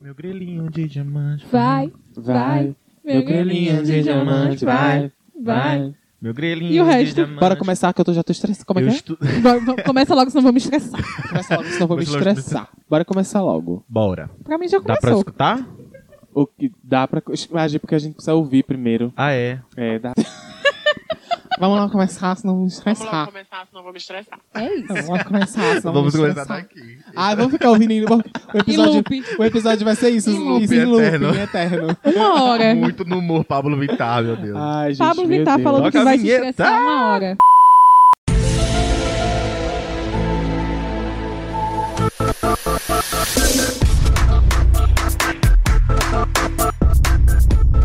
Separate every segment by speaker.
Speaker 1: Meu grelhinho de diamante.
Speaker 2: Vai, vai.
Speaker 3: Vai,
Speaker 1: Meu grelhinho de diamante. Vai,
Speaker 2: vai.
Speaker 3: vai.
Speaker 1: Meu grelhinho
Speaker 2: E o resto?
Speaker 1: de diamante.
Speaker 3: Bora começar que eu tô, já tô estressado. Como é
Speaker 1: Eu
Speaker 3: que é?
Speaker 1: estu-
Speaker 2: Vai, vai, Começa logo, senão eu vou me estressar.
Speaker 3: Começa logo, senão eu vou me
Speaker 1: Muito longe do-
Speaker 3: estressar. Bora começar logo.
Speaker 1: Bora.
Speaker 2: Pra mim já
Speaker 1: Dá pra
Speaker 2: começou.
Speaker 1: escutar?
Speaker 3: O que dá pra agir porque a gente precisa ouvir primeiro.
Speaker 1: Ah, é.
Speaker 3: É, dá. Vamos lá começar, senão eu vou me
Speaker 4: Vamos logo
Speaker 3: estressar.
Speaker 4: começar, senão eu vou me estressar.
Speaker 2: É isso.
Speaker 3: Vamos lá começar, senão eu vou me
Speaker 1: Vamos começar
Speaker 3: estressar.
Speaker 1: daqui.
Speaker 3: Ah, vamos ficar ouvindo. ainda. O episódio, o episódio vai ser isso.
Speaker 2: Em loop
Speaker 3: isso em looping
Speaker 1: eterno.
Speaker 3: eterno.
Speaker 2: Uma hora.
Speaker 1: Muito no humor, Pablo Vittar, meu Deus.
Speaker 3: Ai, gente,
Speaker 2: Pablo
Speaker 3: meu
Speaker 2: Vittar
Speaker 3: Deus.
Speaker 2: falando
Speaker 1: Toca
Speaker 2: que
Speaker 1: a
Speaker 2: vai se
Speaker 1: vinheta.
Speaker 2: estressar uma hora.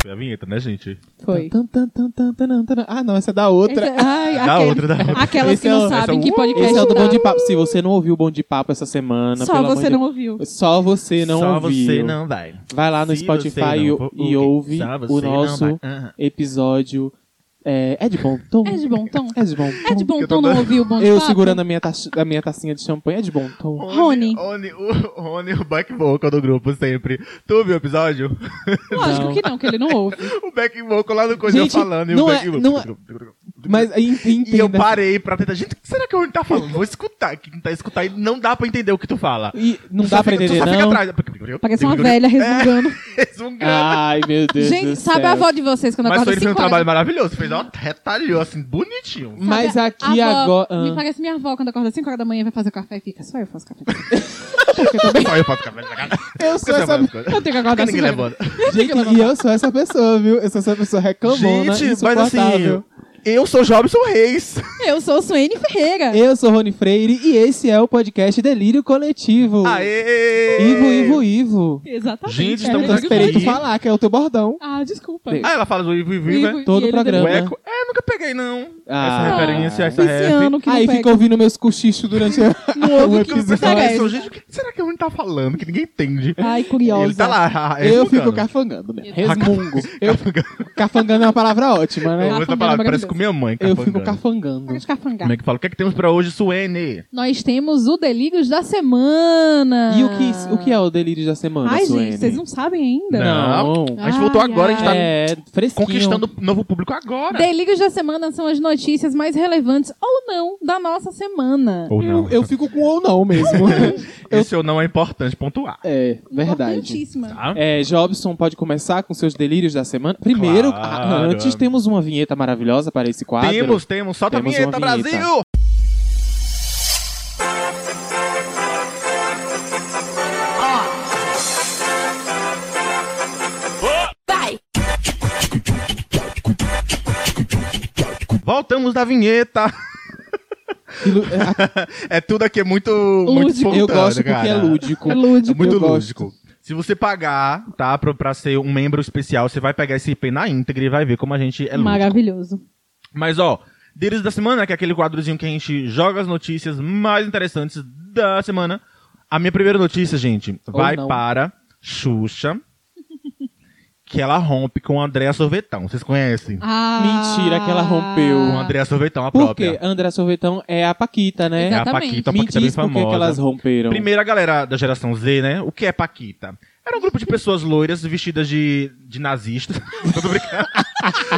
Speaker 1: Foi a vinheta, né, gente?
Speaker 2: Foi.
Speaker 3: Tan, tan, tan, tan, tan, tan. Ah, não, essa é da outra.
Speaker 2: Essa- ai,
Speaker 1: Da
Speaker 2: aquele-
Speaker 1: outra, da outra.
Speaker 2: Aquelas
Speaker 3: Esse
Speaker 2: que
Speaker 3: é
Speaker 2: não
Speaker 3: o-
Speaker 2: sabem
Speaker 1: essa-
Speaker 2: que
Speaker 1: uh,
Speaker 2: podcast
Speaker 3: Esse é o do
Speaker 2: tá.
Speaker 3: Bom de Papo. Se você não ouviu o Bom de Papo essa semana,
Speaker 2: Só
Speaker 3: pelo amor
Speaker 2: você
Speaker 3: de
Speaker 2: não ouviu.
Speaker 3: Deus, Só você não
Speaker 1: Só
Speaker 3: ouviu.
Speaker 1: você não vai.
Speaker 3: Vai lá no
Speaker 1: Se
Speaker 3: Spotify
Speaker 1: você
Speaker 3: e,
Speaker 1: não
Speaker 3: e ouve
Speaker 1: Só você
Speaker 3: o
Speaker 1: não
Speaker 3: nosso
Speaker 1: vai. Aham.
Speaker 3: episódio. É, é de bom tom?
Speaker 2: É de bom tom?
Speaker 3: É de bom
Speaker 2: É de
Speaker 3: tom?
Speaker 2: bom
Speaker 1: Eu tô
Speaker 2: tom não
Speaker 1: dando-
Speaker 2: ouvir o Bom de
Speaker 3: Eu
Speaker 2: Papo?
Speaker 3: segurando a minha, taça- a minha tacinha de champanhe. É de bom tom?
Speaker 2: Rony.
Speaker 1: Rony, o, Rony, o back vocal do grupo sempre. Tu viu o episódio?
Speaker 2: Lógico
Speaker 3: Não.
Speaker 2: que não, que ele não ouve.
Speaker 1: O back vocal lá no coisa eu
Speaker 3: Gente,
Speaker 1: falando. e o
Speaker 3: não
Speaker 1: back
Speaker 3: é-
Speaker 1: vocal.
Speaker 3: não Mas en- entenda.
Speaker 1: E eu parei pra tentar. Gente, o que será que o Rony tá falando? Vou escutar. Que tentar escutar e não dá pra entender o que tu fala.
Speaker 3: E não
Speaker 1: Tu
Speaker 3: dá
Speaker 1: só
Speaker 3: pra
Speaker 1: fica- tu
Speaker 3: entender,
Speaker 1: só fica
Speaker 3: não? Ah,
Speaker 1: atrás.
Speaker 2: Parece uma velha resmungando.
Speaker 1: Resmungando.
Speaker 3: Ai, meu É. Deus do
Speaker 2: Gente,
Speaker 3: céu.
Speaker 2: sabe a avó de vocês quando
Speaker 1: um Mas
Speaker 2: acorda
Speaker 1: foi ele fez um
Speaker 2: 5
Speaker 1: trabalho
Speaker 2: horas?
Speaker 1: maravilhoso. Fez, ó, retalhou assim, bonitinho.
Speaker 2: Sabe
Speaker 3: Mas
Speaker 2: a-
Speaker 3: aqui
Speaker 2: a avó-
Speaker 3: agora... Ah,
Speaker 2: Me parece minha avó quando acorda 5 horas da manhã vai fazer o café e fica. Só eu faço café.
Speaker 1: Só eu faço café na cara.
Speaker 3: eu sou
Speaker 1: Porque você
Speaker 3: essa...
Speaker 1: vai-
Speaker 2: Eu tenho que acordar
Speaker 1: Porque ninguém
Speaker 2: 5 horas.
Speaker 1: levanta.
Speaker 3: Gente, e eu sou essa pessoa, viu? Eu sou essa pessoa reclamona,
Speaker 1: Gente, mas
Speaker 3: né? insuportável.
Speaker 1: assim, eu sou Jobson Reis.
Speaker 2: Eu sou Suene Ferreira.
Speaker 3: Eu sou Rony Freire e esse é o podcast Delírio Coletivo.
Speaker 1: Aê!
Speaker 3: Ivo, Ivo, Ivo.
Speaker 2: Exatamente.
Speaker 1: Gente,
Speaker 3: É, eu
Speaker 1: estamos
Speaker 3: tô
Speaker 1: aqui.
Speaker 3: esperando tu falar, que é o teu bordão.
Speaker 2: Ah, desculpa.
Speaker 3: Sim.
Speaker 1: Ah, ela fala do Ivo, Ivo,
Speaker 2: Ivo
Speaker 1: né?
Speaker 2: e
Speaker 3: Todo
Speaker 2: ele
Speaker 3: programa.
Speaker 1: O
Speaker 2: deu-
Speaker 1: eco. É, nunca peguei, não.
Speaker 3: Ah.
Speaker 1: Essa referência, essa
Speaker 2: Esse
Speaker 1: ref.
Speaker 2: ano que não
Speaker 3: Aí
Speaker 2: pega.
Speaker 3: fica ouvindo meus cochichos durante
Speaker 2: No
Speaker 3: o
Speaker 2: ovo que
Speaker 1: Eu
Speaker 2: você
Speaker 3: episódio.
Speaker 1: pensava,
Speaker 2: Interessa.
Speaker 1: isso, gente, o que será que o Rony tá falando? Que ninguém entende.
Speaker 2: Ai, curiosa.
Speaker 1: Ele tá lá,
Speaker 3: É Eu fico
Speaker 1: café.
Speaker 3: cafangando, né? Resmungo. Eu,
Speaker 1: Cafungando.
Speaker 3: cafangando é uma palavra ótima,
Speaker 1: Eu
Speaker 3: né?
Speaker 1: vou essa
Speaker 2: Cafungando,
Speaker 1: palavra, parece
Speaker 2: maravilhoso.
Speaker 1: com minha mãe.
Speaker 3: Eu fico
Speaker 1: cafungando.
Speaker 3: cafangando.
Speaker 2: Para de cafangar.
Speaker 1: Como é que fala? O que é que temos pra hoje, Suene?
Speaker 2: Nós temos o Delírios da Semana.
Speaker 3: E o que, o que é o delírio da semana,
Speaker 2: Ai,
Speaker 3: Suene?
Speaker 2: gente, vocês não sabem ainda.
Speaker 3: Não.
Speaker 1: A gente voltou
Speaker 2: Ai,
Speaker 1: agora, a gente tá
Speaker 3: É, fresquinho.
Speaker 1: conquistando novo público agora.
Speaker 2: Delírios da Semana são as notícias mais relevantes ou não da nossa semana.
Speaker 1: Ou
Speaker 3: Eu, eu fico com ou não mesmo.
Speaker 1: Esse ou não é importante pontuar.
Speaker 3: é, verdade.
Speaker 2: Importantíssima.
Speaker 1: Tá?
Speaker 3: É, Jobson pode começar com seus delírios da semana. Primeiro,
Speaker 1: Claro.
Speaker 3: a- antes temos uma vinheta maravilhosa para esse quadro.
Speaker 1: Temos, temos. Solta
Speaker 3: Temos
Speaker 1: a vinheta,
Speaker 3: uma vinheta.
Speaker 1: Brasil! Voltamos da vinheta.
Speaker 3: E Lu- é, a-
Speaker 1: É tudo aqui é muito, muito
Speaker 2: Lúdico.
Speaker 1: espontâneo,
Speaker 3: Eu gosto porque
Speaker 1: cara.
Speaker 3: é lúdico.
Speaker 2: É lúdico.
Speaker 1: É muito
Speaker 3: Eu gosto.
Speaker 1: lúdico. Se você pagar, tá, pra, pra ser um membro especial, você vai pegar esse IP na íntegra e vai ver como a gente é lúdico.
Speaker 2: Maravilhoso.
Speaker 1: Mas, ó, Delírios da Semana, que é aquele quadrozinho que a gente joga as notícias mais interessantes da semana. A minha primeira notícia, gente,
Speaker 3: Ou
Speaker 1: vai
Speaker 3: não.
Speaker 1: para Xuxa, que ela rompe com a Andréa Sorvetão. Vocês conhecem?
Speaker 2: Ah.
Speaker 3: Mentira que ela rompeu.
Speaker 1: Com a Andréa Sorvetão, a
Speaker 3: Por
Speaker 1: própria.
Speaker 3: quê? André Sorvetão é a Paquita, né?
Speaker 1: É a
Speaker 2: Exatamente.
Speaker 1: Paquita, a
Speaker 3: Me
Speaker 1: Paquita é bem
Speaker 3: diz por que
Speaker 1: famosa.
Speaker 3: que elas romperam.
Speaker 1: Primeiro, a galera da geração Z, né? O que é Paquita? Era um grupo de pessoas loiras vestidas de, de nazistas. Tô brincando.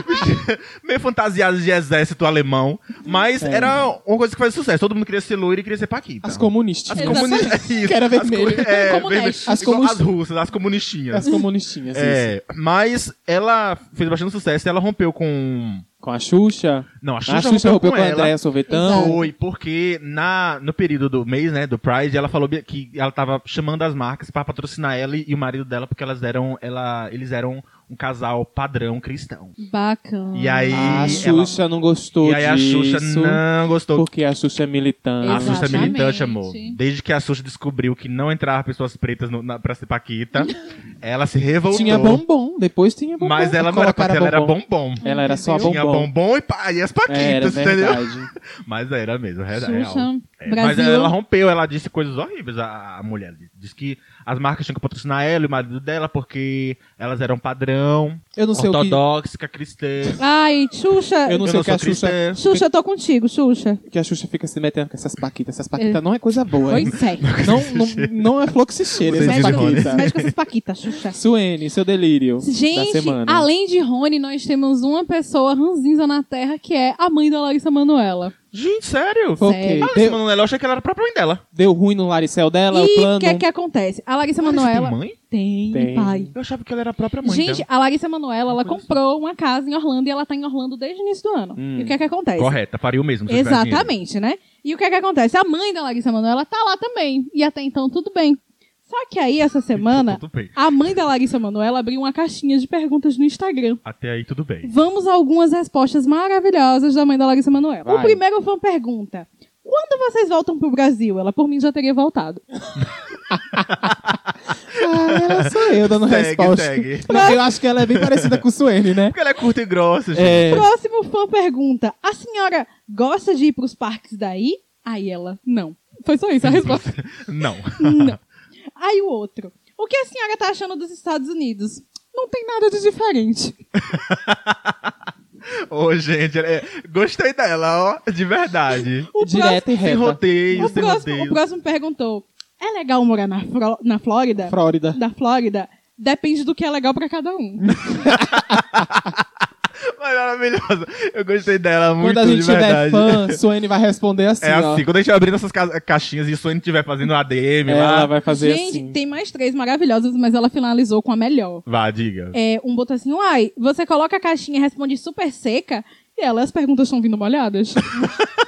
Speaker 1: Vestida- Meio fantasiadas de exército alemão. Mas
Speaker 3: É.
Speaker 1: era uma coisa que fazia sucesso. Todo mundo queria ser loiro e queria ser Paquita. É
Speaker 3: As comunistas.
Speaker 1: então. As
Speaker 2: Exatamente.
Speaker 1: comunistas.
Speaker 3: Que era vermelho.
Speaker 1: é,
Speaker 2: Comunex.
Speaker 1: vermelho.
Speaker 3: As
Speaker 1: Igual
Speaker 3: comunis-
Speaker 1: as russas, as comunistinhas.
Speaker 3: As comunistinhas. isso.
Speaker 1: É, mas ela fez bastante sucesso. Ela rompeu com.
Speaker 3: Com a Xuxa.
Speaker 1: Não, a Xuxa,
Speaker 3: A Xuxa rompeu com a
Speaker 1: ela.
Speaker 3: Andréa Sorvetão.
Speaker 1: Foi, Então, porque na, no período do mês, né, do Pride, ela falou que ela tava chamando as marcas pra patrocinar ela e o marido dela, porque elas eram, ela, eles eram um casal padrão cristão.
Speaker 2: Bacana.
Speaker 1: E aí,
Speaker 3: Ah, A
Speaker 1: ela-
Speaker 3: Xuxa não gostou
Speaker 1: e aí a Xuxa
Speaker 3: disso.
Speaker 1: não gostou.
Speaker 3: Porque a Xuxa é militante.
Speaker 1: A Xuxa é
Speaker 2: Exatamente.
Speaker 1: militante, amor. Desde que a Xuxa descobriu que não entrava pessoas pretas no, na, pra ser Paquita, Ela se revoltou.
Speaker 3: Tinha bombom, depois tinha bombom.
Speaker 1: Mas ela não era
Speaker 3: Colocaram
Speaker 1: pateta, ela era bombom.
Speaker 3: Ela era só
Speaker 1: Tinha
Speaker 3: bombom.
Speaker 1: bombom e, pa, e as paquitas,
Speaker 3: É, era
Speaker 1: entendeu?
Speaker 3: verdade.
Speaker 1: Mas era mesmo, era real.
Speaker 2: Xuxa,
Speaker 1: É, Mas
Speaker 2: Brasil.
Speaker 1: ela rompeu, ela disse coisas horríveis, a, a mulher. Disse que as marcas tinham que patrocinar ela e o marido dela porque elas eram padrão,
Speaker 3: Eu não sei o que...
Speaker 1: ortodoxa, cristã.
Speaker 2: Ai, Xuxa.
Speaker 3: Eu não
Speaker 1: Eu
Speaker 3: sei
Speaker 1: não
Speaker 3: o que a
Speaker 1: sou
Speaker 3: Xuxa...
Speaker 1: cristã.
Speaker 2: Xuxa, eu tô contigo, Xuxa.
Speaker 3: Que a Xuxa fica se metendo com essas paquitas. Essas paquitas não é coisa boa. hein?
Speaker 2: Pois é.
Speaker 3: Não, não, não é flor que se cheira,
Speaker 1: Vocês
Speaker 3: essas
Speaker 1: dizem, olha.
Speaker 3: paquitas.
Speaker 2: Mexe com essas paquitas, Xuxa.
Speaker 3: Suene, seu delírio da
Speaker 2: Gente,
Speaker 3: semana.
Speaker 2: além de Rony, nós temos uma pessoa ranzinza na Terra, que é a mãe da Larissa Manoela.
Speaker 1: Gente, sério?
Speaker 3: Ok.
Speaker 2: Sério.
Speaker 1: Ah, essa
Speaker 3: Deu, Então,
Speaker 1: Manoela, eu achei que ela era a própria mãe dela.
Speaker 3: deu ruim no laricel dela, o
Speaker 2: e
Speaker 3: plano.
Speaker 2: o que é que acontece? A Larissa
Speaker 3: é
Speaker 2: Manoela
Speaker 1: Ela tem mãe?
Speaker 2: tem,
Speaker 3: Tem. então.
Speaker 2: pai.
Speaker 1: Eu achava que ela era a própria mãe
Speaker 2: Gente,
Speaker 1: dela.
Speaker 2: a Larissa Manoela, ela comprou uma casa em Orlando e ela tá em Orlando desde o início do ano.
Speaker 3: Hum.
Speaker 2: E o que é que acontece?
Speaker 1: Correta, faria o mesmo. se eu tivesse dinheiro.
Speaker 2: Exatamente, né? E o que é que acontece? A mãe da Larissa Manoela tá lá também. E até então tudo bem. Só que aí, essa semana,
Speaker 1: Tudo bem.
Speaker 2: a mãe da Larissa Manoela abriu uma caixinha de perguntas no Instagram.
Speaker 1: Até aí tudo bem. É
Speaker 2: Vamos a algumas respostas maravilhosas da mãe da Larissa Manoela. O
Speaker 3: Vai.
Speaker 2: primeiro foi uma pergunta. Quando vocês voltam pro Brasil? Ela, por mim, já teria voltado.
Speaker 3: Ah, ela sou eu dando
Speaker 1: Segue,
Speaker 3: resposta.
Speaker 1: segue.
Speaker 3: Não, eu acho que ela é bem parecida com Suene, né?
Speaker 1: Porque ela é curta e grossa, gente.
Speaker 3: É,
Speaker 2: Próximo fã pergunta. A senhora gosta de ir pros parques daí? Aí ela, não. Foi só isso a resposta.
Speaker 1: Não.
Speaker 2: Não. Aí o outro. O que a senhora tá achando dos Estados Unidos? Não tem nada de diferente.
Speaker 1: Ô, gente, ela é- gostei dela, ó, de verdade.
Speaker 3: É
Speaker 2: O
Speaker 3: direta e
Speaker 1: Sem
Speaker 3: reta.
Speaker 1: roteio,
Speaker 2: próximo, o,
Speaker 1: sem
Speaker 2: próximo, o
Speaker 1: roteio.
Speaker 2: próximo perguntou. É legal morar na, Fro- na Flórida?
Speaker 3: Frórida.
Speaker 2: Da Flórida? Depende do que é legal pra cada um.
Speaker 1: Maravilhosa. Eu gostei dela muito,
Speaker 3: Quando a gente
Speaker 1: de
Speaker 3: tiver
Speaker 1: verdade.
Speaker 3: fã, Suene vai responder assim,
Speaker 1: é
Speaker 3: ó.
Speaker 1: assim, quando a gente abrir nossas ca- caixinhas e o Sony estiver fazendo ADM
Speaker 3: Ela
Speaker 1: lá,
Speaker 3: vai fazer
Speaker 2: Gente,
Speaker 3: assim.
Speaker 2: tem mais três maravilhosas, mas ela finalizou com a melhor.
Speaker 1: vá, diga.
Speaker 2: É, um botou assim, uai, você coloca a caixinha e responde super seca, e ela, as perguntas estão vindo molhadas.
Speaker 3: É.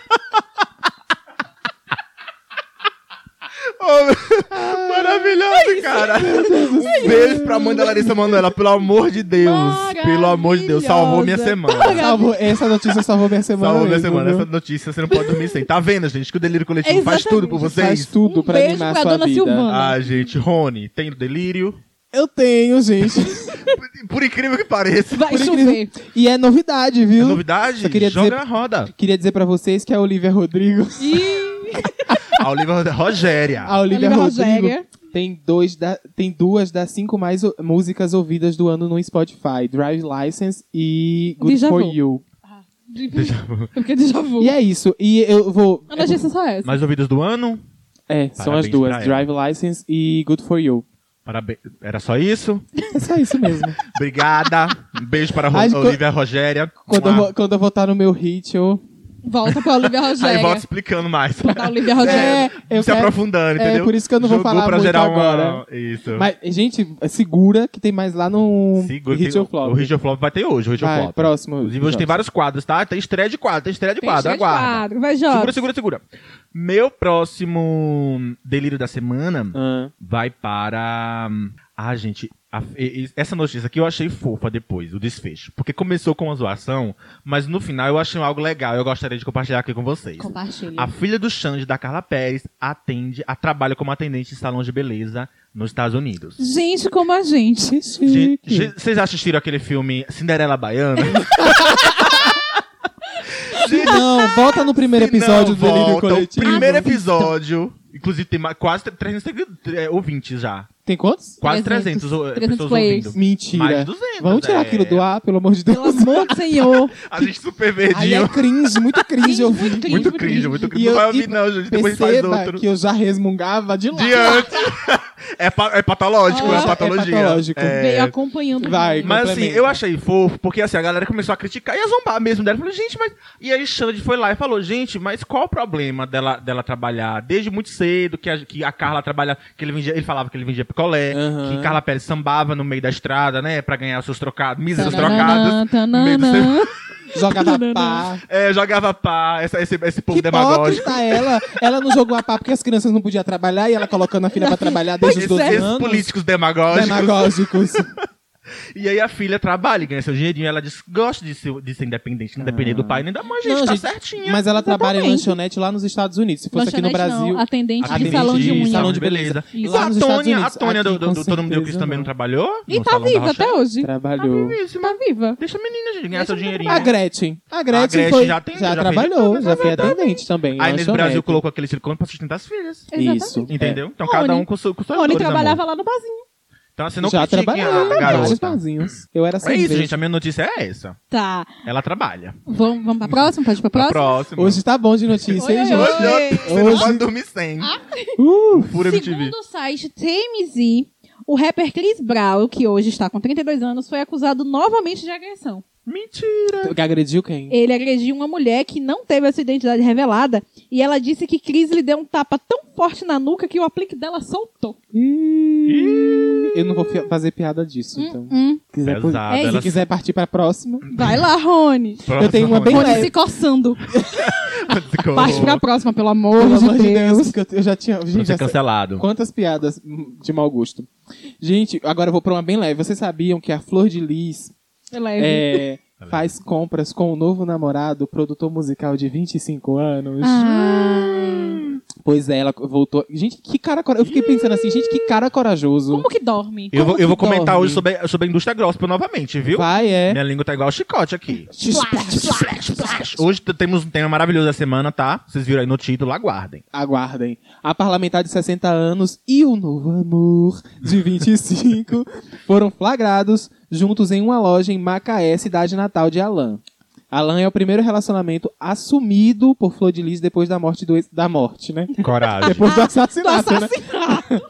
Speaker 1: Ô, maravilhoso, cara. Um beijo pra mãe da Larissa Manoela, pelo amor de Deus. Pelo amor de Deus, salvou minha semana.
Speaker 2: Maravilhosa.
Speaker 3: Salvou- essa notícia salvou minha semana.
Speaker 1: Salvou minha
Speaker 3: mesmo,
Speaker 1: semana.
Speaker 3: viu?
Speaker 1: Essa notícia você não pode dormir sem. Tá vendo, gente? Que o delírio coletivo faz
Speaker 2: Exatamente.
Speaker 1: tudo por
Speaker 3: Faz
Speaker 1: vocês.
Speaker 3: tudo
Speaker 2: Um
Speaker 3: pra
Speaker 2: beijo
Speaker 3: animar
Speaker 2: pra
Speaker 3: sua
Speaker 2: dona
Speaker 3: vida.
Speaker 2: Silvana.
Speaker 1: Ah, gente, Rony, tem delírio?
Speaker 3: Eu tenho, gente.
Speaker 1: Por- Por incrível que pareça.
Speaker 2: Vai
Speaker 3: Por
Speaker 2: chover.
Speaker 3: incrível- E é novidade,
Speaker 1: É
Speaker 3: viu?
Speaker 1: novidade?
Speaker 3: Só queria
Speaker 1: Joga
Speaker 3: dizer-
Speaker 1: a roda.
Speaker 3: Queria dizer pra vocês que a Olivia Rodrigo.
Speaker 2: Ih,
Speaker 1: A Olivia Rod- Rogéria.
Speaker 3: A Olivia,
Speaker 2: Olivia
Speaker 3: Rodrigo
Speaker 2: Rogéria.
Speaker 3: tem, dois da- tem duas das cinco mais o- músicas ouvidas do ano no Spotify: Drive License e Good
Speaker 2: Déjà
Speaker 3: For
Speaker 2: vu.
Speaker 3: You.
Speaker 2: porque já vou.
Speaker 3: E é isso. E eu vou.
Speaker 2: A notícia é só essa.
Speaker 1: Mais ouvidas do ano?
Speaker 3: É, são as
Speaker 1: Parabéns
Speaker 3: duas:
Speaker 1: pra
Speaker 3: Drive License e Good For You.
Speaker 1: Parabéns. Era só isso?
Speaker 3: É só isso mesmo.
Speaker 1: Obrigada. Um beijo para a
Speaker 3: Ai,
Speaker 1: Ro-
Speaker 3: de co-
Speaker 1: Olivia Rogéria.
Speaker 3: quando, eu,
Speaker 1: Mua.
Speaker 3: vou- quando eu voltar no meu hit, eu.
Speaker 2: Volta pra Olivia Rogéria.
Speaker 1: Aí volta assim, explicando mais.
Speaker 2: Pra Olivia
Speaker 3: É,
Speaker 2: Rogéria.
Speaker 3: eu
Speaker 1: se
Speaker 3: quero-
Speaker 1: aprofundando,
Speaker 3: é,
Speaker 1: entendeu?
Speaker 3: por isso que eu não vou
Speaker 1: Jogou
Speaker 3: falar
Speaker 1: pra
Speaker 3: muito
Speaker 1: gerar uma-
Speaker 3: agora.
Speaker 1: Isso.
Speaker 3: Mas, um gente, segura que tem mais lá no
Speaker 1: Segura,
Speaker 3: Hit
Speaker 1: tem-
Speaker 3: ou Flop.
Speaker 1: O Hit or Flop vai ter hoje, o Hit or
Speaker 3: Vai,
Speaker 1: Flop.
Speaker 3: próximo.
Speaker 1: Inclusive, hoje tem vários quadros, tá? Tem estreia de quadro, tem estreia de
Speaker 2: Tem
Speaker 1: quadro,
Speaker 2: cheio de
Speaker 1: aguarda.
Speaker 2: quadro. Vai,
Speaker 1: Segura,
Speaker 2: Jorge.
Speaker 1: segura, segura. Meu próximo delírio da semana
Speaker 3: Ah,
Speaker 1: vai para... Ah, gente, a- e- e- essa notícia aqui eu achei fofa depois, o desfecho. Porque começou com uma zoação, mas no final eu achei algo legal. Eu gostaria de compartilhar aqui com vocês.
Speaker 2: Compartilha.
Speaker 1: A filha do Xande, da Carla Pérez, atende, a trabalha como atendente em salão de beleza nos Estados Unidos.
Speaker 2: Gente como a gente.
Speaker 3: que
Speaker 1: Ge-
Speaker 3: chique.
Speaker 1: ge- Vocês já assistiram aquele filme Cinderela Baiana?
Speaker 3: Se não, volta no primeiro
Speaker 1: Se não,
Speaker 3: episódio do Delírio
Speaker 1: volta, o
Speaker 3: Coletivo.
Speaker 1: Primeiro
Speaker 2: Ah, não,
Speaker 1: episódio. Inclusive, tem ma- quase 300 segui- é, ouvintes já.
Speaker 3: Tem quantos?
Speaker 1: Quase
Speaker 2: 300,
Speaker 1: 300, o- é,
Speaker 2: 300
Speaker 1: pessoas
Speaker 2: players.
Speaker 1: ouvindo.
Speaker 3: Mentira.
Speaker 1: Mais de 200,
Speaker 3: Vamos tirar
Speaker 1: é.
Speaker 3: aquilo do ar, pelo amor de Deus.
Speaker 2: Pelo amor do Senhor.
Speaker 1: A gente super
Speaker 3: Aí é
Speaker 1: verdinho.
Speaker 3: cringe, muito cringe eu vi.
Speaker 2: cringe,
Speaker 1: Muito cringe, muito
Speaker 3: E
Speaker 1: cringe. Não
Speaker 3: eu-
Speaker 1: vai
Speaker 3: e
Speaker 1: ouvir, não, gente. Depois a gente faz
Speaker 3: Perceba
Speaker 1: outro.
Speaker 3: que eu já resmungava de lá.
Speaker 1: Diante. é, pa- é patológico,
Speaker 2: Ah,
Speaker 1: é
Speaker 2: é
Speaker 1: patologia.
Speaker 3: patológico.
Speaker 1: É.
Speaker 2: Veio acompanhando.
Speaker 3: Vai.
Speaker 2: muito.
Speaker 1: Mas assim,
Speaker 3: complementa.
Speaker 1: eu achei fofo, porque assim, a galera começou a criticar e a zombar mesmo dela. Eu Falei, gente, mas. E aí Xande foi lá e falou, gente, mas qual o problema dela, dela trabalhar desde muito cedo, que a, que a Carla trabalhava, que ele vendia, ele falava que ele vendia picolé,
Speaker 3: Aham.
Speaker 1: que Carla Pérez sambava no meio da estrada, né? Pra ganhar os seus trocados, míseros
Speaker 2: Tananã,
Speaker 1: trocados. no meio do seu-
Speaker 2: tananã.
Speaker 3: Jogava pá.
Speaker 1: É, jogava pá, essa- esse, esse povo
Speaker 3: Que
Speaker 1: demagógico.
Speaker 3: hipócrita ela. Ela não jogou a pá porque as crianças não podiam
Speaker 2: assim, é.
Speaker 3: trabalhar e ela colocando a filha pra trabalhar desde os
Speaker 1: Esses,
Speaker 3: 12
Speaker 1: esses
Speaker 3: anos.
Speaker 1: políticos demagógicos.
Speaker 3: Demagógicos.
Speaker 1: E E aí a filha trabalha e ganha seu dinheirinho. Ela diz, gosta de ser, de ser independente, não depender do pai nem da mãe, gente,
Speaker 3: Não,
Speaker 1: tá
Speaker 3: gente,
Speaker 1: certinha.
Speaker 3: Mas ela trabalha em
Speaker 2: Exatamente.
Speaker 3: lanchonete lá nos Estados Unidos. Se fosse aqui no
Speaker 2: Lanchonete não,
Speaker 3: Brasil.
Speaker 2: atendente,
Speaker 3: atendente
Speaker 2: de salão de
Speaker 3: de
Speaker 2: unha.
Speaker 3: salão de beleza.
Speaker 2: Isso.
Speaker 1: Igual
Speaker 3: Lá
Speaker 1: a
Speaker 3: nos Estados
Speaker 1: Tônia, a
Speaker 3: Unidos,
Speaker 1: Tônia do,
Speaker 3: aqui,
Speaker 1: do,
Speaker 3: com
Speaker 1: do Todo Mundo Deu Cris
Speaker 3: certeza,
Speaker 1: também não
Speaker 3: não.
Speaker 1: trabalhou?
Speaker 2: E
Speaker 1: no
Speaker 2: tá
Speaker 1: salão da
Speaker 2: viva
Speaker 1: Rochelle?
Speaker 2: até hoje. Tá
Speaker 3: Trabalhou.
Speaker 1: vivíssima.
Speaker 2: Tá viva.
Speaker 1: Deixa a menina gente, ganhar
Speaker 2: Deixa
Speaker 1: seu
Speaker 2: a menina
Speaker 1: dinheirinho.
Speaker 3: A Gretchen. A Gretchen,
Speaker 1: Gretchen
Speaker 3: foi-
Speaker 1: já tem- já fez
Speaker 3: trabalhou,
Speaker 1: tudo,
Speaker 3: já foi
Speaker 1: exatamente.
Speaker 3: atendente também. em
Speaker 1: Aí nesse
Speaker 3: lanchonete.
Speaker 1: Brasil colocou aquele silicone pra sustentar as filhas.
Speaker 3: Isso. É.
Speaker 2: Exatamente.
Speaker 1: Entendeu? Então
Speaker 2: Rony.
Speaker 1: cada um com, seu, com suas
Speaker 2: Rony
Speaker 1: dores,
Speaker 2: trabalhava
Speaker 1: amor.
Speaker 2: lá no barzinho.
Speaker 1: Então assim, não
Speaker 3: já né?
Speaker 1: critiquem
Speaker 3: trabalhou,
Speaker 1: a
Speaker 3: vários
Speaker 1: garota.
Speaker 3: pauzinhos. Eu era
Speaker 1: É
Speaker 3: sem
Speaker 1: isso, gente. A minha notícia é essa.
Speaker 2: Tá.
Speaker 1: Ela trabalha.
Speaker 2: Vamos, vamos pra próxima? Pode ir pra próxima?
Speaker 1: Próximo.
Speaker 3: Hoje tá bom de notícia,
Speaker 2: Oi,
Speaker 3: hein,
Speaker 2: oi,
Speaker 3: gente?
Speaker 2: oi.
Speaker 1: é Você não
Speaker 3: Hoje-
Speaker 1: pode dormir sem.
Speaker 3: Uh,
Speaker 1: Pura MTV.
Speaker 2: Segundo o site TMZ, o rapper Chris Brown, que hoje está com 32 anos, foi acusado novamente de agressão.
Speaker 1: Mentira.
Speaker 3: que agrediu quem?
Speaker 2: Ele agrediu uma mulher que não teve a sua identidade revelada e ela disse que Chris lhe deu um tapa tão forte na nuca que o aplique dela soltou.
Speaker 3: Ih, Eu não vou fi- fazer piada disso, então.
Speaker 2: Hum,
Speaker 3: Se quiser,
Speaker 1: Pesado,
Speaker 3: É, se
Speaker 1: ela-
Speaker 3: quiser partir pra próxima.
Speaker 2: vai lá, Rony.
Speaker 3: Eu tenho uma bem
Speaker 2: Rony
Speaker 3: leve.
Speaker 2: se coçando.
Speaker 1: Ficou-
Speaker 2: Parte pra próxima, pelo amor
Speaker 3: Pelo
Speaker 2: de
Speaker 3: amor
Speaker 2: Deus.
Speaker 3: de Deus, porque eu, eu já tinha.
Speaker 1: Pra
Speaker 3: Gente, assim.
Speaker 1: ser
Speaker 3: essa-
Speaker 1: cancelado.
Speaker 3: quantas piadas hum, de mau gosto. Gente, agora eu vou pra uma bem leve. Vocês sabiam que a Flor de Lis
Speaker 2: Leve.
Speaker 3: é, faz compras com o novo namorado, produtor musical de 25 anos?
Speaker 2: Ah,
Speaker 3: Pois é, ela voltou. Gente, que cara corajoso. Eu fiquei pensando assim, gente, que cara corajoso.
Speaker 2: como que dorme?
Speaker 1: Eu vou, eu vou
Speaker 3: Como que
Speaker 1: comentar
Speaker 3: dorme?
Speaker 1: hoje sobre, sobre a indústria gospel novamente, viu?
Speaker 3: Vai, é.
Speaker 1: Minha língua tá igual chicote aqui.
Speaker 3: Splash, splash, splash.
Speaker 1: Hoje t- temos um tema maravilhoso da semana, tá? Vocês viram aí no título, aguardem.
Speaker 3: Aguardem. A parlamentar de 60 anos e o novo amor de 25 foram flagrados juntos em uma loja em Macaé, cidade natal de Alain. Alain é o primeiro relacionamento assumido por Flor de Lis depois da morte do ex- da morte, né?
Speaker 1: Coragem.
Speaker 3: Depois do
Speaker 2: Ah, Do
Speaker 3: assassinato, né?
Speaker 2: assassinato.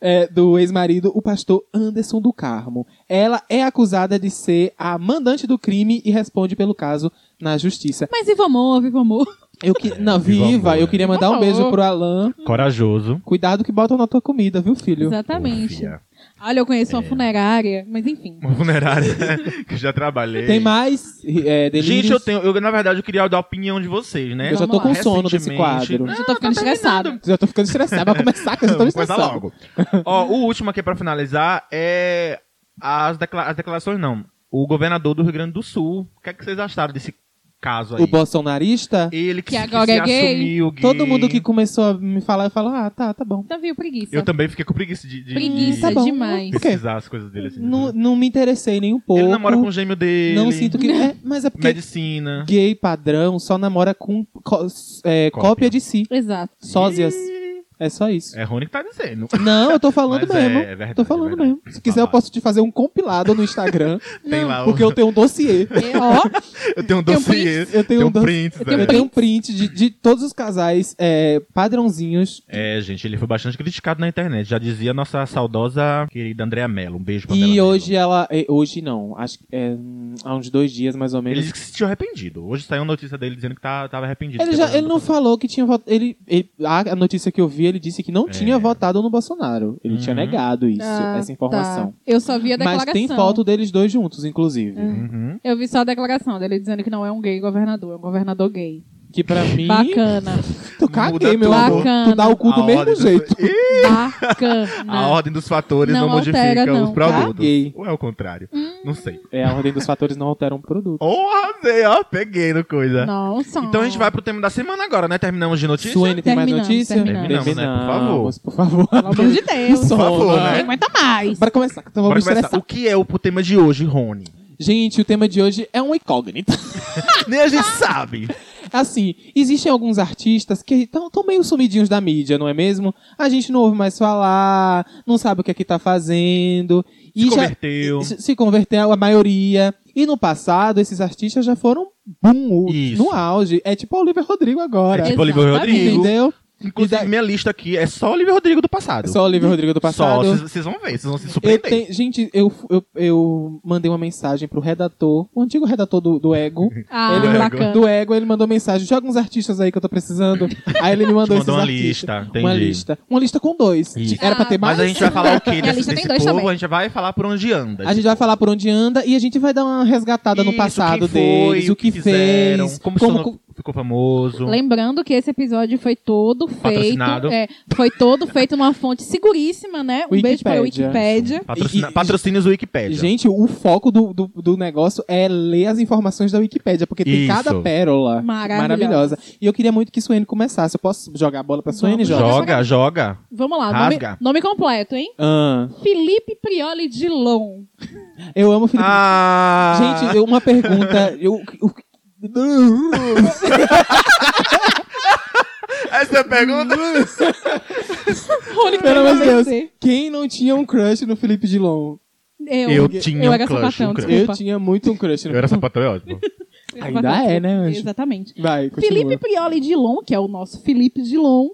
Speaker 3: É, do ex-marido, o pastor Anderson do Carmo. Ela é acusada de ser a mandante do crime e responde pelo caso na justiça.
Speaker 2: Mas viva amor, viva amor.
Speaker 3: Eu que... Não,
Speaker 1: É, viva
Speaker 3: viva,
Speaker 1: amor,
Speaker 3: eu
Speaker 1: né?
Speaker 3: queria mandar um
Speaker 2: Por favor.
Speaker 3: beijo pro Alain.
Speaker 1: Corajoso.
Speaker 3: Cuidado que botam na tua comida, viu, filho?
Speaker 2: Exatamente.
Speaker 1: Confia.
Speaker 2: Olha, eu conheço
Speaker 1: É.
Speaker 2: uma funerária, mas enfim.
Speaker 1: Uma funerária que eu já trabalhei.
Speaker 3: Tem mais? É, delírios?
Speaker 1: Gente, eu tenho. Eu, na verdade, eu queria dar a opinião de vocês, né?
Speaker 3: Eu já
Speaker 2: Vamos
Speaker 3: tô
Speaker 2: lá.
Speaker 3: com sono desse
Speaker 1: Recentemente-
Speaker 3: quadro.
Speaker 2: Eu já tô tá ficando
Speaker 1: tá
Speaker 2: estressada.
Speaker 3: Já tô ficando estressado. Vai começar, que eu já tô
Speaker 1: Vamos começar
Speaker 3: estressado.
Speaker 1: logo. Ó, o último aqui pra finalizar é as, decla- as declarações, não. O governador do Rio Grande do Sul. O que, é que vocês acharam desse caso aí?
Speaker 3: O bolsonarista?
Speaker 1: Ele que,
Speaker 2: Que
Speaker 1: se-
Speaker 2: agora
Speaker 1: se
Speaker 2: é gay.
Speaker 1: assumiu gay.
Speaker 3: Todo mundo que começou a me falar, eu falo, ah, tá, tá bom.
Speaker 2: Tá viu, preguiça.
Speaker 1: Eu também fiquei com preguiça de, de-
Speaker 2: Preguiça é
Speaker 3: Tá bom.
Speaker 2: demais.
Speaker 1: de
Speaker 3: Por quê?
Speaker 1: pesquisar as coisas dele assim.
Speaker 3: Não, não me interessei nem um pouco.
Speaker 1: Ele namora com o gêmeo dele.
Speaker 3: Não sinto que... É, mas é porque
Speaker 1: Medicina.
Speaker 3: gay padrão só namora com co- é,
Speaker 1: Cópia.
Speaker 3: cópia. de si.
Speaker 2: Exato.
Speaker 3: Sósias.
Speaker 1: Ih,
Speaker 3: É só isso.
Speaker 1: É Rony que tá dizendo.
Speaker 3: Não, eu tô falando
Speaker 1: Mas é,
Speaker 3: mesmo.
Speaker 1: é verdade,
Speaker 3: tô
Speaker 1: é
Speaker 3: falando
Speaker 1: verdade.
Speaker 3: mesmo. Se quiser, eu
Speaker 1: Babado.
Speaker 3: posso te fazer um compilado no Instagram,
Speaker 1: Tem lá
Speaker 3: porque eu tenho um dossiê.
Speaker 2: É, ó,
Speaker 1: Eu tenho um
Speaker 2: Tem um
Speaker 1: dossiê.
Speaker 3: Eu tenho
Speaker 1: Tem
Speaker 3: um
Speaker 1: um
Speaker 3: do-
Speaker 1: print.
Speaker 3: Eu tenho um print de, de todos os casais é, padrãozinhos.
Speaker 1: É, gente, ele foi bastante criticado na internet. Já dizia nossa saudosa querida Andrea Mello. Um beijo pra Andrea
Speaker 3: E
Speaker 1: Mello.
Speaker 3: hoje ela. é, Hoje não, acho que é, hum, há uns dois dias mais ou
Speaker 1: Ele
Speaker 3: menos.
Speaker 1: disse que se sentiu arrependido. Hoje saiu uma notícia dele dizendo que tá, tava arrependido.
Speaker 3: Ele, já, ele não falou que tinha votado. Ele, ele- a a notícia que eu vi, ele disse que não
Speaker 1: É.
Speaker 3: tinha votado no Bolsonaro. Ele tinha
Speaker 1: Uhum.
Speaker 3: negado isso,
Speaker 2: Ah,
Speaker 3: essa informação.
Speaker 2: tá. Eu só vi a declaração.
Speaker 3: Mas tem foto deles dois juntos, inclusive.
Speaker 1: Uhum.
Speaker 2: Eu vi só a declaração dele dizendo que não é um gay governador, é um governador gay.
Speaker 3: Que pra mim.
Speaker 2: Bacana.
Speaker 3: Tu
Speaker 1: Muda
Speaker 3: caguei, meu
Speaker 1: tudo.
Speaker 3: amor. Tu dá o cu do
Speaker 1: A
Speaker 3: mesmo
Speaker 1: ordem dos-
Speaker 3: jeito.
Speaker 1: Ih, a
Speaker 2: Bacana.
Speaker 1: ordem dos fatores não,
Speaker 2: Não
Speaker 1: modifica
Speaker 2: altera, não.
Speaker 1: os produtos.
Speaker 3: Caguei.
Speaker 1: Ou é o contrário? Não sei.
Speaker 3: É, a ordem dos fatores não altera um produto.
Speaker 1: Ou arrasei, ó. Peguei no coisa.
Speaker 2: Nossa.
Speaker 1: Então a gente vai pro tema da semana agora, né? Terminamos de notícia.
Speaker 3: Suene, tem mais
Speaker 2: Terminamos,
Speaker 3: notícia?
Speaker 2: terminamos.
Speaker 1: Terminamos, né? Por favor.
Speaker 3: Terminamos, Por favor.
Speaker 2: Pelo amor de Deus.
Speaker 3: Por favor,
Speaker 2: Não
Speaker 1: né?
Speaker 2: aguenta mais.
Speaker 3: Bora começar, que então
Speaker 1: Bora
Speaker 3: vamos
Speaker 1: começar.
Speaker 3: estressar.
Speaker 1: O que é o tema de hoje, Rony?
Speaker 3: Gente, o tema de hoje é um incógnito. Ah,
Speaker 1: Nem a gente
Speaker 3: tá.
Speaker 1: sabe.
Speaker 3: Assim, existem alguns artistas que estão meio sumidinhos da mídia, não é mesmo? A gente não ouve mais falar, não sabe o que é que tá fazendo. E
Speaker 1: Se
Speaker 3: já-
Speaker 1: converteu.
Speaker 3: se- se converteu a maioria. E no passado, esses artistas já foram boom, o-
Speaker 1: Isso.
Speaker 3: no auge. É tipo Oliver Rodrigo agora.
Speaker 1: É tipo
Speaker 2: Exatamente.
Speaker 1: Oliver Rodrigo.
Speaker 3: Entendeu?
Speaker 1: Inclusive,
Speaker 3: E da-
Speaker 1: minha lista aqui é só Oliver Rodrigo do
Speaker 3: É
Speaker 1: passado.
Speaker 3: só Oliver Rodrigo do passado.
Speaker 1: Só, vocês vão ver, vocês vão se
Speaker 3: Eu
Speaker 1: surpreender.
Speaker 3: tenho- gente, eu, eu, eu mandei uma mensagem pro redator, o antigo redator do, do Ego.
Speaker 2: Ah,
Speaker 3: Ele
Speaker 1: do
Speaker 3: mandou-
Speaker 2: bacana.
Speaker 3: do Ego, ele mandou mensagem. Joga uns artistas aí que eu tô precisando. Aí ele me
Speaker 1: Te
Speaker 3: mandou,
Speaker 1: mandou
Speaker 3: esses
Speaker 1: uma
Speaker 3: artistas.
Speaker 1: lista,
Speaker 3: Uma
Speaker 1: entendi.
Speaker 3: lista. Uma lista com dois.
Speaker 1: Isso.
Speaker 3: Era pra ter mais?
Speaker 1: Mas a gente vai falar o quê
Speaker 2: Minha
Speaker 1: desse,
Speaker 2: lista tem
Speaker 1: desse
Speaker 2: dois
Speaker 1: povo?
Speaker 2: também.
Speaker 1: A gente vai falar por onde anda.
Speaker 3: A gente vai falar por onde anda e a gente vai dar uma resgatada
Speaker 1: Isso,
Speaker 3: no
Speaker 1: quem
Speaker 3: passado
Speaker 1: foi,
Speaker 3: deles,
Speaker 1: o
Speaker 3: o que
Speaker 1: que fizeram,
Speaker 3: fez,
Speaker 1: como
Speaker 3: como,
Speaker 1: são-
Speaker 3: co-
Speaker 1: ficou famoso.
Speaker 2: Lembrando que esse episódio foi todo feito.
Speaker 1: Patrocinado.
Speaker 2: é, foi todo feito numa fonte seguríssima, né? Um beijo para a Wikipédia.
Speaker 1: Patrocina-
Speaker 3: E- e-
Speaker 1: patrocínios Wikipédia.
Speaker 3: Gente, o foco do, do, do negócio é ler as informações da Wikipédia, porque tem
Speaker 1: Isso.
Speaker 3: cada pérola
Speaker 2: Maravilhosa.
Speaker 3: maravilhosa. E eu queria muito que Suene começasse. Eu posso jogar a bola pra Suene,
Speaker 2: Vamos.
Speaker 3: Joga?
Speaker 1: joga, joga.
Speaker 2: Vamos lá, nome,
Speaker 1: Rasga.
Speaker 2: nome completo, hein?
Speaker 3: Ah,
Speaker 2: Felipe Prioli Dilon.
Speaker 3: eu amo o Felipe.
Speaker 1: Ah,
Speaker 3: Gente, eu- uma pergunta. Eu, eu-
Speaker 1: essa é pergunta.
Speaker 2: Rony,
Speaker 3: Pelo amor de Deus.
Speaker 2: Eu,
Speaker 3: Quem não tinha um crush no Felipe Dilon?
Speaker 1: Eu tinha
Speaker 2: eu
Speaker 1: um
Speaker 2: era
Speaker 1: crush,
Speaker 2: sapatão,
Speaker 1: um crush.
Speaker 2: desculpa.
Speaker 3: Eu tinha muito um crush no
Speaker 1: Eu era sapatão, é ótimo.
Speaker 2: Eu era
Speaker 3: Ainda
Speaker 2: sapatão,
Speaker 3: é, né,
Speaker 2: desculpa.
Speaker 3: Anjo?
Speaker 2: Exatamente.
Speaker 3: Vai, continua.
Speaker 2: Felipe Prioli Dilon, que é o nosso Felipe Dilon,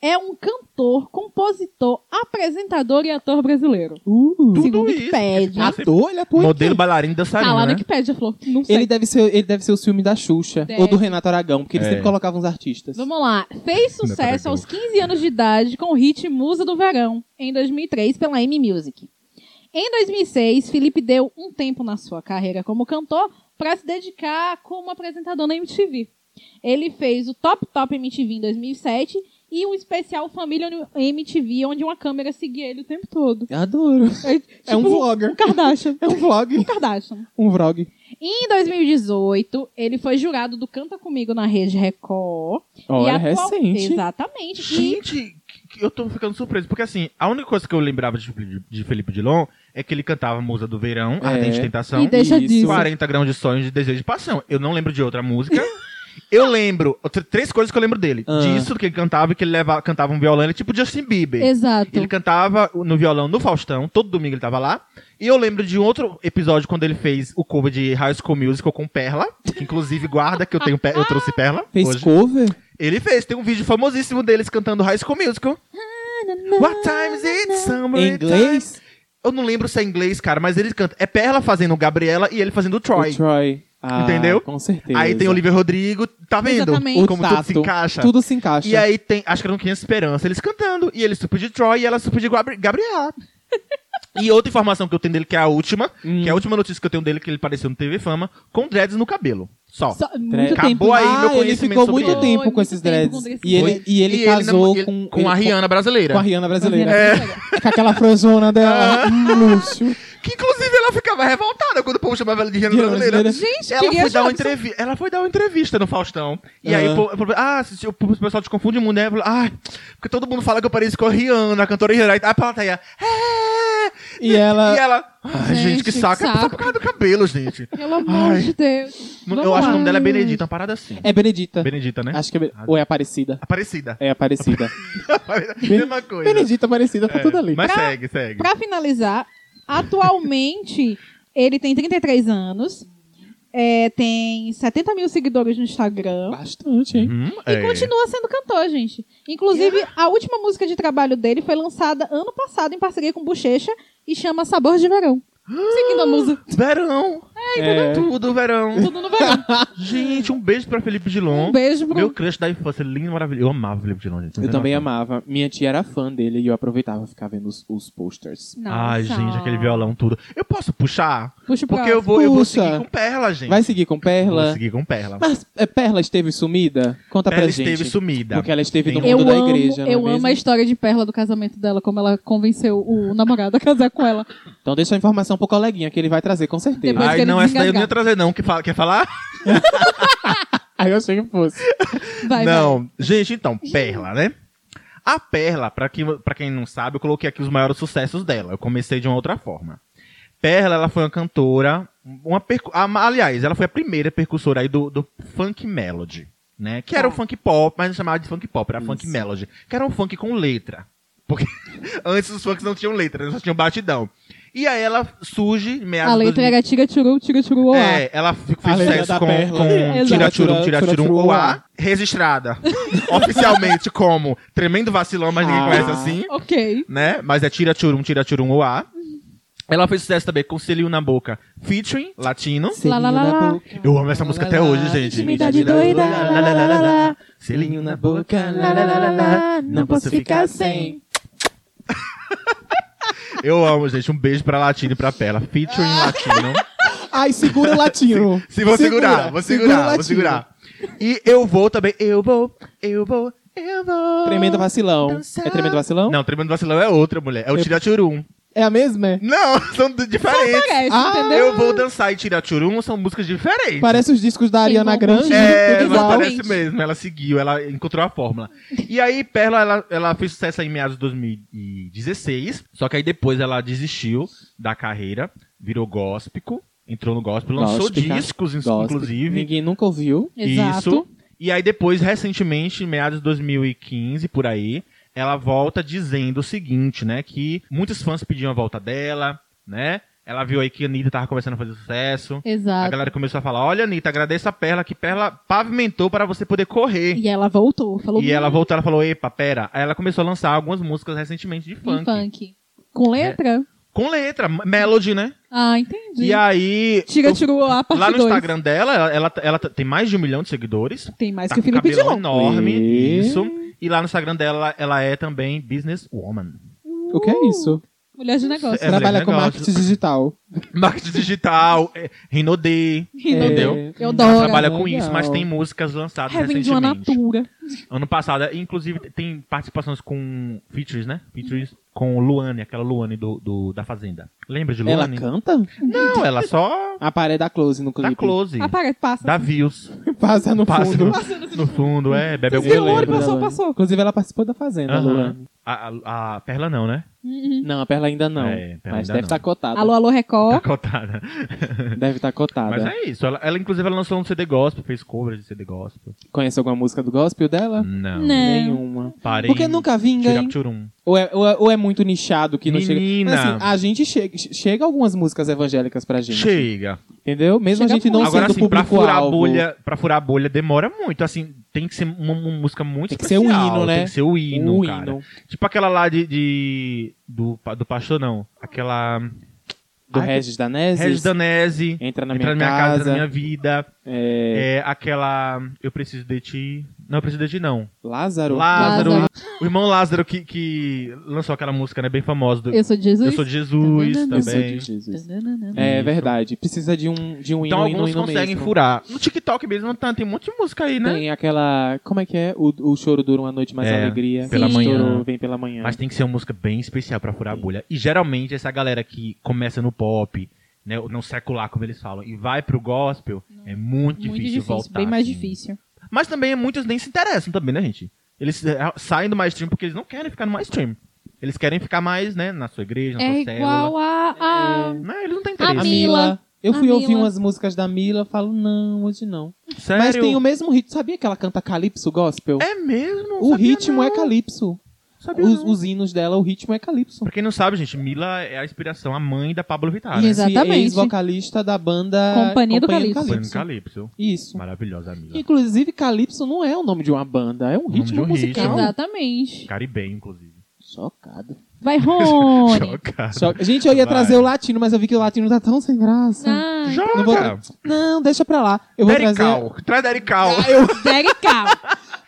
Speaker 2: é um cantor, compositor, apresentador e ator brasileiro.
Speaker 3: Uh,
Speaker 2: segundo
Speaker 1: isso.
Speaker 2: Wikipédia.
Speaker 1: Ah,
Speaker 3: ator, ele é por
Speaker 1: Modelo bailarino dançarino,
Speaker 2: Tá lá no
Speaker 1: né?
Speaker 2: Wikipédia, Flor. Não sei.
Speaker 3: Ele deve, ser, ele deve ser o filme da Xuxa.
Speaker 2: Deve.
Speaker 3: Ou do Renato Aragão, porque eles
Speaker 1: É.
Speaker 3: sempre colocavam os artistas.
Speaker 2: Vamos lá. Fez
Speaker 1: peraí,
Speaker 2: sucesso
Speaker 1: eu-
Speaker 2: aos 15 anos de idade com o hit Musa do Verão, em 2003, pela M Music. Em 2006, Felipe deu um tempo na sua carreira como cantor para se dedicar como apresentador na MTV. Ele fez o Top Top MTV em 2007 e um especial Família no MTV, onde uma câmera seguia ele o tempo todo.
Speaker 3: Eu adoro.
Speaker 2: É,
Speaker 3: é um
Speaker 2: tipo
Speaker 3: vlogger.
Speaker 2: Um Kardashian.
Speaker 3: É um vlog.
Speaker 2: Um Kardashian.
Speaker 3: Um vlog.
Speaker 2: Em 2018, ele foi jurado do Canta Comigo na Rede Record.
Speaker 3: Olha,
Speaker 2: E a qual-
Speaker 3: recente.
Speaker 2: Exatamente. E
Speaker 1: Gente, que- que eu tô ficando surpreso, porque assim, a única coisa que eu lembrava de, Felipe- de Felipe Dilon é que ele cantava Musa do Verão,
Speaker 3: É.
Speaker 1: Ardente Tentação,
Speaker 2: E deixa
Speaker 3: Isso.
Speaker 2: disso.
Speaker 1: 40 Grãos de Sonhos de Desejo de Paixão. Eu não lembro de outra música. Eu lembro, outra- três coisas que eu lembro dele.
Speaker 3: Ah.
Speaker 1: Disso que ele cantava, que ele leva, cantava um violão, ele é tipo Justin Bieber.
Speaker 2: Exato.
Speaker 1: Ele cantava no violão no Faustão, todo domingo ele tava lá. E eu lembro de um outro episódio quando ele fez o cover de High School Musical com Perla, que inclusive guarda que eu tenho pe- eu trouxe Perla
Speaker 3: Fez
Speaker 1: hoje.
Speaker 3: cover?
Speaker 1: Ele fez, tem um vídeo famosíssimo deles cantando High School Musical. What time is it? Summer
Speaker 3: Em inglês?
Speaker 1: Eu não lembro se é inglês, cara, mas ele canta. É Perla fazendo Gabriela e ele fazendo o Troy.
Speaker 3: O Troy. Ah,
Speaker 1: Entendeu?
Speaker 3: Com certeza.
Speaker 1: Aí tem Olivia Rodrigo, tá vendo?
Speaker 2: Exatamente.
Speaker 3: o
Speaker 1: Como
Speaker 3: tato.
Speaker 1: tudo se encaixa.
Speaker 3: Tudo se encaixa.
Speaker 1: E aí tem, acho que eram 500 Esperança, eles cantando. E ele super de Troy e ela super de Gabri- Gabriela. e outra informação que eu tenho dele, que é a última,
Speaker 3: Hum.
Speaker 1: que é a última notícia que eu tenho dele, que ele apareceu no TV Fama, com dreads no cabelo. Só.
Speaker 2: Só- muito
Speaker 1: Acabou
Speaker 2: tempo.
Speaker 1: aí meu
Speaker 3: ah, ele
Speaker 1: conhecimento
Speaker 3: ficou
Speaker 1: sobre
Speaker 3: muito
Speaker 1: ele.
Speaker 3: tempo
Speaker 2: Foi
Speaker 3: com
Speaker 2: muito
Speaker 3: esses
Speaker 2: tempo
Speaker 3: dreads.
Speaker 2: com esse
Speaker 3: e ele,
Speaker 1: Foi.
Speaker 3: e ele
Speaker 1: E
Speaker 3: casou
Speaker 1: ele-
Speaker 3: com...
Speaker 1: com a
Speaker 3: ele-
Speaker 1: Rihanna brasileira. Ah.
Speaker 3: Com a
Speaker 1: né?
Speaker 3: Rihanna brasileira.
Speaker 2: É.
Speaker 3: Com aquela franzona dela. Hum, Lúcio.
Speaker 1: Que inclusive ela ficava revoltada quando o povo chamava ela de Rihanna
Speaker 3: Rihanna
Speaker 1: brasileira.
Speaker 3: brasileira.
Speaker 2: Gente,
Speaker 1: ela
Speaker 2: queria
Speaker 1: foi, dar uma
Speaker 2: achar-
Speaker 1: entrevi- ela foi dar uma entrevista no Faustão. E aí,
Speaker 3: Aham.
Speaker 1: pô, eu falei, ah, se, se o o pessoal te confunde muito, né? Eu falei, Ah, porque todo mundo fala que eu pareço com a Rihanna, a cantora Rihanna. Aí a plateia, é!
Speaker 3: E ela-
Speaker 1: E ela, ai, gente,
Speaker 2: Gente,
Speaker 1: que saco.
Speaker 2: que
Speaker 1: É só
Speaker 2: saco.
Speaker 1: por causa do cabelo, gente.
Speaker 2: Pelo amor
Speaker 1: Ai.
Speaker 2: de Deus.
Speaker 1: Não-
Speaker 2: Vamos
Speaker 1: eu acho que
Speaker 2: lá.
Speaker 1: o nome dela é Benedita, uma parada assim.
Speaker 3: É Benedita.
Speaker 1: Benedita, né?
Speaker 3: Acho que é... Be- Ou é Aparecida.
Speaker 1: Aparecida.
Speaker 3: É Aparecida.
Speaker 1: Mesma coisa.
Speaker 3: Benedita Aparecida,
Speaker 1: É,
Speaker 3: tá tudo ali.
Speaker 1: Mas
Speaker 2: Pra-
Speaker 1: segue, segue.
Speaker 2: Pra finalizar, atualmente ele tem 33 anos, é, tem 70 mil seguidores no Instagram.
Speaker 3: Bastante, hein?
Speaker 1: Hum,
Speaker 2: E
Speaker 1: é.
Speaker 2: continua sendo cantor, gente. Inclusive, a última música de trabalho dele foi lançada ano passado em parceria com Bochecha e chama Sabor de Verão. Seguindo a música.
Speaker 1: Verão.
Speaker 3: É.
Speaker 1: Tudo, verão.
Speaker 2: então tá Tudo no verão.
Speaker 1: Gente, um beijo pra Felipe Dilon.
Speaker 2: Um beijo pro
Speaker 1: Meu crush da infância, lindo, maravilhoso. Eu amava o Felipe Dilon, gente.
Speaker 3: Eu também amava. Minha tia era fã dele e eu aproveitava ficar vendo os, os posters.
Speaker 2: Nossa.
Speaker 1: Ai, gente, aquele violão tudo. Eu posso puxar?
Speaker 2: Puxa o
Speaker 1: Porque
Speaker 2: próximo.
Speaker 1: eu vou, eu vou
Speaker 3: Puxa.
Speaker 1: seguir com Perla, gente.
Speaker 3: Vai seguir com
Speaker 1: Vou
Speaker 3: Perla?
Speaker 1: seguir com Perla.
Speaker 3: Mas é, Perla esteve sumida? Conta
Speaker 1: Perla
Speaker 3: pra gente.
Speaker 1: esteve sumida.
Speaker 3: Porque ela esteve no
Speaker 1: Tem
Speaker 3: mundo
Speaker 2: Eu
Speaker 3: da
Speaker 2: amo,
Speaker 3: igreja, não é
Speaker 2: eu
Speaker 3: mesmo?
Speaker 2: amo a história de Perla do casamento dela, como ela convenceu o namorado a casar com ela.
Speaker 3: Então deixa a informação pro coleguinha que ele vai trazer, com certeza.
Speaker 2: Depois-
Speaker 1: Ai,
Speaker 2: quero
Speaker 1: não, essa daí eu não
Speaker 2: desengasgar.
Speaker 1: ia trazer, não. Que fala- quer falar?
Speaker 3: Aí eu achei que fosse.
Speaker 2: Vai,
Speaker 1: não. Gente, então, Perla, né? A Perla, pra quem, pra quem não sabe, eu coloquei aqui os maiores sucessos dela. Eu comecei de uma outra forma. Perla, ela foi uma cantora, uma percu- ah, ma- aliás, ela foi a primeira percussora aí do, do funk melody, né? Que
Speaker 2: Tá.
Speaker 1: era o funk pop, mas não chamava de funk pop, era funk melody, que era um funk com letra. Porque antes os funks não tinham letra, eles só tinham batidão. E aí ela surge em
Speaker 2: vai. A
Speaker 1: meados dos
Speaker 2: letra era tira turu, tira turu, olá.
Speaker 1: é, ela fi-
Speaker 3: A
Speaker 1: fez
Speaker 3: letra da
Speaker 1: sucesso com,
Speaker 3: Perla.
Speaker 1: com
Speaker 2: Exato.
Speaker 1: Tira Tchurum,
Speaker 3: Tira
Speaker 1: Tira
Speaker 3: Tchurum,
Speaker 1: Tchurum,
Speaker 3: Oá.
Speaker 1: Oá, registrada oficialmente como Tremendo Vacilão, mas ninguém
Speaker 3: Ah.
Speaker 1: conhece assim,
Speaker 2: Ok.
Speaker 1: né? Mas é Tira Tchurum, Tira Tchurum, Oá. Ela fez sucesso também com Selinho na Boca, featuring latino.
Speaker 2: Lá, lá, lá,
Speaker 3: Selinho na
Speaker 2: lá.
Speaker 3: boca.
Speaker 1: Eu amo essa música até hoje, gente.
Speaker 2: Intimidade doida, lá, lá, lá, lá, lá.
Speaker 1: Selinho na Boca.
Speaker 3: boca,
Speaker 2: Lá, lá, lá, lá, lá. Não posso ficar sem.
Speaker 1: Eu amo, gente. Um beijo pra Latino e pra Perla. Featuring Latino.
Speaker 3: Ai, segura o latino.
Speaker 1: Se vou
Speaker 3: Segura,
Speaker 1: segurar, vou
Speaker 3: segura o
Speaker 1: segurar, vou
Speaker 3: latino.
Speaker 1: segurar. E eu vou também. Eu vou, eu vou, eu vou.
Speaker 3: Tremendo vacilão. É tremendo vacilão?
Speaker 1: Não, Tremendo Vacilão é outra mulher. É o
Speaker 3: Eu-
Speaker 1: Tiraturum.
Speaker 3: É a mesma? é?
Speaker 1: Não, são d- diferentes.
Speaker 2: Parece,
Speaker 3: Ah,
Speaker 2: entendeu?
Speaker 1: Eu vou dançar e Tiraturum são músicas diferentes.
Speaker 3: Parece os discos da
Speaker 2: Tem
Speaker 3: Ariana
Speaker 2: bom
Speaker 3: Grande. né?
Speaker 2: contigo,
Speaker 1: É,
Speaker 3: tudo
Speaker 1: mas
Speaker 3: igual.
Speaker 1: parece mesmo, ela seguiu, ela encontrou a fórmula. E aí, Perla, ela, ela fez sucesso em meados de 2016, só que aí depois ela desistiu da carreira, virou góspico, entrou no gospel, lançou
Speaker 3: Góspica.
Speaker 1: discos, in-
Speaker 3: Gosto.
Speaker 1: inclusive.
Speaker 3: Ninguém nunca ouviu.
Speaker 2: Exato.
Speaker 1: Isso. E aí depois, recentemente, em meados de 2015, por aí, ela volta dizendo o seguinte, né? Que muitos fãs pediam a volta dela, né? Ela viu aí que a Anitta tava começando a fazer sucesso. A
Speaker 2: Exato.
Speaker 1: galera começou a falar: Olha, Anitta, agradeço a Perla, que Perla pavimentou para você poder correr.
Speaker 2: E ela voltou, falou
Speaker 1: E ela
Speaker 2: "Hum,
Speaker 1: voltou, ela falou: Epa, pera. Aí ela começou a lançar algumas músicas recentemente de
Speaker 2: em
Speaker 1: funk.
Speaker 2: funk. Com letra?
Speaker 1: Com letra, m- melody, né?
Speaker 2: Ah, entendi.
Speaker 1: E aí.
Speaker 2: Tira,
Speaker 1: eu-
Speaker 2: tirou a parte
Speaker 1: lá no
Speaker 2: dois.
Speaker 1: Instagram dela, ela, ela- ela tem mais de um milhão de seguidores.
Speaker 2: Tem mais
Speaker 1: Tá
Speaker 2: que o
Speaker 1: com
Speaker 2: Felipe
Speaker 1: cabelão
Speaker 2: Dilon.
Speaker 1: enorme,
Speaker 3: E-
Speaker 1: isso. E lá no Instagram dela, ela é também businesswoman.
Speaker 3: O que é isso?
Speaker 2: Mulher de negócio.
Speaker 1: É,
Speaker 3: Trabalha com
Speaker 1: legal.
Speaker 3: marketing digital.
Speaker 1: Marketing digital, é, Rinode. Entendeu?
Speaker 2: assim,
Speaker 1: Ela
Speaker 2: Eu adoro.
Speaker 1: trabalha com
Speaker 3: legal.
Speaker 1: isso, mas tem músicas lançadas
Speaker 2: Heaven de uma
Speaker 1: Tá recentemente.
Speaker 2: natura.
Speaker 1: Ano passado, inclusive, tem participações com features, né? Features com Luane, aquela Luane do, do- da Fazenda. Lembra de
Speaker 3: Ela
Speaker 1: Luane?
Speaker 3: canta?
Speaker 1: Não, ela só
Speaker 3: A parede da Close no
Speaker 1: dá
Speaker 3: clipe.
Speaker 1: close,
Speaker 2: Apaga, passa.
Speaker 1: dá views,
Speaker 3: Passa no
Speaker 1: passa
Speaker 3: fundo.
Speaker 1: no, no fundo, é, bebe
Speaker 2: Desviou
Speaker 1: algum
Speaker 2: o olho,
Speaker 1: leite.
Speaker 3: lembro da
Speaker 2: passou,
Speaker 3: Luane.
Speaker 2: passou.
Speaker 3: Inclusive, ela participou da Fazenda,
Speaker 1: Aham.
Speaker 3: Luane.
Speaker 1: A, a- a Perla não, né?
Speaker 2: Uhum.
Speaker 3: Não, a Perla ainda não.
Speaker 1: É, a Perla
Speaker 3: mas
Speaker 1: ainda
Speaker 3: deve
Speaker 1: não.
Speaker 3: estar cotada.
Speaker 2: Alô, alô,
Speaker 1: Tá
Speaker 2: Record.
Speaker 1: cotada.
Speaker 3: Deve estar cotada.
Speaker 1: Mas é isso. Ela, ela, inclusive, ela lançou um CD gospel, fez cover de CD gospel.
Speaker 3: Conhece alguma música do gospel dela?
Speaker 1: Tá. Não.
Speaker 2: Não.
Speaker 3: Nenhuma.
Speaker 1: Parei.
Speaker 3: Ah, né? Porque nunca vinga, hein?
Speaker 1: Tchurum.
Speaker 3: Ou é, ou é- ou é muito nichado que não
Speaker 1: Menina.
Speaker 3: chega. Mas, assim, a gente chega, chega algumas músicas evangélicas pra gente.
Speaker 1: Chega.
Speaker 3: Entendeu? Mesmo a
Speaker 2: Chega
Speaker 3: gente não
Speaker 2: muito.
Speaker 1: Agora,
Speaker 3: sendo
Speaker 1: assim, pra furar, a
Speaker 3: público-alvo.
Speaker 1: bolha, pra furar a bolha demora muito. Assim, tem que ser uma, uma música muito
Speaker 3: Tem que ser
Speaker 1: especial.
Speaker 3: um hino, né?
Speaker 1: Tem que ser o hino,
Speaker 3: O
Speaker 1: cara.
Speaker 3: hino.
Speaker 1: Tipo aquela lá de. de- do, pa- do pastor, não. Aquela.
Speaker 3: Do
Speaker 1: Ai,
Speaker 3: Regis Danese.
Speaker 1: Regis Danese.
Speaker 3: Entra na minha
Speaker 1: Entra na minha
Speaker 3: casa.
Speaker 1: casa, na minha vida.
Speaker 3: É,
Speaker 1: É. aquela. Eu preciso de ti. Não, eu preciso de ti, não.
Speaker 3: Lázaro.
Speaker 1: Lázaro.
Speaker 2: Lázaro.
Speaker 1: O irmão Lázaro que, que lançou aquela música, né? Bem famosa. Do,
Speaker 2: Eu sou de Jesus.
Speaker 1: Eu sou de Jesus
Speaker 2: Eu sou
Speaker 3: Eu sou
Speaker 1: também.
Speaker 3: de Jesus.
Speaker 2: Tananana.
Speaker 3: É
Speaker 1: Isso.
Speaker 3: verdade. Precisa de um, de um hino,
Speaker 1: Então
Speaker 3: hino,
Speaker 1: alguns
Speaker 3: hino
Speaker 1: conseguem
Speaker 3: mesmo.
Speaker 1: furar. No TikTok mesmo tá, tem um monte de música aí, né?
Speaker 3: Tem aquela. Como é que é? O, o choro dura uma noite, mas
Speaker 1: É,
Speaker 3: a alegria.
Speaker 1: pela
Speaker 3: que
Speaker 1: manhã.
Speaker 3: estourou, vem pela manhã.
Speaker 1: Mas tem que ser uma música bem especial pra furar a bolha. E geralmente essa galera que começa no pop, né, no secular, como eles falam, e vai pro gospel, é muito,
Speaker 2: Muito
Speaker 1: difícil,
Speaker 2: difícil,
Speaker 1: voltar.
Speaker 2: bem mais
Speaker 1: assim.
Speaker 2: difícil.
Speaker 1: Mas também muitos nem se interessam também, né, gente? Eles eh, saem do mainstream porque eles não querem ficar no mainstream. Eles querem ficar mais, né, na sua igreja, na
Speaker 2: É
Speaker 1: sua célula.
Speaker 2: igual a... a-
Speaker 3: é
Speaker 1: Não, eles não têm
Speaker 2: A
Speaker 1: interesse.
Speaker 3: A
Speaker 2: Mila.
Speaker 3: Mila. Eu
Speaker 2: A
Speaker 3: fui ouvir
Speaker 2: Mila.
Speaker 3: umas músicas da Mila, eu falo, não, hoje não.
Speaker 1: Sério?
Speaker 3: Mas tem um o mesmo ritmo. Sabia que ela canta calypso gospel?
Speaker 1: É mesmo?
Speaker 3: o
Speaker 1: Sabia
Speaker 3: ritmo
Speaker 1: não.
Speaker 3: é calypso.
Speaker 1: Sabia
Speaker 3: Os,
Speaker 1: não.
Speaker 3: os hinos dela, o ritmo é calypso.
Speaker 1: Pra quem não sabe, gente, Mila é a inspiração, a mãe da Pablo Vittar,
Speaker 2: Isso.
Speaker 1: né?
Speaker 2: Exatamente.
Speaker 3: vocalista da banda
Speaker 2: Companhia do Calypso.
Speaker 1: Foi no Calypso.
Speaker 3: Isso.
Speaker 1: Maravilhosa, Mila.
Speaker 3: Inclusive, calypso não é o nome de uma banda, é um
Speaker 1: nome de
Speaker 3: ritmo
Speaker 1: um
Speaker 3: musical.
Speaker 1: ritmo.
Speaker 2: Exatamente.
Speaker 1: Caribe, inclusive.
Speaker 3: Chocado.
Speaker 2: Vai, Rony.
Speaker 1: Joga.
Speaker 3: Cho- Gente, eu ia
Speaker 1: Vai.
Speaker 3: trazer o latino, mas eu vi que o latino tá tão sem graça.
Speaker 2: Ai,
Speaker 1: Joga.
Speaker 3: Não, vou- Não, deixa pra lá. Eu vou trazer.
Speaker 1: Derical. Traz Derical.
Speaker 3: Ah, eu-
Speaker 2: Derical.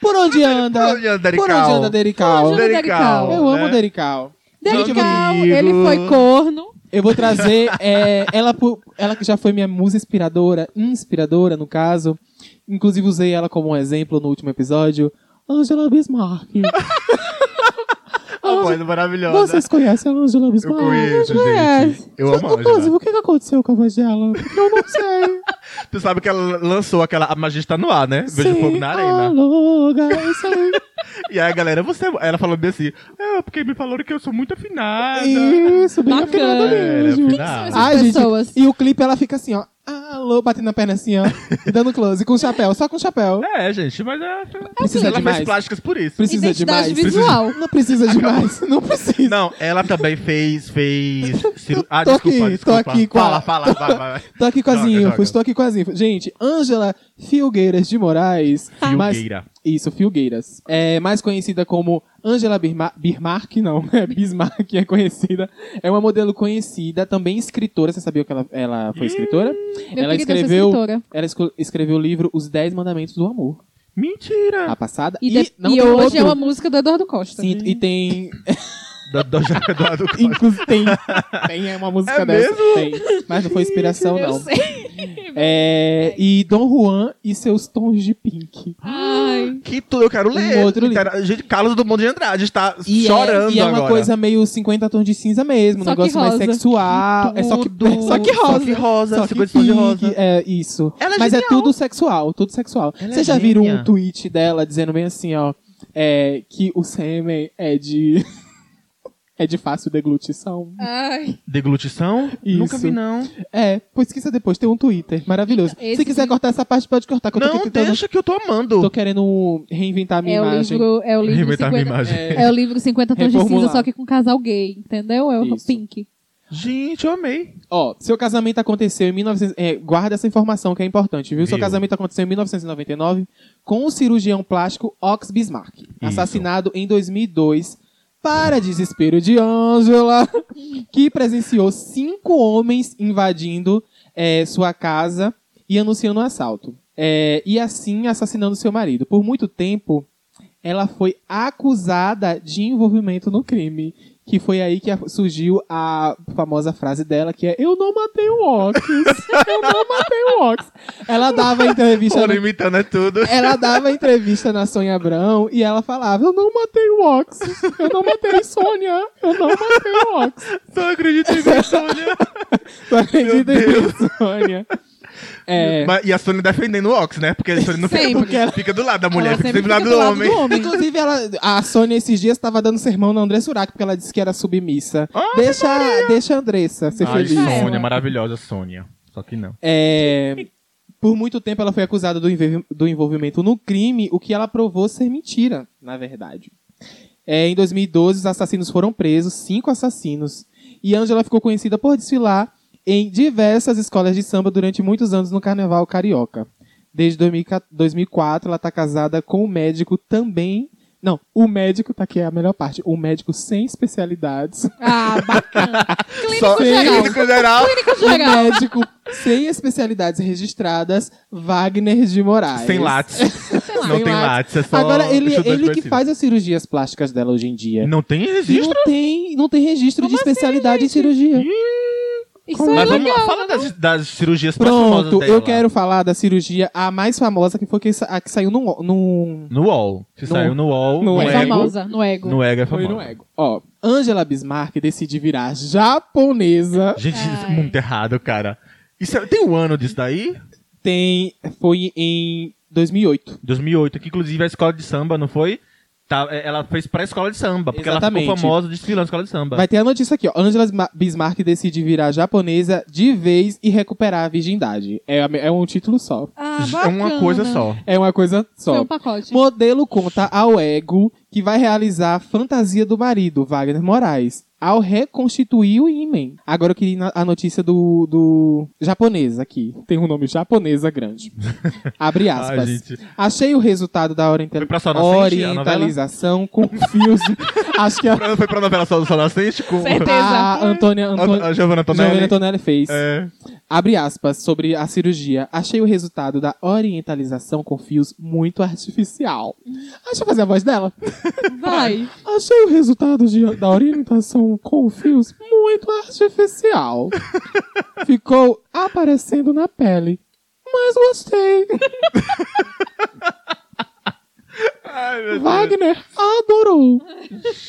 Speaker 3: Por onde anda?
Speaker 1: Por onde anda Derical?
Speaker 3: Por onde anda Derical?
Speaker 2: Por onde anda Derical?
Speaker 3: Eu amo
Speaker 1: né?
Speaker 3: Derical.
Speaker 2: Derical,
Speaker 1: Amigo.
Speaker 2: ele foi corno.
Speaker 3: Eu vou trazer é, ela, por- ela que já foi minha musa inspiradora, inspiradora no caso. Inclusive usei ela como um exemplo no último episódio. Angela Bismarck.
Speaker 1: Uma voz maravilhosa.
Speaker 3: Vocês conhecem a Angela
Speaker 1: Eu
Speaker 3: Bismarck? É.
Speaker 1: conheço, gente. Eu amo a
Speaker 3: Inclusive,
Speaker 1: Angela.
Speaker 3: o que que aconteceu com a voz dela? Eu não sei.
Speaker 1: Tu sabe que ela lançou aquela A Magia está no ar, né? Vejo
Speaker 3: Sim,
Speaker 1: fogo na arena.
Speaker 3: alô, galera, isso aí.
Speaker 1: E aí a galera, você. Ela falou bem assim. É, porque me falaram que eu sou muito afinada.
Speaker 3: Isso, bem
Speaker 2: Bacana.
Speaker 3: afinada mesmo.
Speaker 1: É,
Speaker 2: São
Speaker 1: afinada.
Speaker 2: essas
Speaker 3: Ai, gente,
Speaker 2: pessoas.
Speaker 3: E o clipe ela fica assim, ó. Alô, batendo a perna assim, ó. dando close, com chapéu, só com chapéu.
Speaker 1: É, gente, mas é,
Speaker 3: Precisa
Speaker 1: ela
Speaker 3: assim, demais.
Speaker 1: fez plásticas por isso.
Speaker 3: Precisa
Speaker 2: Identidade
Speaker 3: demais.
Speaker 2: visual.
Speaker 3: Precisa- Não precisa demais. Não precisa.
Speaker 1: Não, ela também fez. fez ciru- Ah,
Speaker 3: Tô
Speaker 1: desculpa,
Speaker 3: aqui, tô
Speaker 1: desculpa.
Speaker 3: aqui com
Speaker 1: fala,
Speaker 3: a-
Speaker 1: fala, vai, vai.
Speaker 3: Tô aqui com as
Speaker 1: Joga,
Speaker 3: infos,
Speaker 1: joga.
Speaker 3: tô aqui com as infos. Gente, Ângela Filgueiras de Moraes. Ah, mas-
Speaker 1: Filgueira.
Speaker 3: isso, Filgueiras. É mais conhecida como Ângela Birma- Birmark, não, é Bismarck, é conhecida. É uma modelo conhecida, também escritora. Você sabia que ela, ela foi escritora?
Speaker 2: Meu querido, eu
Speaker 3: ela
Speaker 2: sou
Speaker 3: escreveu,
Speaker 2: escritora.
Speaker 3: ela esco- escreveu o livro Os Dez Mandamentos do Amor.
Speaker 1: Mentira!
Speaker 3: A passada.
Speaker 2: Ah. E, de- e
Speaker 3: tem um
Speaker 2: hoje
Speaker 3: outro.
Speaker 2: é uma música do Eduardo Costa.
Speaker 3: Sim, e tem
Speaker 1: Da Doja Eduardo Costa.
Speaker 3: Inclusive, tem, tem uma música
Speaker 1: É
Speaker 3: dessa.
Speaker 1: mesmo?
Speaker 3: Tem. Mas não foi inspiração,
Speaker 2: Eu
Speaker 3: não.
Speaker 2: sei.
Speaker 3: É, e Dom Juan e seus tons de pink.
Speaker 2: Ai.
Speaker 1: Que tudo eu quero ler.
Speaker 3: Um outro
Speaker 1: Litera- Gente, Carlos do Mundo de Andrade está
Speaker 3: E é-
Speaker 1: chorando
Speaker 3: e é, uma
Speaker 1: agora.
Speaker 3: coisa meio 50 tons de cinza mesmo, um
Speaker 2: Só que
Speaker 3: negócio mais
Speaker 2: rosa.
Speaker 3: sexual. É só que,
Speaker 1: Tudo.
Speaker 3: é só que
Speaker 1: Só que
Speaker 3: rosa.
Speaker 1: rosa,
Speaker 3: Só que
Speaker 1: 50 tons de
Speaker 3: pink,
Speaker 1: rosa.
Speaker 3: É, isso.
Speaker 1: Ela é
Speaker 3: Mas é
Speaker 1: genial.
Speaker 3: tudo sexual, tudo sexual.
Speaker 1: Ela é
Speaker 3: Vocês já viram
Speaker 1: gênia.
Speaker 3: um tweet dela dizendo bem assim, ó, é, que o sêmen é de... é de fácil deglutição.
Speaker 2: Ai.
Speaker 1: Deglutição?
Speaker 3: Isso.
Speaker 1: Nunca vi, não.
Speaker 3: É, pois esqueça depois, tem um Twitter maravilhoso.
Speaker 2: Esse
Speaker 3: Se quiser
Speaker 2: livro-
Speaker 3: cortar essa parte, pode cortar, que eu tô aqui
Speaker 1: Não,
Speaker 3: tentando...
Speaker 1: deixa que eu tô amando.
Speaker 3: Tô querendo reinventar a minha
Speaker 2: É o
Speaker 3: imagem.
Speaker 2: livro. É o livro.
Speaker 1: Reventar minha
Speaker 2: 50,
Speaker 1: imagem.
Speaker 2: é o livro 50 tons de cinza,
Speaker 3: Reformular.
Speaker 2: só que com casal gay, entendeu? É o
Speaker 3: Isso.
Speaker 2: Pink.
Speaker 1: Gente, eu amei.
Speaker 3: Ó, seu casamento aconteceu em 1900. é, guarda essa informação que é importante, viu? Seu
Speaker 1: Viu.
Speaker 3: casamento aconteceu em 1999 com o cirurgião plástico Ox Bismarck, assassinado em 2002, para desespero de Angela, que presenciou cinco homens invadindo é, sua casa e anunciando o assalto. É, e assim assassinando seu marido. Por muito tempo, ela foi acusada de envolvimento no crime. Que foi aí que a- surgiu a famosa frase dela, que é Eu não matei o Ox. Eu não matei o Ox. Ela dava entrevista
Speaker 1: Foram
Speaker 3: no,
Speaker 1: imitando é tudo.
Speaker 3: ela dava entrevista na Sônia Abrão e ela falava: Eu não matei o Ox. Eu não matei Sônia. Eu não matei o Ox.
Speaker 1: Só acredito em mim, Sônia.
Speaker 3: Tu acredita
Speaker 1: Meu
Speaker 3: nisso, Sônia? É.
Speaker 1: Mas- E a Sônia defendendo o Ox, né? Porque a Sônia não fica,
Speaker 2: Sempre.
Speaker 1: porque ela... fica do lado da mulher,
Speaker 2: Ela
Speaker 1: fica
Speaker 2: sempre
Speaker 1: sempre do lado
Speaker 2: fica
Speaker 1: do
Speaker 2: do
Speaker 1: homem.
Speaker 2: lado do homem.
Speaker 3: Inclusive, ela, a Sônia esses dias estava dando sermão na Andressa Urach, porque ela disse que era submissa.
Speaker 1: Ah,
Speaker 3: deixa, deixa a Andressa ser
Speaker 1: Ai,
Speaker 3: feliz.
Speaker 2: Sônia.
Speaker 1: Sônia, maravilhosa Sônia. Só que não.
Speaker 3: É, por muito tempo ela foi acusada do, envolvi- do envolvimento no crime, o que ela provou ser mentira, na verdade. É, em 2012, os assassinos foram presos, cinco assassinos. E Angela ficou conhecida por desfilar em diversas escolas de samba durante muitos anos no Carnaval Carioca. Desde 2004 2004, ela está casada com um médico também. Não, o médico, tá aqui é a melhor parte. Um médico sem especialidades.
Speaker 2: Ah, bacana. Clínico
Speaker 1: Só
Speaker 2: geral.
Speaker 1: clínico geral.
Speaker 2: Clínico
Speaker 3: Um
Speaker 2: geral.
Speaker 3: médico sem especialidades registradas, Wagner de Moraes.
Speaker 1: Sem látis.
Speaker 2: Sei lá.
Speaker 1: Não
Speaker 3: Sem
Speaker 1: tem
Speaker 3: látis.
Speaker 1: látis, é só.
Speaker 3: Agora, ele,
Speaker 1: chute
Speaker 3: ele que
Speaker 1: parecido.
Speaker 3: faz as cirurgias plásticas dela hoje em dia.
Speaker 1: Não tem
Speaker 3: E
Speaker 1: registro.
Speaker 3: Não tem, não tem registro de especialidade em cirurgia.
Speaker 2: Isso
Speaker 1: Mas
Speaker 2: é
Speaker 1: vamos lá,
Speaker 2: legal.
Speaker 1: fala das, das cirurgias mais famosas
Speaker 3: Pronto,
Speaker 1: é dela.
Speaker 3: eu quero falar da cirurgia a mais famosa, que foi que sa- a que saiu num- num.
Speaker 1: No UOL. Que
Speaker 3: No-
Speaker 1: saiu no UOL,
Speaker 3: no
Speaker 1: no,
Speaker 3: Ego.
Speaker 2: É
Speaker 1: Ego.
Speaker 2: famosa, no ego.
Speaker 1: No Ego é
Speaker 3: Foi
Speaker 1: famoso.
Speaker 3: no ego. Ó, Angela Bismarck decide virar japonesa.
Speaker 1: Gente, isso é
Speaker 2: Ai.
Speaker 1: muito errado, cara. Isso é- tem um ano disso daí?
Speaker 3: Tem. Foi em 2008.
Speaker 1: 2008, que inclusive é a escola de samba, não foi? Tá, é, ela fez pra escola de samba, porque ela ficou
Speaker 3: Exatamente.
Speaker 1: famosa desfilando na escola de samba.
Speaker 3: Vai ter a notícia aqui, ó. Angela Bisma- Bismarck decide virar japonesa de vez e recuperar a virgindade. É, a me- é um título só.
Speaker 2: Ah,
Speaker 1: é uma
Speaker 2: bacana.
Speaker 1: coisa só.
Speaker 3: É uma coisa só.
Speaker 2: Foi um pacote.
Speaker 3: Modelo conta ao ego que vai realizar a fantasia do marido, Wagner Moraes, ao reconstituir o imen. Agora eu queria ir na- a notícia do, do japonês aqui. Tem um nome japonesa grande. Abre aspas.
Speaker 1: Ai, gente.
Speaker 3: Achei o resultado da orienta-
Speaker 1: Foi pra sua nascente, a novela?
Speaker 3: orientalização confuso. Acho que a,
Speaker 1: Pra- Foi pra novela Sol do Sol Nascente com
Speaker 2: Certeza.
Speaker 3: a Antônia, Antônia,
Speaker 1: a, a Giovanna Tonelli.
Speaker 3: Giovanna Antonelli fez.
Speaker 1: É.
Speaker 3: Abre aspas sobre a cirurgia. Achei o resultado da orientalização com fios muito artificial. Ah, Deixa eu fazer a voz dela.
Speaker 2: Vai.
Speaker 3: Achei o resultado de- da orientação com fios muito artificial. Ficou aparecendo na pele. Mas gostei.
Speaker 1: Ai, meu Deus.
Speaker 3: Wagner adorou.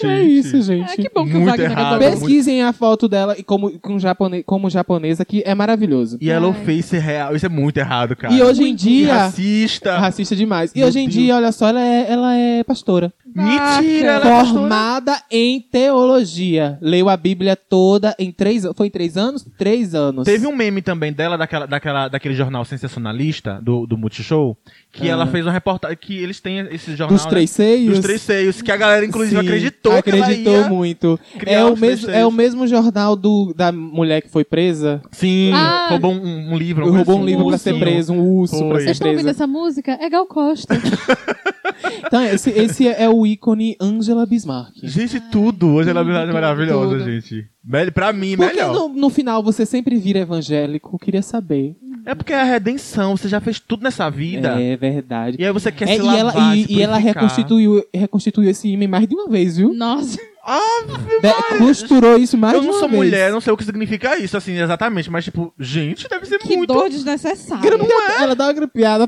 Speaker 3: É isso,
Speaker 2: Ah, que
Speaker 3: gente.
Speaker 2: bom que o
Speaker 1: Muito
Speaker 2: Wagner
Speaker 1: errado.
Speaker 2: adorou.
Speaker 1: Beijo.
Speaker 3: Pesquisem a foto dela e como, com japone- como japonesa, que é maravilhoso.
Speaker 1: E ela
Speaker 2: Ai.
Speaker 1: fez real. Isso é muito errado, cara.
Speaker 3: E hoje em
Speaker 1: Que
Speaker 3: dia.
Speaker 1: Racista.
Speaker 3: Racista demais. E
Speaker 1: Meu
Speaker 3: hoje em
Speaker 1: Deus.
Speaker 3: dia, olha só, ela é, ela é pastora.
Speaker 1: Mentira, ela é pastora.
Speaker 3: Formada em teologia. Leu a Bíblia toda em três anos. Foi em três anos? Três anos.
Speaker 1: Teve um meme também dela, daquela, daquela, daquele jornal sensacionalista do, do Multishow, que
Speaker 3: Ah.
Speaker 1: ela fez uma reportagem. Que eles têm esse jornal.
Speaker 3: Dos três
Speaker 1: Né?
Speaker 3: seios?
Speaker 1: Dos três seios, que a galera, inclusive,
Speaker 3: Sim,
Speaker 1: acreditou, que
Speaker 3: Acreditou
Speaker 1: ela ia...
Speaker 3: muito.
Speaker 1: criar
Speaker 3: É o,
Speaker 1: os três
Speaker 3: mesmo, é o
Speaker 1: seios.
Speaker 3: mesmo jornal do, da mulher que foi presa.
Speaker 1: Sim,
Speaker 2: Ah.
Speaker 1: roubou um, um livro. uma coisa
Speaker 3: Roubou um
Speaker 1: assim.
Speaker 3: livro pra ser
Speaker 1: Sim.
Speaker 3: preso, um urso
Speaker 1: Foi.
Speaker 3: pra
Speaker 2: Vocês
Speaker 3: ser
Speaker 2: estão ouvindo
Speaker 3: preso.
Speaker 2: essa música? É Gal Costa.
Speaker 3: Então, esse, esse é o ícone Angela Bismarck.
Speaker 1: Gente, tudo. Hoje ela é
Speaker 3: tudo,
Speaker 1: maravilhosa,
Speaker 3: tudo.
Speaker 1: gente. Mel- Pra mim,
Speaker 3: Por que
Speaker 1: melhor.
Speaker 3: no, no final você sempre vira evangélico? Queria saber.
Speaker 1: É porque é a redenção, você já fez tudo nessa vida.
Speaker 3: É verdade.
Speaker 1: E aí você quer
Speaker 3: É,
Speaker 1: se
Speaker 3: e ela,
Speaker 1: lavar, tipo, se
Speaker 3: e, e ela
Speaker 1: purificar.
Speaker 3: reconstituiu, reconstituiu esse imã mais de uma vez,
Speaker 1: Hum?
Speaker 3: viu?
Speaker 2: Nossa.
Speaker 3: De- costurou isso mais
Speaker 1: Eu
Speaker 3: de uma
Speaker 1: não sou
Speaker 3: vez.
Speaker 1: mulher, não sei o que significa isso, assim, exatamente. Mas, tipo, gente, deve ser
Speaker 2: Que
Speaker 1: muito...
Speaker 2: dor desnecessária.
Speaker 1: é?
Speaker 3: Grampeada, ela dá uma grampeada,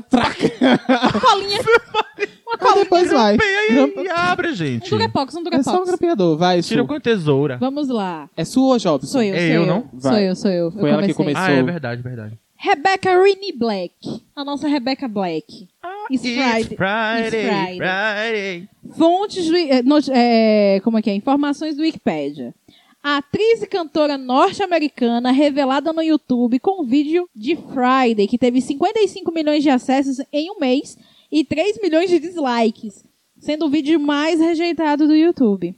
Speaker 3: traca,
Speaker 2: Uma colinha. um Uma
Speaker 3: e
Speaker 2: colinha.
Speaker 3: depois vai.
Speaker 1: Pega
Speaker 3: Grampa-
Speaker 1: aí e abre,
Speaker 2: Um
Speaker 1: gente.
Speaker 2: durepox, um
Speaker 3: É só um
Speaker 2: durepox.
Speaker 3: grampeador, vai,
Speaker 1: Tira
Speaker 3: Su.
Speaker 1: com a tesoura.
Speaker 2: Vamos lá.
Speaker 3: É sua, Jobson?
Speaker 2: Sou eu,
Speaker 1: É
Speaker 2: sou
Speaker 1: eu,
Speaker 2: eu.
Speaker 1: não?
Speaker 2: Sou
Speaker 3: Vai.
Speaker 2: eu, sou eu.
Speaker 3: Foi
Speaker 2: eu
Speaker 3: ela que
Speaker 2: comecei.
Speaker 1: Ah, é
Speaker 3: Sou.
Speaker 1: verdade, verdade.
Speaker 2: Rebecca Rennie Black. A nossa Rebecca Black.
Speaker 1: Ah,
Speaker 2: It's Friday. It's Friday.
Speaker 1: Friday.
Speaker 2: Fontes do. eh, not- eh, como é que é? Informações do Wikipedia. A atriz e cantora norte-americana revelada no YouTube com um vídeo de Friday, que teve 55 milhões de acessos em um mês e 3 milhões de dislikes, sendo o vídeo mais rejeitado do YouTube.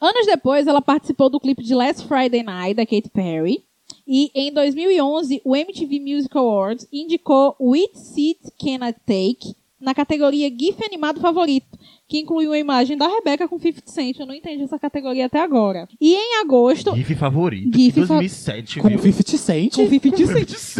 Speaker 2: Anos depois, ela participou do clipe de Last Friday Night, da Katy Perry. E em 2011, o MTV Music Awards indicou Which Seat Can I Take na categoria GIF animado favorito, que incluiu a imagem da Rebecca com 50 Cent. Eu não entendi essa categoria até agora. E em agosto,
Speaker 1: GIF favorito.
Speaker 2: Então, GIF
Speaker 1: GIF
Speaker 2: fa- é
Speaker 1: 2007,
Speaker 3: Com
Speaker 1: viu?
Speaker 3: 50 Cent?
Speaker 2: Com 50
Speaker 3: Cent.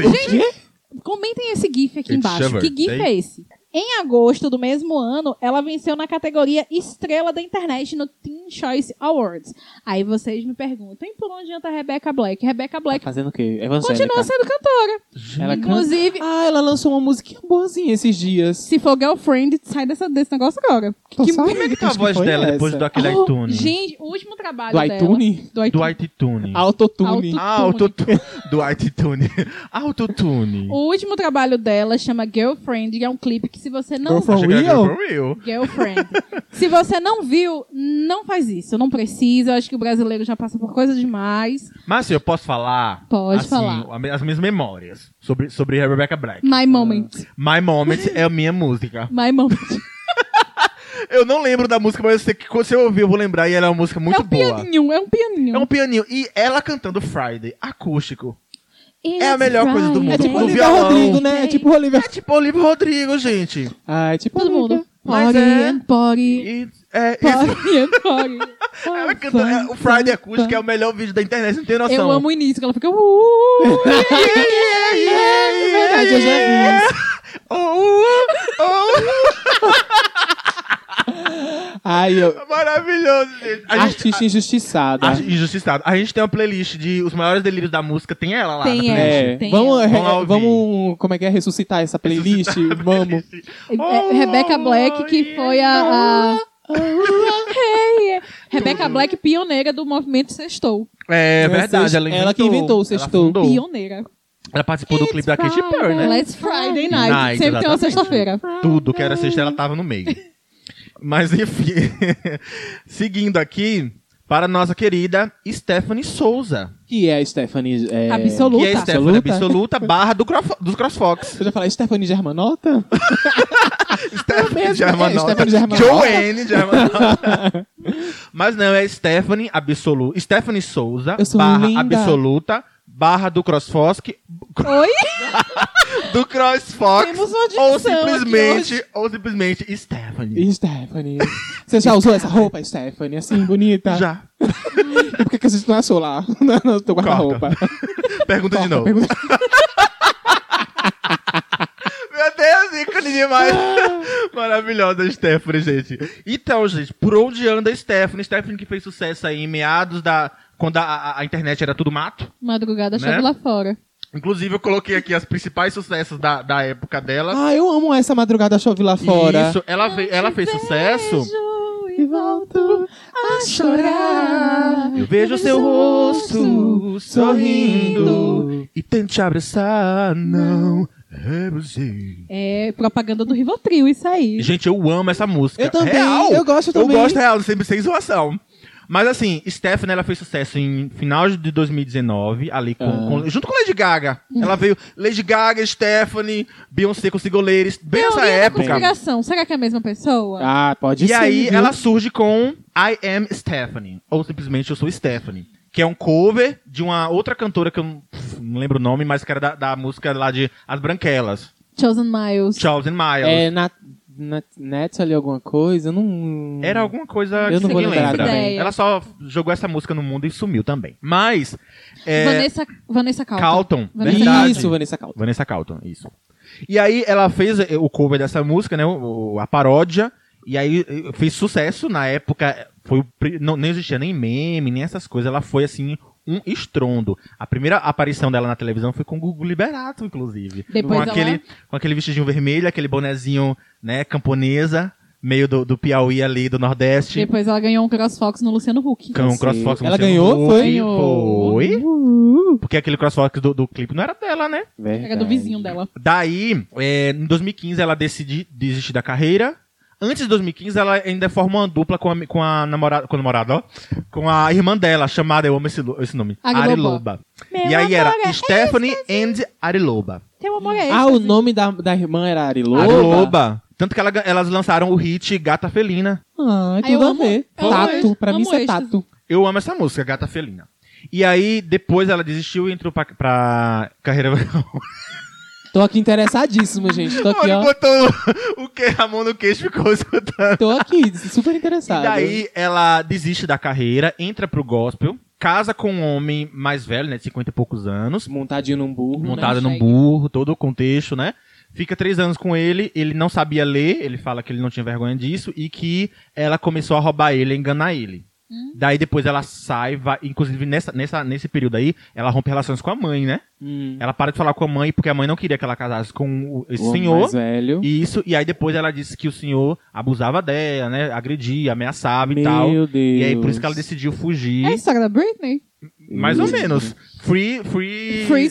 Speaker 1: 2007.
Speaker 2: Comentem esse GIF aqui
Speaker 1: It's
Speaker 2: embaixo.
Speaker 1: Shiver
Speaker 2: Que GIF
Speaker 1: Day.
Speaker 2: é esse? Em agosto do mesmo ano, ela venceu na categoria Estrela da Internet no Teen Choice Awards. Aí vocês me perguntam, e por onde anda a Rebecca Black? Rebecca
Speaker 3: Tá
Speaker 2: Black
Speaker 3: fazendo o quê? Evangélica.
Speaker 2: continua sendo cantora.
Speaker 3: Ela canta-
Speaker 2: Inclusive,
Speaker 3: Ah, ela lançou uma musiquinha boazinha esses dias.
Speaker 2: se for girlfriend, sai dessa, desse negócio agora.
Speaker 3: Tô
Speaker 2: Que-
Speaker 3: sabendo
Speaker 1: Como é que tá a
Speaker 3: acho
Speaker 1: voz
Speaker 3: foi
Speaker 1: dela
Speaker 3: essa.
Speaker 1: depois do aquele
Speaker 2: Oh,
Speaker 1: iTunes? né?
Speaker 2: Gente, o último trabalho
Speaker 3: Do
Speaker 2: dela.
Speaker 3: iTunes?
Speaker 2: Do iTunes.
Speaker 1: Do iTunes.
Speaker 3: Autotune.
Speaker 1: Ah, autotune. Do iTunes. Autotune.
Speaker 2: O último trabalho dela chama Girlfriend, e é um clipe que se você não
Speaker 3: Girlfriend.
Speaker 1: Achei que era
Speaker 3: Real?
Speaker 1: Girl From Real.
Speaker 2: Girlfriend. Se você não viu, não faz isso. Não precisa. Eu acho que o brasileiro já passa por coisa demais.
Speaker 1: Mas assim, eu posso falar?
Speaker 2: Pode
Speaker 1: assim,
Speaker 2: falar.
Speaker 1: a me- As minhas memórias sobre, sobre a Rebecca Black.
Speaker 2: My moment.
Speaker 1: My Moment é a minha música.
Speaker 2: My moment.
Speaker 1: Eu não lembro da música, mas eu sei que quando você ouvir eu vou lembrar e ela é uma música muito
Speaker 2: é um
Speaker 1: boa.
Speaker 2: pianinho, é um pianinho.
Speaker 1: É um pianinho. E ela cantando Friday, acústico.
Speaker 2: It's
Speaker 1: um- a melhor coisa do mundo.
Speaker 3: É tipo
Speaker 1: O
Speaker 2: Friday.
Speaker 3: Olivia
Speaker 1: violão.
Speaker 3: Rodrigo, né? É tipo Olivia.
Speaker 1: É tipo Olivia Rodrigo, gente.
Speaker 3: Ah, é tipo
Speaker 2: Todo
Speaker 3: Olivia.
Speaker 2: mundo.
Speaker 1: Mas
Speaker 2: Party
Speaker 1: é-
Speaker 2: and party.
Speaker 1: E, é, isso.
Speaker 2: Party and party.
Speaker 1: Ela canta, é, o Friday acústico é o melhor vídeo da internet, não tem noção.
Speaker 2: Eu amo o início, que ela fica... "Uh".
Speaker 3: É verdade, eu já vi. isso.
Speaker 1: Oh, oh,
Speaker 3: Ai, eu...
Speaker 1: oh, maravilhoso, gente. A gente-
Speaker 3: Artista injustiçada.
Speaker 1: a- injustiçado. A gente tem uma playlist de Os Maiores Delírios da Música, tem ela lá.
Speaker 2: Tem
Speaker 1: na
Speaker 2: ela.
Speaker 1: playlist.
Speaker 3: É,
Speaker 2: Tem
Speaker 3: vamos,
Speaker 2: ela.
Speaker 3: re-
Speaker 1: Vamos lá ouvir.
Speaker 3: vamos, como é que é, ressuscitar essa playlist? vamos.
Speaker 2: É-
Speaker 1: Oh,
Speaker 2: é Rebecca Black, que foi a... a... Hey, é. Rebecca Black, pioneira do movimento Sextou.
Speaker 1: É verdade, ela
Speaker 3: Ela
Speaker 1: inventou.
Speaker 3: que inventou o sextou.
Speaker 1: Ela, fundou.
Speaker 2: Pioneira.
Speaker 1: Ela participou do clipe da Katy Perry, Oh. né?
Speaker 2: Let's Friday Night.
Speaker 1: Night,
Speaker 2: Sempre tem uma
Speaker 1: exatamente.
Speaker 2: sexta-feira.
Speaker 1: Tudo que era sexta, ela tava no meio. Mas enfim, seguindo aqui, para nossa querida Stephanie Souza.
Speaker 3: Que é a Stephanie. É...
Speaker 2: Absoluta.
Speaker 1: Que é Stephanie Absoluta barra do Crof- dos CrossFox.
Speaker 3: Eu já falei Stephanie Germanota?
Speaker 1: Stephanie
Speaker 3: mesmo, é,
Speaker 1: Germanota.
Speaker 3: Stephanie Germanota.
Speaker 1: Joanne Germanota. Mas não, é Stephanie Absoluta. Stephanie Souza
Speaker 3: Eu sou
Speaker 1: barra
Speaker 3: linda.
Speaker 1: Absoluta barra do CrossFox. que-
Speaker 2: Oi?
Speaker 1: Do CrossFox.
Speaker 2: Temos uma
Speaker 1: Ou
Speaker 2: dicção aqui
Speaker 1: simplesmente, ou simplesmente Stephanie.
Speaker 3: Stephanie. Você já usou essa roupa, Stephanie? Assim, bonita?
Speaker 1: Já.
Speaker 3: E Por que, que a gente não achou lá? No- No teu guarda-roupa.
Speaker 1: Pergunta de novo.
Speaker 3: Pergunta-
Speaker 1: Meu Deus, ícone demais. Maravilhosa Stephanie, gente. Então, gente, por onde anda a Stephanie? Stephanie que fez sucesso aí em meados da... Quando a, a- a internet era tudo mato.
Speaker 2: Madrugada,
Speaker 1: Né?
Speaker 2: chave lá fora.
Speaker 1: Inclusive, eu coloquei aqui as principais sucessos da, da época dela.
Speaker 3: Ah, eu amo essa madrugada chove lá Ah, fora.
Speaker 1: Isso, ela, ve- ela fez sucesso.
Speaker 3: E volto a chorar.
Speaker 1: Eu vejo seu rosto sorrindo e tente abraçar, não é possível.
Speaker 2: É propaganda do Rivotril, isso aí.
Speaker 1: Gente, eu amo essa música.
Speaker 3: Eu também,
Speaker 1: Real.
Speaker 3: eu gosto também.
Speaker 1: Eu gosto real, sempre sem zoação. Mas assim, Stephanie, ela fez sucesso em final de 2019, ali com,
Speaker 3: Ah.
Speaker 1: com- junto com Lady Gaga. Ela veio Lady Gaga, Stephanie, Beyoncé com Cigoleiros, bem nessa
Speaker 2: Teoria da
Speaker 1: época.
Speaker 2: conspiração. Será que é a mesma pessoa?
Speaker 3: Ah, pode
Speaker 1: E
Speaker 3: ser.
Speaker 1: aí
Speaker 3: viu?
Speaker 1: ela surge com I Am Stephanie, ou simplesmente Eu Sou Stephanie, que é um cover de uma outra cantora que eu não- não lembro o nome, mas que era da, da música lá de As Branquelas,
Speaker 2: Chosen Miles.
Speaker 1: Charles and Miles.
Speaker 3: É na... Nat- Natalie alguma coisa, eu não...
Speaker 1: Era alguma coisa
Speaker 3: Hum. Eu
Speaker 1: que
Speaker 3: não vou
Speaker 1: ninguém
Speaker 3: lembrar
Speaker 1: lembra.
Speaker 2: também.
Speaker 1: Ela só jogou essa música no mundo e sumiu também. Mas. É,
Speaker 2: Vanessa, Vanessa Calton.
Speaker 1: Calton,
Speaker 2: Vanessa
Speaker 1: verdade.
Speaker 3: Isso, Vanessa Calton.
Speaker 1: Vanessa Calton, isso. E aí ela fez eh, o cover dessa música, né? o- o- a paródia. E aí eh, fez sucesso. Na época, foi o pri- não, não existia nem meme, nem essas coisas. Ela foi assim. Um estrondo. A primeira aparição dela na televisão foi com o Gugu Liberato, inclusive.
Speaker 2: Depois
Speaker 1: com,
Speaker 2: ela-
Speaker 1: aquele, com aquele vestidinho vermelho, aquele bonezinho, né, camponesa, meio do, do Piauí ali, do Nordeste.
Speaker 2: Depois ela ganhou um CrossFox no Luciano Huck.
Speaker 1: Com o um CrossFox.
Speaker 3: Ela
Speaker 1: Luciano
Speaker 3: ganhou?
Speaker 1: Huck.
Speaker 3: Foi?
Speaker 2: Ganhou.
Speaker 1: Foi? Porque aquele CrossFox do, do clipe não era dela, né?
Speaker 2: Era do vizinho dela.
Speaker 1: Daí, é, em 2015, ela decide desistir da carreira. Antes de 2015, ela ainda forma uma dupla com a, com a namorada, com a namorada, ó, com a irmã dela, chamada, eu amo esse, lu- esse nome,
Speaker 2: Ariloba.
Speaker 1: Ariloba. E aí era
Speaker 3: é
Speaker 1: Stephanie and Ariloba.
Speaker 2: Teu amor é
Speaker 3: Ah,
Speaker 2: esse,
Speaker 3: o
Speaker 2: assim.
Speaker 3: nome da, da irmã era Ariloba?
Speaker 1: Ariloba. Tanto que ela- elas lançaram o hit Gata Felina.
Speaker 3: Ah,
Speaker 2: Ah, eu
Speaker 3: tudo a
Speaker 2: amo-
Speaker 3: ver.
Speaker 2: eu amo
Speaker 3: Tato,
Speaker 2: êxtase,
Speaker 3: pra mim isso é
Speaker 2: amo êxtase.
Speaker 3: tato.
Speaker 1: Eu amo essa música, Gata Felina. E aí, depois ela desistiu e entrou pra, pra carreira...
Speaker 3: Tô aqui interessadíssimo, gente. Tô aqui,
Speaker 1: Olha,
Speaker 3: ó.
Speaker 1: botou o, o que a mão no queixo e ficou escutando.
Speaker 3: Tô aqui, super
Speaker 1: E
Speaker 3: interessado.
Speaker 1: daí ela desiste da carreira, entra pro gospel, casa com um homem mais velho, né, de 50 e poucos anos,
Speaker 3: Montadinho num burro. né?
Speaker 1: montada num
Speaker 2: Shaggy.
Speaker 1: burro, todo o contexto, né? Fica três anos com ele, ele não sabia ler, ele fala que ele não tinha vergonha disso e que ela começou a roubar ele, a enganar ele. Daí depois ela sai, vai, inclusive nessa, nessa, nesse período aí, ela rompe relações com a mãe, né?
Speaker 3: Hum,
Speaker 1: Ela para de falar com a mãe porque a mãe não queria que ela casasse com o- esse
Speaker 3: o homem
Speaker 1: senhor.
Speaker 3: mais velho.
Speaker 1: E isso, e aí depois ela disse que o senhor abusava dela, né? Agredia, ameaçava e
Speaker 3: Meu
Speaker 1: tal.
Speaker 3: Deus.
Speaker 1: E aí, por isso que ela decidiu fugir.
Speaker 2: É a história da Britney?
Speaker 1: mais ou
Speaker 3: Isso.
Speaker 1: menos. Free, free.
Speaker 2: É Free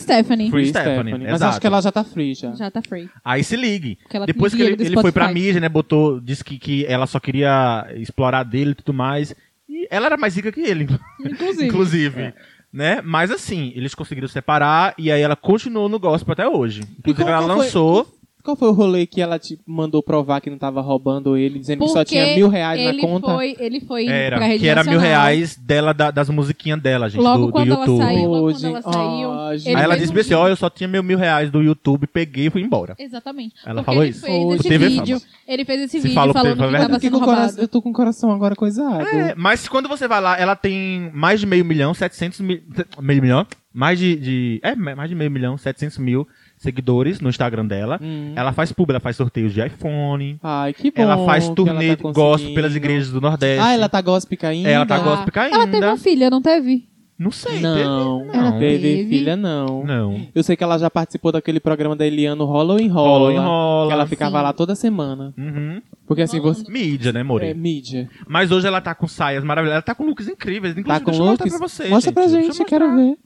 Speaker 1: Free
Speaker 2: Stephanie.
Speaker 3: Free
Speaker 1: Stephanie,
Speaker 3: Stephanie. Mas
Speaker 1: exato.
Speaker 3: acho que ela já tá free, já.
Speaker 2: Já tá free.
Speaker 1: Aí se ligue.
Speaker 2: Porque ela
Speaker 1: Depois que
Speaker 2: tem
Speaker 1: ele,
Speaker 2: dinheiro do
Speaker 1: ele foi pra
Speaker 2: Spotify.
Speaker 1: mídia, né? Botou, disse que, que ela só queria explorar dele e tudo mais. E ela era mais rica que ele,
Speaker 2: Inclusive.
Speaker 1: inclusive.
Speaker 3: É.
Speaker 1: Né? Mas assim, eles conseguiram separar e aí ela continuou no gospel até hoje. Inclusive,
Speaker 3: qual-
Speaker 1: ela
Speaker 3: qual foi-
Speaker 1: lançou.
Speaker 3: Qual foi o rolê que ela te mandou provar que não tava roubando ele, dizendo que só
Speaker 2: Porque
Speaker 3: tinha mil reais
Speaker 2: ele
Speaker 3: na conta?
Speaker 2: Foi, ele foi
Speaker 1: Era,
Speaker 2: pra rede
Speaker 1: que era mil
Speaker 2: nacional.
Speaker 1: reais dela, da- das musiquinhas dela, gente,
Speaker 2: Logo
Speaker 1: do, do
Speaker 2: quando ela
Speaker 1: YouTube.
Speaker 2: saiu, logo quando
Speaker 3: Hoje,
Speaker 2: ela saiu.
Speaker 3: ó, gente.
Speaker 2: ele
Speaker 1: Aí ela
Speaker 2: fez
Speaker 1: disse
Speaker 2: um
Speaker 1: pra assim, ó, eu só tinha meu mil reais do YouTube, peguei e fui embora.
Speaker 2: Exatamente.
Speaker 1: Ela
Speaker 2: Porque
Speaker 1: falou
Speaker 2: ele
Speaker 1: isso?
Speaker 2: Fez
Speaker 3: Hoje.
Speaker 2: esse
Speaker 1: TV
Speaker 2: vídeo,
Speaker 1: Fama.
Speaker 2: ele fez esse
Speaker 1: Se
Speaker 2: vídeo
Speaker 1: falou que
Speaker 2: falando
Speaker 1: teve
Speaker 2: que
Speaker 1: favela.
Speaker 2: tava
Speaker 3: Porque
Speaker 2: sendo
Speaker 3: com o coração,
Speaker 2: roubado.
Speaker 3: eu tô com o coração agora coisado.
Speaker 1: É, mas quando você vai lá, ela tem mais de meio milhão, 700 mil... Meio milhão? Mais de, de- É, mais de meio milhão, 700 mil seguidores no Instagram dela.
Speaker 3: Hum.
Speaker 1: Ela faz pub, ela faz sorteios de iPhone.
Speaker 3: Ai, que bom.
Speaker 1: ela faz
Speaker 3: que ela
Speaker 1: turnê
Speaker 3: tá
Speaker 1: de gospel pelas
Speaker 3: conseguindo.
Speaker 1: igrejas do Nordeste.
Speaker 3: Ah, ela tá góspica ainda?
Speaker 1: Ela tá
Speaker 2: Ah,
Speaker 1: góspica ainda.
Speaker 2: Ela teve uma filha, não teve?
Speaker 1: Não sei.
Speaker 3: Não,
Speaker 1: teve- não.
Speaker 3: não teve
Speaker 2: Teve.
Speaker 3: filha, não.
Speaker 1: Não.
Speaker 3: Eu sei que ela já participou daquele programa da Eliana Rola ou Enrola.
Speaker 1: Rola ou Enrola.
Speaker 3: Que ela ficava
Speaker 2: Sim.
Speaker 3: lá toda semana.
Speaker 1: Uhum.
Speaker 3: Porque assim, você...
Speaker 1: Mídia, né,
Speaker 3: É,
Speaker 1: More?
Speaker 3: mídia.
Speaker 1: Mas hoje ela tá com saias maravilhosas. Ela tá com looks incríveis. Inclusive,
Speaker 3: Tá com
Speaker 1: deixa eu mostrar
Speaker 3: looks?
Speaker 1: pra vocês.
Speaker 3: Mostra pra
Speaker 1: Deixa eu
Speaker 3: gente, quero
Speaker 1: mostrar.
Speaker 3: ver.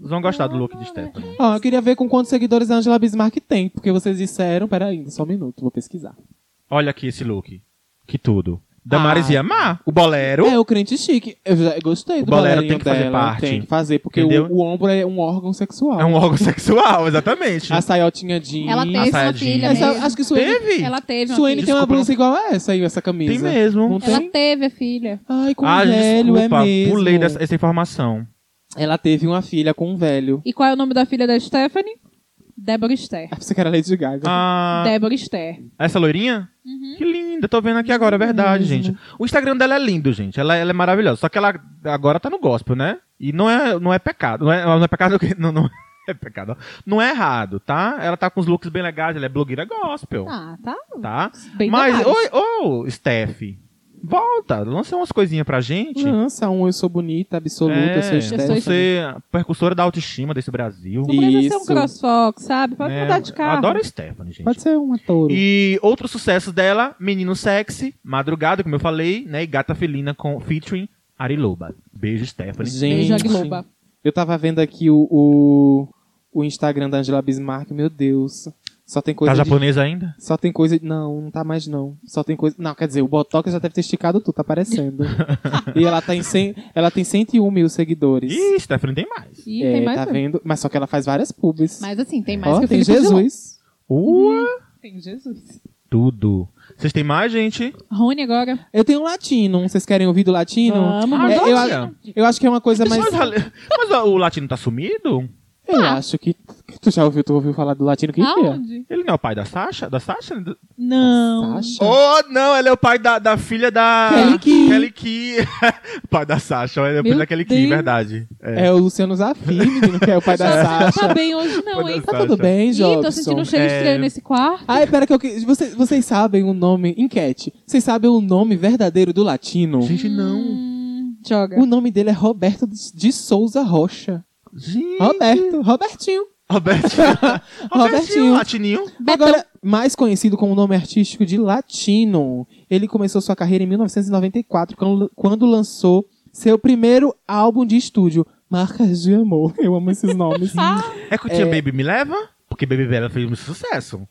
Speaker 1: Vocês vão gostar do look de Stephanie.
Speaker 3: Ó, eu queria ver com quantos seguidores a Angela Bismarck tem. Porque vocês disseram... Peraí, só um minuto, vou pesquisar.
Speaker 1: Olha aqui esse look. Que tudo. Damares ia amar. O bolero.
Speaker 3: Ah. É, o crente chique. Eu já eu gostei
Speaker 1: O
Speaker 3: do
Speaker 1: bolero
Speaker 3: bolerinho
Speaker 1: tem que fazer
Speaker 3: dela.
Speaker 1: parte.
Speaker 3: Tem que fazer, porque
Speaker 1: Entendeu?
Speaker 3: o, o ombro é um órgão sexual.
Speaker 1: É um órgão sexual, exatamente.
Speaker 3: A saiotinha jeans.
Speaker 2: Ela
Speaker 1: A
Speaker 2: teve uma
Speaker 1: saiyajin. né?
Speaker 2: filha
Speaker 3: Essa-
Speaker 2: mesmo.
Speaker 3: acho que é Suene,
Speaker 1: Teve?
Speaker 2: Ela teve uma
Speaker 3: Suene
Speaker 2: filha.
Speaker 3: tem um uma
Speaker 1: Desculpa,
Speaker 3: blusa igual a essa aí, essa camisa.
Speaker 1: Tem mesmo.
Speaker 3: Não
Speaker 2: Ela
Speaker 3: tem?
Speaker 2: teve a filha.
Speaker 3: Ai, tá com
Speaker 1: Ah,
Speaker 3: um velho,
Speaker 1: desculpa,
Speaker 3: é mesmo.
Speaker 1: pulei dessa, essa informação.
Speaker 3: Ela teve uma filha com um velho.
Speaker 2: E qual é o nome da filha da Stephanie? Deborah Esther.
Speaker 3: Ah, pensei que era Lady Gaga.
Speaker 1: Ah,
Speaker 3: tá
Speaker 2: Deborah Esther.
Speaker 1: essa loirinha? Que linda, tô vendo aqui agora, é verdade,
Speaker 3: Uhum. Mesmo.
Speaker 1: gente. O Instagram dela é lindo, gente. Ela, ela é maravilhosa. Só que ela agora tá no gospel, né? E não é, não é pecado. Não é, não é pecado que. Não, não é pecado. Não é errado, tá? Ela tá com os looks bem legais, ela é blogueira gospel.
Speaker 2: Ah, tá.
Speaker 1: Tá?
Speaker 2: Bem
Speaker 1: Mas,
Speaker 2: danado.
Speaker 1: ô, ô, Steph, volta, lança umas coisinhas pra gente.
Speaker 3: Lança um Eu Sou Bonita, Absoluta,
Speaker 1: É,
Speaker 3: Eu Sou
Speaker 2: sou
Speaker 3: Estética.
Speaker 1: Você é a percussora da autoestima desse Brasil.
Speaker 2: Não precisa ser um
Speaker 3: Isso.
Speaker 2: crossfox, sabe? Pode
Speaker 1: É,
Speaker 2: mudar de
Speaker 1: eu
Speaker 2: carro.
Speaker 1: Adoro a Stephanie, gente.
Speaker 3: Pode ser um ator.
Speaker 1: E outros sucessos dela, Menino Sexy, Madrugada, como eu falei, né? E Gata Felina com featuring Ari Loba. Beijo, Stephanie.
Speaker 2: Beijo, Agloba.
Speaker 3: Eu tava vendo aqui o, o, o Instagram da Angela Bismarck, meu Deus. Só tem coisa
Speaker 1: tá
Speaker 3: de-
Speaker 1: japonesa ainda?
Speaker 3: Só tem coisa. Não, não tá mais não. Só tem coisa. Não, quer dizer, o Botox já deve ter esticado tudo, tá aparecendo. e ela, tá em 100... ela tem 101 mil seguidores.
Speaker 1: Ih, Stephanie tem mais.
Speaker 2: E
Speaker 3: É,
Speaker 2: tem mais
Speaker 3: tá
Speaker 2: também.
Speaker 3: vendo? Mas só que ela faz várias pubs.
Speaker 2: Mas assim, tem mais
Speaker 3: Ó,
Speaker 2: que o
Speaker 3: tem
Speaker 2: Felipe Dilon.
Speaker 3: Jesus.
Speaker 1: Ua,
Speaker 3: Uhum.
Speaker 2: Tem Jesus.
Speaker 1: tudo. Vocês têm mais, gente?
Speaker 2: Rony agora.
Speaker 3: Eu tenho um latino. Vocês querem ouvir do latino?
Speaker 2: Vamos,
Speaker 3: É,
Speaker 1: vamos.
Speaker 3: eu, eu acho que é uma coisa mais.
Speaker 1: Mas, a- mas a- o latino tá sumido?
Speaker 3: Eu acho que que tu já ouviu, tu ouviu falar do Latino Kid? Bia?
Speaker 2: Aonde?
Speaker 1: Ele não é o pai da Sasha? Da Sasha?
Speaker 2: Não.
Speaker 3: Sasha?
Speaker 1: Oh, não, ele é o pai da, da filha da.
Speaker 3: Kelly Key.
Speaker 1: Kelly Key. pai da Sasha, ele é o filho
Speaker 2: Meu
Speaker 1: da Kelly Key,
Speaker 2: Deus.
Speaker 1: verdade. É.
Speaker 3: É o Luciano Zafini, menino, que é o pai da
Speaker 2: Não tá
Speaker 3: Sasha.
Speaker 2: bem hoje não,
Speaker 1: Foi
Speaker 2: hein?
Speaker 1: da
Speaker 3: Tá
Speaker 1: Sasha.
Speaker 3: tudo bem,
Speaker 2: Ih,
Speaker 3: Jobson?
Speaker 2: tô sentindo um cheiro
Speaker 1: É.
Speaker 2: estranho nesse quarto.
Speaker 3: Ai, pera que eu... que- Vocês, vocês sabem o nome... Enquete. Vocês sabem o nome verdadeiro do latino?
Speaker 1: Gente, não.
Speaker 2: Hum, joga.
Speaker 3: O nome dele é Roberto de Souza Rocha.
Speaker 1: Gente.
Speaker 3: Roberto. Robertinho.
Speaker 1: Robertinho. Robertinho.
Speaker 3: Ah. Robertinho.
Speaker 1: Latininho.
Speaker 2: Betão.
Speaker 3: Agora, mais conhecido como nome artístico de Latino, ele começou sua carreira em 1994, quando- quando lançou seu primeiro álbum de estúdio, Marcas de Amor. Eu amo esses nomes.
Speaker 2: Ah,
Speaker 1: É que o Tia Baby me leva? Porque Baby Bella fez muito sucesso.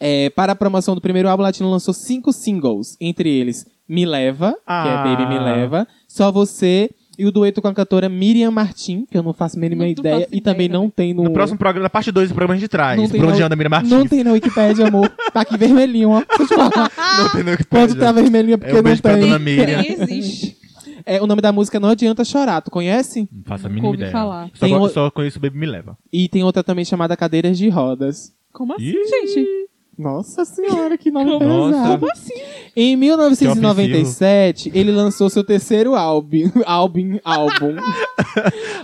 Speaker 3: É, para a promoção do primeiro álbum, Latino lançou cinco singles, entre eles Me Leva, que é
Speaker 1: Ah.
Speaker 3: Baby Me Leva, Só Você e o dueto com a cantora Miriam Martin, que eu não faço a mínima
Speaker 2: Não
Speaker 3: ideia,
Speaker 2: faço
Speaker 3: e também
Speaker 2: ideia
Speaker 3: não tem no...
Speaker 1: No próximo programa, na parte 2 do programa, a gente
Speaker 3: Não
Speaker 1: traz.
Speaker 3: tem
Speaker 1: Por onde
Speaker 3: não-
Speaker 1: anda Mira Martins?
Speaker 3: Não tem na Wikipédia, amor. Tá aqui vermelhinho, ó.
Speaker 1: Não tem nem o que
Speaker 3: Quando
Speaker 1: fazer.
Speaker 3: tá vermelhinho é porque
Speaker 1: É um
Speaker 3: não
Speaker 1: beijo pra
Speaker 3: tem.
Speaker 1: dona Miriam.
Speaker 2: nem existe.
Speaker 3: É, o nome da música é Não Adianta Chorar, tu conhece?
Speaker 1: Não faço a
Speaker 2: Nunca
Speaker 1: mínima
Speaker 2: ouvi
Speaker 1: ideia.
Speaker 2: falar.
Speaker 1: Só,
Speaker 3: Tem
Speaker 1: go-
Speaker 3: o-
Speaker 1: só conheço o Baby Me Leva.
Speaker 3: E tem outra também chamada Cadeiras de Rodas.
Speaker 2: Como assim,
Speaker 1: Ih.
Speaker 2: gente?
Speaker 3: Nossa senhora, que nome
Speaker 2: Como,
Speaker 1: Nossa.
Speaker 3: pesado.
Speaker 2: como assim?
Speaker 3: Em 1997, ele lançou seu terceiro álbum. álbum, álbum.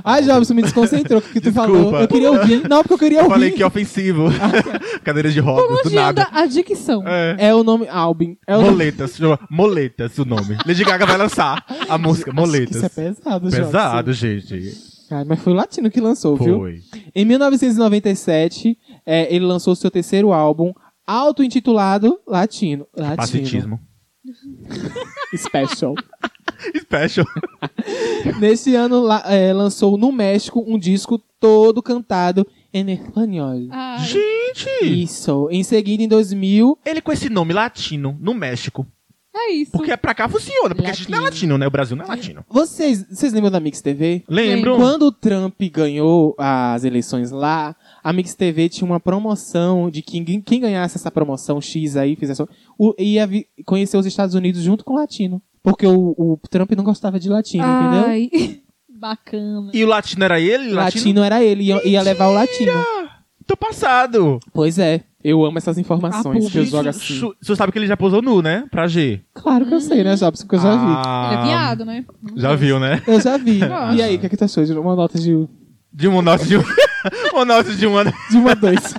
Speaker 3: Ai, Jobson, me desconcentrou com o que tu
Speaker 1: Desculpa.
Speaker 3: falou. Eu queria ouvir. Não, porque eu Ah, queria
Speaker 1: Eu
Speaker 3: ouvir.
Speaker 1: falei que é ofensivo. Cadeiras de rodas, do
Speaker 2: Onde
Speaker 1: nada.
Speaker 2: anda a dicção?
Speaker 1: É.
Speaker 3: É o nome álbum. É o nome...
Speaker 1: Moletas, chama Moletas o nome. Lady Gaga vai lançar a música Moletas.
Speaker 3: Isso é pesado, Jobson.
Speaker 1: Pesado, gente.
Speaker 3: Ai, mas foi o latino que lançou, viu?
Speaker 1: Foi.
Speaker 3: Em 1997, é, ele lançou seu terceiro álbum, auto-intitulado Latino. Latino.
Speaker 1: Pacitismo.
Speaker 3: Special.
Speaker 1: Special.
Speaker 3: Nesse ano, la- é, lançou no México um disco todo cantado em espanhol.
Speaker 2: Ai,
Speaker 1: Gente!
Speaker 3: Isso. Em seguida, em 2000,
Speaker 1: Ele é com esse nome latino no México.
Speaker 2: é isso.
Speaker 1: Porque pra cá funciona, porque a gente não é
Speaker 2: Latino.
Speaker 1: latino, né? O Brasil não é latino.
Speaker 3: vocês, vocês lembram da Mix TV?
Speaker 1: Lembram?
Speaker 3: Quando o Trump ganhou as eleições lá, a Mix TV tinha uma promoção de que quem, quem ganhasse essa promoção X aí, fizesse, o, ia vi- conhecer os Estados Unidos junto com o latino. Porque o, o Trump não gostava de latino, entendeu?
Speaker 2: Ai, bacana.
Speaker 1: E o latino era ele?
Speaker 3: Latino,
Speaker 1: Latino?
Speaker 3: era ele, ia, ia levar o latino.
Speaker 1: Tô passado.
Speaker 3: Pois é, eu amo essas informações
Speaker 2: Ah,
Speaker 3: que eu
Speaker 1: Gente,
Speaker 3: jogo assim.
Speaker 1: su- Você sabe que ele já posou nu, né? Pra G.
Speaker 3: Claro que eu sei, né, Jobs? Porque eu já vi.
Speaker 1: Ah,
Speaker 2: Ele é viado, né?
Speaker 1: Já viu, né?
Speaker 3: Eu já vi.
Speaker 2: Nossa.
Speaker 3: E aí, o que, é que tu achou de uma nota de,
Speaker 1: De um nosso de um. um nosso de um ano.
Speaker 3: de uma dois? De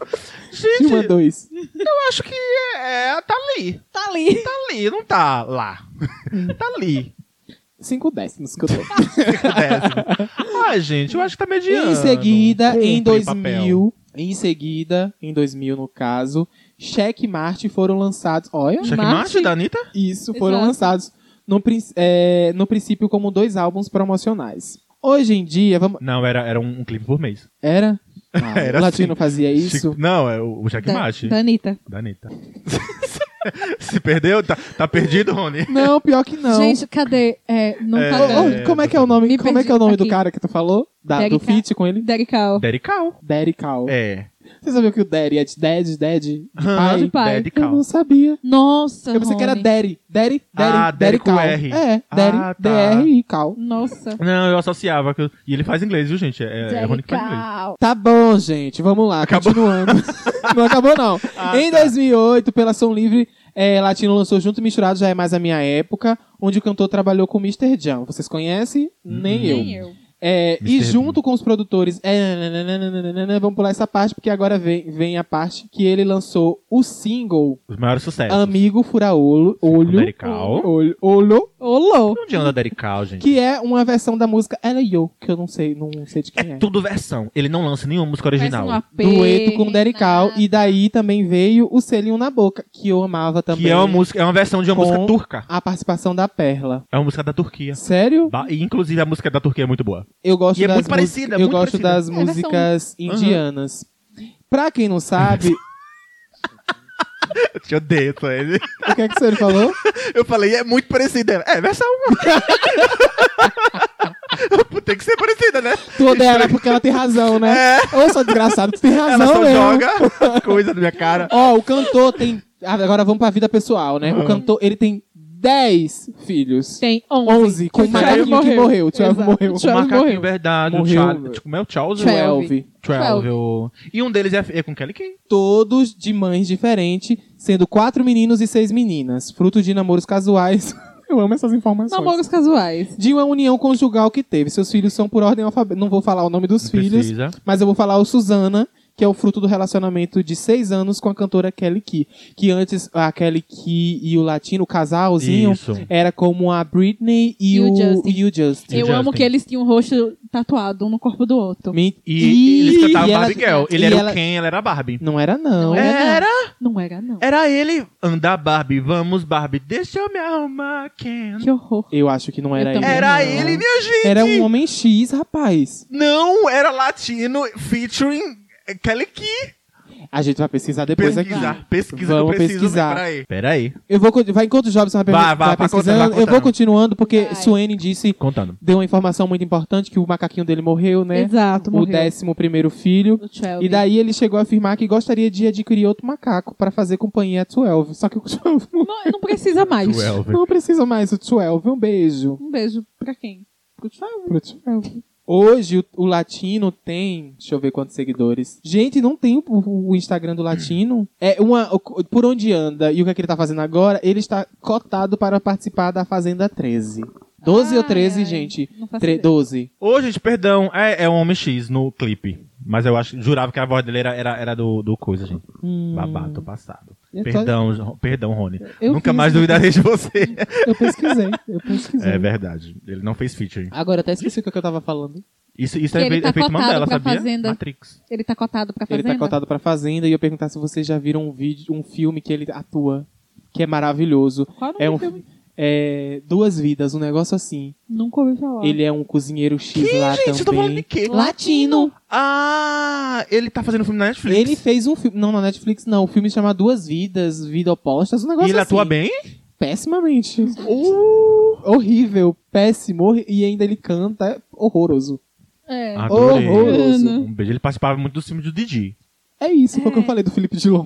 Speaker 3: uma
Speaker 1: Gente,
Speaker 3: dois.
Speaker 1: eu acho que é, é- tá ali.
Speaker 2: Tá ali.
Speaker 1: Tá ali, não tá lá.
Speaker 3: Hum.
Speaker 1: tá ali.
Speaker 3: Cinco décimos que eu dou.
Speaker 1: Décimo. Ai, gente, eu acho que tá mediano.
Speaker 3: em seguida,
Speaker 1: Cumpre
Speaker 3: em
Speaker 1: papel.
Speaker 3: 2000, em seguida, em 2000 no caso, Cheque Marte foram lançados. Olha,
Speaker 1: Checkmate
Speaker 2: Marte.
Speaker 1: da Anitta?
Speaker 3: isso, foram
Speaker 2: Exato.
Speaker 3: lançados no, prin- é, no princípio como dois álbuns promocionais. Hoje em dia, vamos.
Speaker 1: Não, era, era um, um clipe por mês.
Speaker 3: Era? Ah,
Speaker 1: Era assim.
Speaker 3: o Latino fazia isso.
Speaker 1: Chico- Não, é o, o checkmate
Speaker 2: Da, da Anitta.
Speaker 1: da Anitta. Se perdeu, tá, tá perdido, Rony.
Speaker 3: Não, pior que não.
Speaker 2: Gente, cadê? É, não
Speaker 1: É.
Speaker 2: tá dando.
Speaker 3: Ô, ô, como é que é o nome?
Speaker 2: Me
Speaker 3: Como é que é
Speaker 2: perdi
Speaker 3: o nome do
Speaker 2: aqui.
Speaker 3: cara que tu falou? Da-
Speaker 2: Derek
Speaker 3: do feat com ele?
Speaker 2: Derek Al.
Speaker 1: Derical.
Speaker 3: Daddy Cal.
Speaker 1: É.
Speaker 3: Você sabia que o Daddy é de Dad, Dad? De pai?
Speaker 2: de pai.
Speaker 3: Eu
Speaker 1: Derical.
Speaker 3: não sabia.
Speaker 2: Nossa,
Speaker 3: Eu pensei que era
Speaker 2: Rony.
Speaker 3: Daddy. Daddy, Daddy.
Speaker 1: Ah,
Speaker 3: Daddy
Speaker 1: Daddy com
Speaker 3: Cal.
Speaker 1: R.
Speaker 3: É,
Speaker 1: Ah,
Speaker 3: Daddy,
Speaker 1: tá.
Speaker 3: DR e Cal.
Speaker 2: Nossa.
Speaker 1: Não, eu associava. que eu- E ele faz inglês, viu, gente? É, é Rony que faz inglês.
Speaker 2: Derical.
Speaker 3: Tá bom, gente. Vamos lá,
Speaker 1: Acabou.
Speaker 3: continuando. não acabou, não.
Speaker 1: Ah,
Speaker 3: em 2008, pela Som Livre, é, Latino lançou Junto e Misturado Já É Mais a Minha Época, onde o cantor trabalhou com o Mr. Jam. Vocês conhecem?
Speaker 1: Uhum.
Speaker 3: Nem eu.
Speaker 2: Nem eu.
Speaker 3: É, e
Speaker 1: Mr.
Speaker 3: junto com os produtores. é, nananana, vamos pular essa parte, porque agora vem, vem a parte que ele lançou o single
Speaker 1: Os maiores sucessos.
Speaker 3: Amigo Fura Olho. Olho.
Speaker 1: Derical.
Speaker 3: Olho. olho,
Speaker 2: Olô.
Speaker 1: Onde anda Derical, gente?
Speaker 3: Que é uma versão da música Ela e Eu, que eu não sei, não sei de quem
Speaker 1: É
Speaker 3: é.
Speaker 1: tudo versão. Ele não lança nenhuma música original.
Speaker 2: Parece um AP,
Speaker 3: Dueto com Derical.
Speaker 2: nada.
Speaker 3: E daí também veio o Selinho na Boca, que eu amava também.
Speaker 1: Que é uma música, é uma versão de uma
Speaker 3: Com-
Speaker 1: música turca.
Speaker 3: A participação da Perla.
Speaker 1: É uma música da Turquia.
Speaker 3: Sério?
Speaker 1: Ba- E, inclusive a música da Turquia é muito boa.
Speaker 3: Eu gosto
Speaker 1: E é
Speaker 3: das
Speaker 1: muito
Speaker 3: músicas-
Speaker 1: parecida, é
Speaker 3: Eu
Speaker 1: muito
Speaker 3: gosto
Speaker 1: parecida.
Speaker 3: das
Speaker 2: É, versão-
Speaker 3: músicas indianas. Pra quem não sabe,
Speaker 1: Eu te odeio, só ele.
Speaker 3: o que é que o senhor falou?
Speaker 1: Eu falei, é muito parecida. É, versão. Tem que ser parecida, né?
Speaker 3: Tu odeia ela é porque ela tem razão, né? Ô, só desgraçado, tu tem razão
Speaker 1: É. Ela só
Speaker 3: mesmo.
Speaker 1: joga coisa na minha cara. Uhum.
Speaker 3: Ó, o cantor tem... Ah, Agora vamos pra vida pessoal, né? O cantor, ele tem 10 filhos.
Speaker 2: Tem 11.
Speaker 3: 11, com o macaquinho que morreu. O Twelve
Speaker 2: Exato.
Speaker 3: morreu.
Speaker 2: O
Speaker 1: O
Speaker 2: Twelve
Speaker 1: macaquinho,
Speaker 2: morreu.
Speaker 1: verdade. o
Speaker 3: Morreu,
Speaker 1: Charles.
Speaker 3: velho.
Speaker 1: Tipo, como é o Charles?
Speaker 2: Twelve.
Speaker 3: 12.
Speaker 1: Twelve. o- E um deles é, é com Kelly Key.
Speaker 3: Todos de mães diferentes, sendo quatro meninos e seis meninas. Fruto de namoros casuais. Eu amo essas informações.
Speaker 2: Namoros casuais.
Speaker 3: De uma união conjugal que teve. Seus filhos são por ordem alfabética. Não vou falar o nome dos
Speaker 1: Não
Speaker 3: filhos,
Speaker 1: Precisa.
Speaker 3: mas eu vou falar o Suzana, que é o fruto do relacionamento de seis anos com a cantora Kelly Key. Que antes a Kelly Key e o Latino, o casalzinho,
Speaker 1: Isso.
Speaker 3: era como a Britney e,
Speaker 2: E o
Speaker 3: o,
Speaker 2: Justin.
Speaker 3: E o Justin.
Speaker 1: E
Speaker 2: Eu
Speaker 1: Justin.
Speaker 2: amo que eles tinham o rosto tatuado um no corpo do outro.
Speaker 3: Me-
Speaker 1: E, e eles cantavam
Speaker 3: e ela-
Speaker 1: Barbie Girl. Ele
Speaker 3: e
Speaker 1: era
Speaker 3: ela-
Speaker 1: o Ken, ela era a Barbie.
Speaker 3: Não era, não.
Speaker 2: Não
Speaker 1: É.
Speaker 2: era,
Speaker 1: Era?
Speaker 2: não. Não era,
Speaker 3: É,
Speaker 2: não.
Speaker 1: Era ele. Anda, Barbie. Vamos, Barbie. Deixa eu me arrumar, Ken.
Speaker 2: Que horror.
Speaker 3: Eu acho que não era
Speaker 2: Eu
Speaker 3: ele.
Speaker 2: também
Speaker 1: Era
Speaker 2: não.
Speaker 1: ele, minha gente.
Speaker 3: Era um homem X, rapaz.
Speaker 1: Não, era latino featuring Kelly Key.
Speaker 3: A gente vai pesquisar depois
Speaker 1: pesquisar,
Speaker 3: aqui.
Speaker 1: pesquisa
Speaker 3: Vamos
Speaker 1: que eu preciso.
Speaker 3: pesquisar.
Speaker 1: Peraí. Peraí.
Speaker 3: Eu vou, con- vai enquanto o Jobson vai, pe-
Speaker 1: Vai, vai,
Speaker 3: vai
Speaker 1: vai contando,
Speaker 3: pesquisando.
Speaker 1: vai
Speaker 3: eu vou
Speaker 1: contando.
Speaker 3: continuando, porque
Speaker 2: Vai.
Speaker 3: Suene disse,
Speaker 1: Contando.
Speaker 3: deu uma informação muito importante, que o macaquinho dele morreu, né?
Speaker 2: Exato,
Speaker 3: o
Speaker 2: morreu.
Speaker 3: décimo primeiro filho.
Speaker 2: O Twelve.
Speaker 3: E daí ele chegou a afirmar que gostaria de adquirir outro macaco pra fazer companhia a 12. Só que o 12 não-
Speaker 2: Não, não precisa mais.
Speaker 3: não precisa mais. O 12, um beijo.
Speaker 2: Um beijo pra quem? Pro Twelve.
Speaker 3: Pro 12. Hoje o, o latino tem. Deixa eu ver quantos seguidores. Gente, não tem o, o- o Instagram do latino. É uma. o- Por onde anda e o que, é que ele tá fazendo agora? Ele está cotado para participar da Fazenda 13. 12 ou
Speaker 2: Ai,
Speaker 3: 13,
Speaker 2: ai,
Speaker 3: gente?
Speaker 2: Não faço
Speaker 3: Tre-
Speaker 2: ideia.
Speaker 3: 12.
Speaker 1: Ô, gente, perdão. É, é um homem X no clipe. Mas eu acho, jurava que a voz dele era, era, era do, do coisa, gente.
Speaker 3: Hum,
Speaker 1: Babado, tô passado.
Speaker 3: Eu tô-
Speaker 1: Perdão, Jo- perdão, Rony.
Speaker 3: Eu
Speaker 1: Nunca
Speaker 3: fiz-
Speaker 1: mais duvidarei de você.
Speaker 3: Eu pesquisei. Eu pesquisei.
Speaker 1: É verdade. Ele não fez featuring.
Speaker 3: Agora, até esqueci o que eu tava falando.
Speaker 1: Isso, isso
Speaker 2: Que
Speaker 1: é,
Speaker 2: ele
Speaker 1: feito
Speaker 2: tá
Speaker 1: é feito
Speaker 2: cotado
Speaker 1: Mandela,
Speaker 2: pra
Speaker 1: sabia?
Speaker 2: Fazenda.
Speaker 1: Matrix.
Speaker 2: Ele tá cotado pra
Speaker 3: Ele
Speaker 2: fazenda?
Speaker 3: tá cotado pra Fazenda e eu ia perguntar se vocês já viram um vídeo, um filme que ele atua, que é maravilhoso.
Speaker 2: Qual o nome
Speaker 3: É
Speaker 2: do
Speaker 3: um
Speaker 2: filme?
Speaker 3: é, Duas Vidas, um negócio assim.
Speaker 2: Nunca ouvi falar.
Speaker 3: Ele é um cozinheiro X lá
Speaker 1: Gente, eu tô falando de
Speaker 3: também.
Speaker 1: quê?
Speaker 3: Latino.
Speaker 1: Ah, ele tá fazendo filme na Netflix.
Speaker 3: Ele fez um filme, não na Netflix, não, um filme chamado Duas Vidas, Vida Opostas, um negócio
Speaker 1: E ele
Speaker 3: assim.
Speaker 1: atua bem?
Speaker 3: Pessimamente.
Speaker 1: Uh,
Speaker 3: Horrível, péssimo, horri- e ainda ele canta, é horroroso.
Speaker 2: É.
Speaker 1: adorei.
Speaker 3: Horroroso.
Speaker 1: Um beijo. Ele participava muito dos filmes do Didi.
Speaker 3: É isso, foi o que eu falei do Felipe Dilon.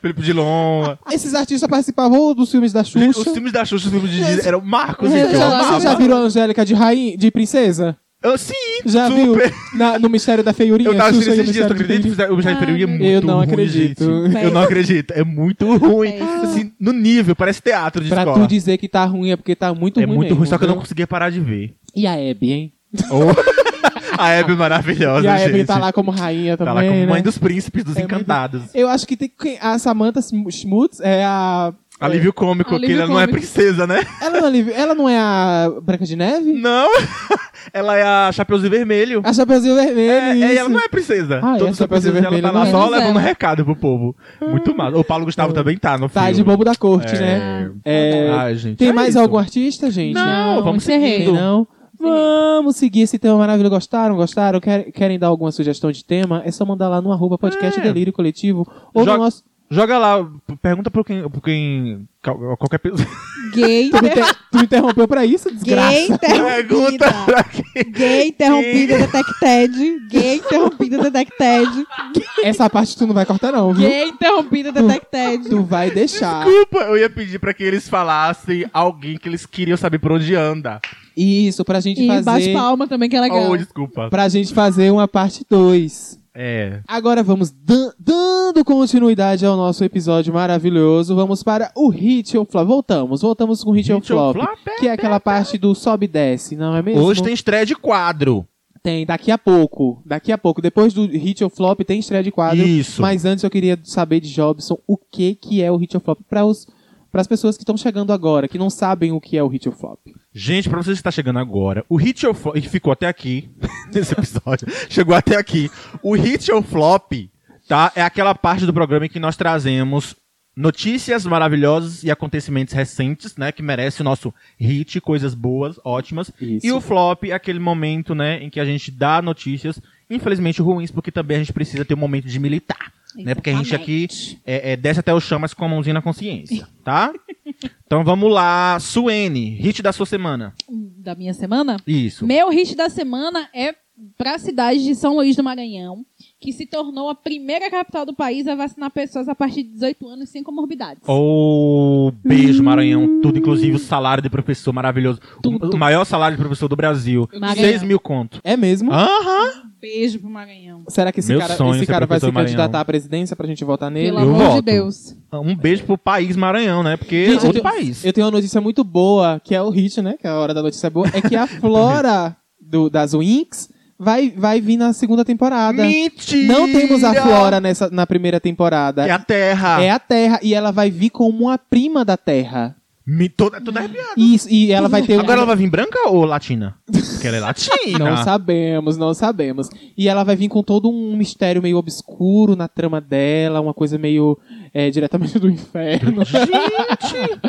Speaker 1: Felipe Dilon.
Speaker 3: Esses artistas participavam ou dos filmes da
Speaker 1: Os
Speaker 3: Xuxa.
Speaker 1: filmes da Xuxa, os filmes do Didi eram marcos, gente.
Speaker 3: Vocês
Speaker 1: Eu
Speaker 2: Xuxa,
Speaker 3: já, vocês já
Speaker 1: amava.
Speaker 3: viram a Angélica de rainha, de princesa?
Speaker 1: Eu, sim,
Speaker 3: Já
Speaker 1: super.
Speaker 3: viu? Na- no Mistério da Feiurinha?
Speaker 1: Então, Eu tava
Speaker 3: Xuxa
Speaker 1: assistindo
Speaker 3: e o
Speaker 1: esses dias, tu
Speaker 3: Mistério
Speaker 1: acredita?
Speaker 3: da Feiurinha?
Speaker 1: Fizeram- O Mistério
Speaker 2: Ah,
Speaker 1: da Feiurinha é
Speaker 2: meu
Speaker 1: muito
Speaker 3: Deus. Eu não
Speaker 1: ruim,
Speaker 3: acredito.
Speaker 1: gente. Eu não acredito. É muito ruim.
Speaker 2: Péssimo.
Speaker 1: Assim, no nível, parece teatro de
Speaker 3: Pra
Speaker 1: escola.
Speaker 3: tu dizer que tá ruim é porque tá muito
Speaker 1: É
Speaker 3: ruim
Speaker 1: muito
Speaker 3: mesmo,
Speaker 1: ruim, só que eu não
Speaker 3: viu?
Speaker 1: conseguia parar de ver.
Speaker 3: E a Abby, hein?
Speaker 1: a Hebe é maravilhosa,
Speaker 3: Oh. E a
Speaker 1: gente.
Speaker 3: Abby tá lá como rainha
Speaker 1: Tá
Speaker 3: também,
Speaker 1: lá como mãe
Speaker 3: né?
Speaker 1: dos príncipes, dos
Speaker 3: É muito-
Speaker 1: encantados.
Speaker 3: Eu acho que tem que- a Samantha Schmutz é a...
Speaker 1: Alívio cômico,
Speaker 2: Alívio
Speaker 1: que ela não é
Speaker 2: cômico.
Speaker 1: princesa, né?
Speaker 3: Ela não, é Liv- ela não é a Branca de Neve?
Speaker 1: Não. Ela é a Chapeuzinho Vermelho.
Speaker 3: A Chapeuzinho
Speaker 1: É,
Speaker 3: Vermelho,
Speaker 1: é,
Speaker 3: isso.
Speaker 1: ela não é princesa.
Speaker 3: Ah, é,
Speaker 1: Toda essa
Speaker 3: Chapeuzinho
Speaker 1: princesa ela tá
Speaker 3: Vermelho
Speaker 1: lá
Speaker 2: não é. Ah.
Speaker 1: só
Speaker 2: Menos
Speaker 1: levando
Speaker 2: ela.
Speaker 1: recado pro povo. Muito massa. O Paulo Gustavo também tá no filme.
Speaker 3: Tá de bobo da corte, né?
Speaker 1: É.
Speaker 3: É,
Speaker 1: Ai, gente,
Speaker 3: tem
Speaker 1: é
Speaker 3: mais
Speaker 1: isso.
Speaker 3: algum artista, gente?
Speaker 1: Não,
Speaker 2: Não,
Speaker 1: vamos
Speaker 2: encerrei.
Speaker 1: seguindo.
Speaker 3: Tem não? Vamos seguir esse tema maravilhoso. Gostaram? Gostaram? Quer- Querem dar alguma sugestão de tema? É só mandar lá no arroba podcast
Speaker 1: É.
Speaker 3: Delírio Coletivo ou
Speaker 1: Joga-
Speaker 3: no nosso...
Speaker 1: Joga lá, p- pergunta pra quem. Pra quem cal- qualquer pessoa.
Speaker 2: Gay.
Speaker 3: Tu, me inter- tu me interrompeu pra isso, desgraça?
Speaker 2: Gay
Speaker 1: Pergunta
Speaker 2: interrompida.
Speaker 1: pra quem.
Speaker 2: Gay interrompida da TecTed. Gay interrompida da TecTed.
Speaker 3: Essa parte tu não vai cortar não, viu?
Speaker 2: Gay é interrompida da TecTed.
Speaker 3: Tu vai deixar.
Speaker 1: Desculpa, eu ia pedir pra que eles falassem alguém que eles queriam saber por onde anda.
Speaker 3: Isso, pra gente
Speaker 2: E bate
Speaker 3: fazer...
Speaker 2: palma também, que é legal.
Speaker 1: Oh, desculpa.
Speaker 3: Pra gente fazer uma parte 2.
Speaker 1: É.
Speaker 3: Agora vamos dan- dando continuidade ao nosso episódio maravilhoso. Vamos para o Hit ou Flop. Voltamos, voltamos com o Hit ou
Speaker 1: Hit ou
Speaker 3: Flop.
Speaker 1: Flop, é,
Speaker 3: Que é aquela parte do sobe e desce, não é mesmo?
Speaker 1: Hoje tem estreia de quadro.
Speaker 3: Tem, daqui a pouco. Daqui a pouco. Depois do Hit ou Flop tem estreia de quadro.
Speaker 1: Isso.
Speaker 3: Mas antes eu queria saber de Jobson o que, que é o Hit ou Flop para as pessoas que estão chegando agora, que não sabem o que é o Hit ou Flop.
Speaker 1: Gente, pra você que está chegando agora, o hit ou flop, e ficou até aqui, nesse episódio, chegou até aqui. O hit ou flop, tá? É aquela parte do programa em que nós trazemos notícias maravilhosas e acontecimentos recentes, né? Que merece o nosso hit, coisas boas, ótimas.
Speaker 3: Isso.
Speaker 1: E o flop é aquele momento, né, em que a gente dá notícias, infelizmente ruins, porque também a gente precisa ter um momento de militar. Né? Porque a gente aqui é, é, desce até o chão, mas com a mãozinha na consciência, tá? então vamos lá, Suene, hit da sua semana.
Speaker 2: Da minha semana?
Speaker 1: Isso.
Speaker 2: Meu hit da semana é pra cidade de São Luís do Maranhão, que se tornou a primeira capital do país a vacinar pessoas a partir de 18 anos sem comorbidades.
Speaker 1: Oh. Ô, beijo, Maranhão. Tudo, inclusive o salário de professor maravilhoso. O-
Speaker 3: Tudo.
Speaker 1: O maior salário de professor do Brasil.
Speaker 2: Maranhão.
Speaker 1: 6 mil conto.
Speaker 3: É mesmo?
Speaker 1: Aham.
Speaker 2: Beijo pro Maranhão.
Speaker 3: Será que esse
Speaker 1: Ah, Meu
Speaker 3: cara,
Speaker 1: sonho
Speaker 3: esse
Speaker 1: ser
Speaker 3: cara vai se
Speaker 1: professor Maranhão.
Speaker 3: candidatar à presidência pra gente votar nele?
Speaker 2: Pelo
Speaker 1: eu
Speaker 2: amor de
Speaker 1: voto.
Speaker 2: Deus.
Speaker 1: Um beijo pro país Maranhão, né? Porque
Speaker 3: Gente,
Speaker 1: é outro
Speaker 3: eu tenho-
Speaker 1: país.
Speaker 3: Eu tenho uma notícia muito boa, que é o hit, né? Que é a hora da notícia boa. É que a Flora do- das Winx vai, vai vir na segunda temporada.
Speaker 1: Mentira!
Speaker 3: Não temos a Flora nessa, na primeira temporada.
Speaker 1: É a terra.
Speaker 3: É a Terra e ela vai vir como uma prima da Terra.
Speaker 1: Me, tô, tô arrepiado.
Speaker 3: Isso, e ela vai ter um
Speaker 1: Agora ela vai vir branca ou latina? Porque ela é latina.
Speaker 3: Não sabemos, não sabemos. E ela vai vir com todo um mistério meio obscuro na trama dela, uma coisa meio é, diretamente do inferno.
Speaker 1: Gente!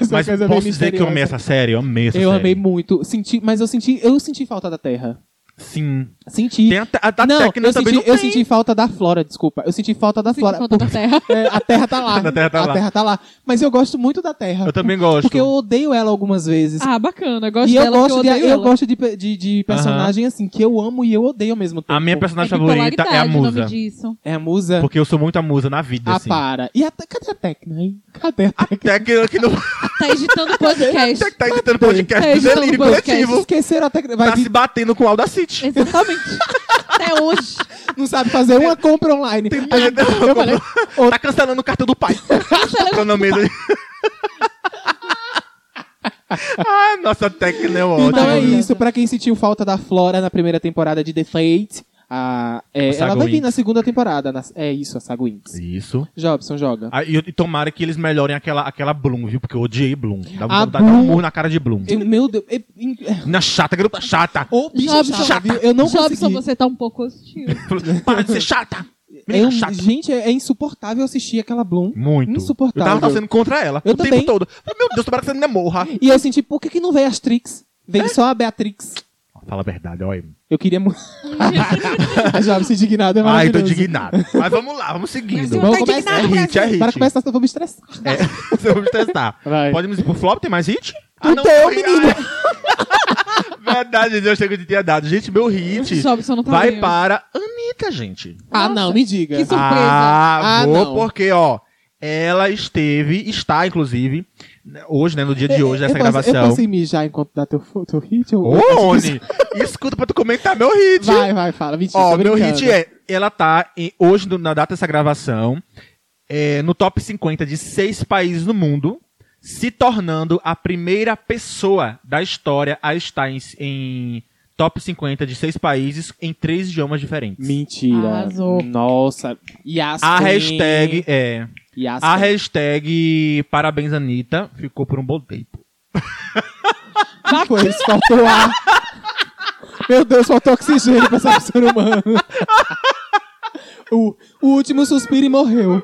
Speaker 3: Essa
Speaker 1: Mas
Speaker 3: coisa
Speaker 1: posso
Speaker 3: meio
Speaker 1: dizer que eu amei
Speaker 3: misteriosa.
Speaker 1: essa série? Eu amei essa
Speaker 3: Eu
Speaker 1: série.
Speaker 3: amei muito. Senti, mas eu senti, eu senti falta da Terra.
Speaker 1: Sim.
Speaker 3: Senti.
Speaker 1: Tem a, te- a da
Speaker 3: não,
Speaker 1: técnica
Speaker 3: eu
Speaker 1: também
Speaker 3: senti,
Speaker 1: não
Speaker 3: eu
Speaker 1: tem.
Speaker 3: senti falta da Flora, desculpa. Eu senti falta da
Speaker 2: Sinto
Speaker 3: Flora.
Speaker 2: falta da terra.
Speaker 3: É, a Terra tá lá.
Speaker 1: A Terra tá lá.
Speaker 3: lá. Mas eu gosto muito da Terra.
Speaker 1: Eu também gosto.
Speaker 3: Porque eu odeio ela algumas vezes.
Speaker 2: Ah, bacana. Eu gosto
Speaker 3: e eu
Speaker 2: dela,
Speaker 3: gosto,
Speaker 2: porque
Speaker 3: de,
Speaker 2: eu odeio
Speaker 3: eu
Speaker 2: ela.
Speaker 3: gosto de, pe- de, de personagem assim, que eu amo e eu odeio ao mesmo tempo.
Speaker 1: A minha personagem
Speaker 2: É
Speaker 1: favorita é a
Speaker 2: bipolaridade o nome
Speaker 1: musa.
Speaker 2: disso.
Speaker 3: É a musa?
Speaker 1: Porque eu sou muito a musa na vida,
Speaker 3: Ah,
Speaker 1: assim.
Speaker 3: para. E a, te- cadê a Tecna, hein? Cadê a Tecna?
Speaker 1: Técnica que não
Speaker 2: Tá editando podcast.
Speaker 1: tá editando podcast
Speaker 2: É,
Speaker 1: do delírio
Speaker 2: não, podcast.
Speaker 1: coletivo.
Speaker 3: Esqueceram a Tecna. um Vai
Speaker 1: Tá
Speaker 3: vir-
Speaker 1: se batendo com o Audacity.
Speaker 2: Exatamente. Até hoje.
Speaker 3: não sabe fazer uma compra online.
Speaker 1: Tem
Speaker 3: Aí
Speaker 1: medo.
Speaker 3: eu falei,
Speaker 1: Tá cancelando o cartão do pai. Tá
Speaker 2: Cancelando
Speaker 1: Economiza. ah, nossa técnica é ótima.
Speaker 3: Então é
Speaker 2: Maravilhosa.
Speaker 3: isso, pra quem sentiu falta da Flora na primeira temporada de The Fate, a- é,
Speaker 1: A
Speaker 3: ela
Speaker 1: Saga
Speaker 3: vai vir
Speaker 1: Winx.
Speaker 3: na segunda temporada. na- é isso, a Saga Winx.
Speaker 1: Isso.
Speaker 3: Jobson joga.
Speaker 1: Ah, e, e tomara que eles melhorem aquela, aquela Bloom, viu? Porque eu odiei Bloom. Dá
Speaker 3: A
Speaker 1: vontade de dar um
Speaker 3: Bloom-
Speaker 1: murro na cara de Bloom.
Speaker 3: Eu- meu Deus. é- in- é-
Speaker 1: Na chata, garota chata.
Speaker 3: Ô, bicha
Speaker 2: Jobson.
Speaker 3: chata, viu? Eu não
Speaker 2: Jobson,
Speaker 3: consegui.
Speaker 2: você tá um pouco hostil.
Speaker 1: Para de ser chata.
Speaker 3: É
Speaker 1: Menina
Speaker 3: um-
Speaker 1: chata.
Speaker 3: gente, é, é insuportável assistir aquela Bloom.
Speaker 1: Muito.
Speaker 3: insuportável.
Speaker 1: Eu tava torcendo contra ela.
Speaker 3: Eu
Speaker 1: o
Speaker 3: também.
Speaker 1: tempo todo. Falei, Meu Deus, tomara que você não morra.
Speaker 3: E eu senti, por que, que não veio as Trix? Veio só a Beatrix.
Speaker 1: Fala a verdade, olha.
Speaker 3: Eu queria muito. a Jobson indignada é
Speaker 1: Ai, tô
Speaker 3: maravilhoso.
Speaker 1: indignado. Mas vamos lá, vamos seguindo.
Speaker 2: Mas eu-
Speaker 3: Vamos
Speaker 2: Tá
Speaker 3: começar.
Speaker 1: indignado, É hit, é Brasil. hit.
Speaker 3: Para começar, eu vou me estressar.
Speaker 1: É, vamos testar.
Speaker 3: Vai.
Speaker 1: Pode me dizer pro flop, tem mais hit? Ah,
Speaker 3: O teu,
Speaker 1: foi-
Speaker 3: menino.
Speaker 1: Ai. Verdade, eu chego de ter dado. Gente, meu hit
Speaker 2: Jobson não tá
Speaker 1: vai
Speaker 2: bem.
Speaker 1: para Anitta, gente.
Speaker 3: Ah,
Speaker 2: Nossa,
Speaker 3: não, me diga.
Speaker 2: que surpresa.
Speaker 1: Ah,
Speaker 3: Ah,
Speaker 1: vou
Speaker 3: não.
Speaker 1: porque, ó, ela esteve, está, inclusive, né, hoje, né, no dia de hoje,
Speaker 3: É, Eu
Speaker 1: essa
Speaker 3: posso- Eu
Speaker 1: gravação.
Speaker 3: posso ir mijar enquanto dá teu, fo- teu hit? Eu-
Speaker 1: Ô, Oni, escuta pra tu comentar meu hit.
Speaker 3: Vai, vai, fala. Mentira,
Speaker 1: Ó,
Speaker 3: tô
Speaker 1: meu
Speaker 3: brincando.
Speaker 1: hit é. Ela tá em- hoje, no- na data dessa gravação, é, no top 50 de seis países no mundo, se tornando a primeira pessoa da história a estar em, em top 50 de seis países em três idiomas diferentes.
Speaker 3: Mentira.
Speaker 2: Arrasou.
Speaker 3: Nossa. Yasmin.
Speaker 1: A hashtag é.
Speaker 3: Yasmin.
Speaker 1: A hashtag parabéns Anitta ficou por um bom tempo.
Speaker 3: Que foi isso? Faltou ar. Meu Deus, faltou oxigênio pra essa ser humano. O, o último suspiro e morreu.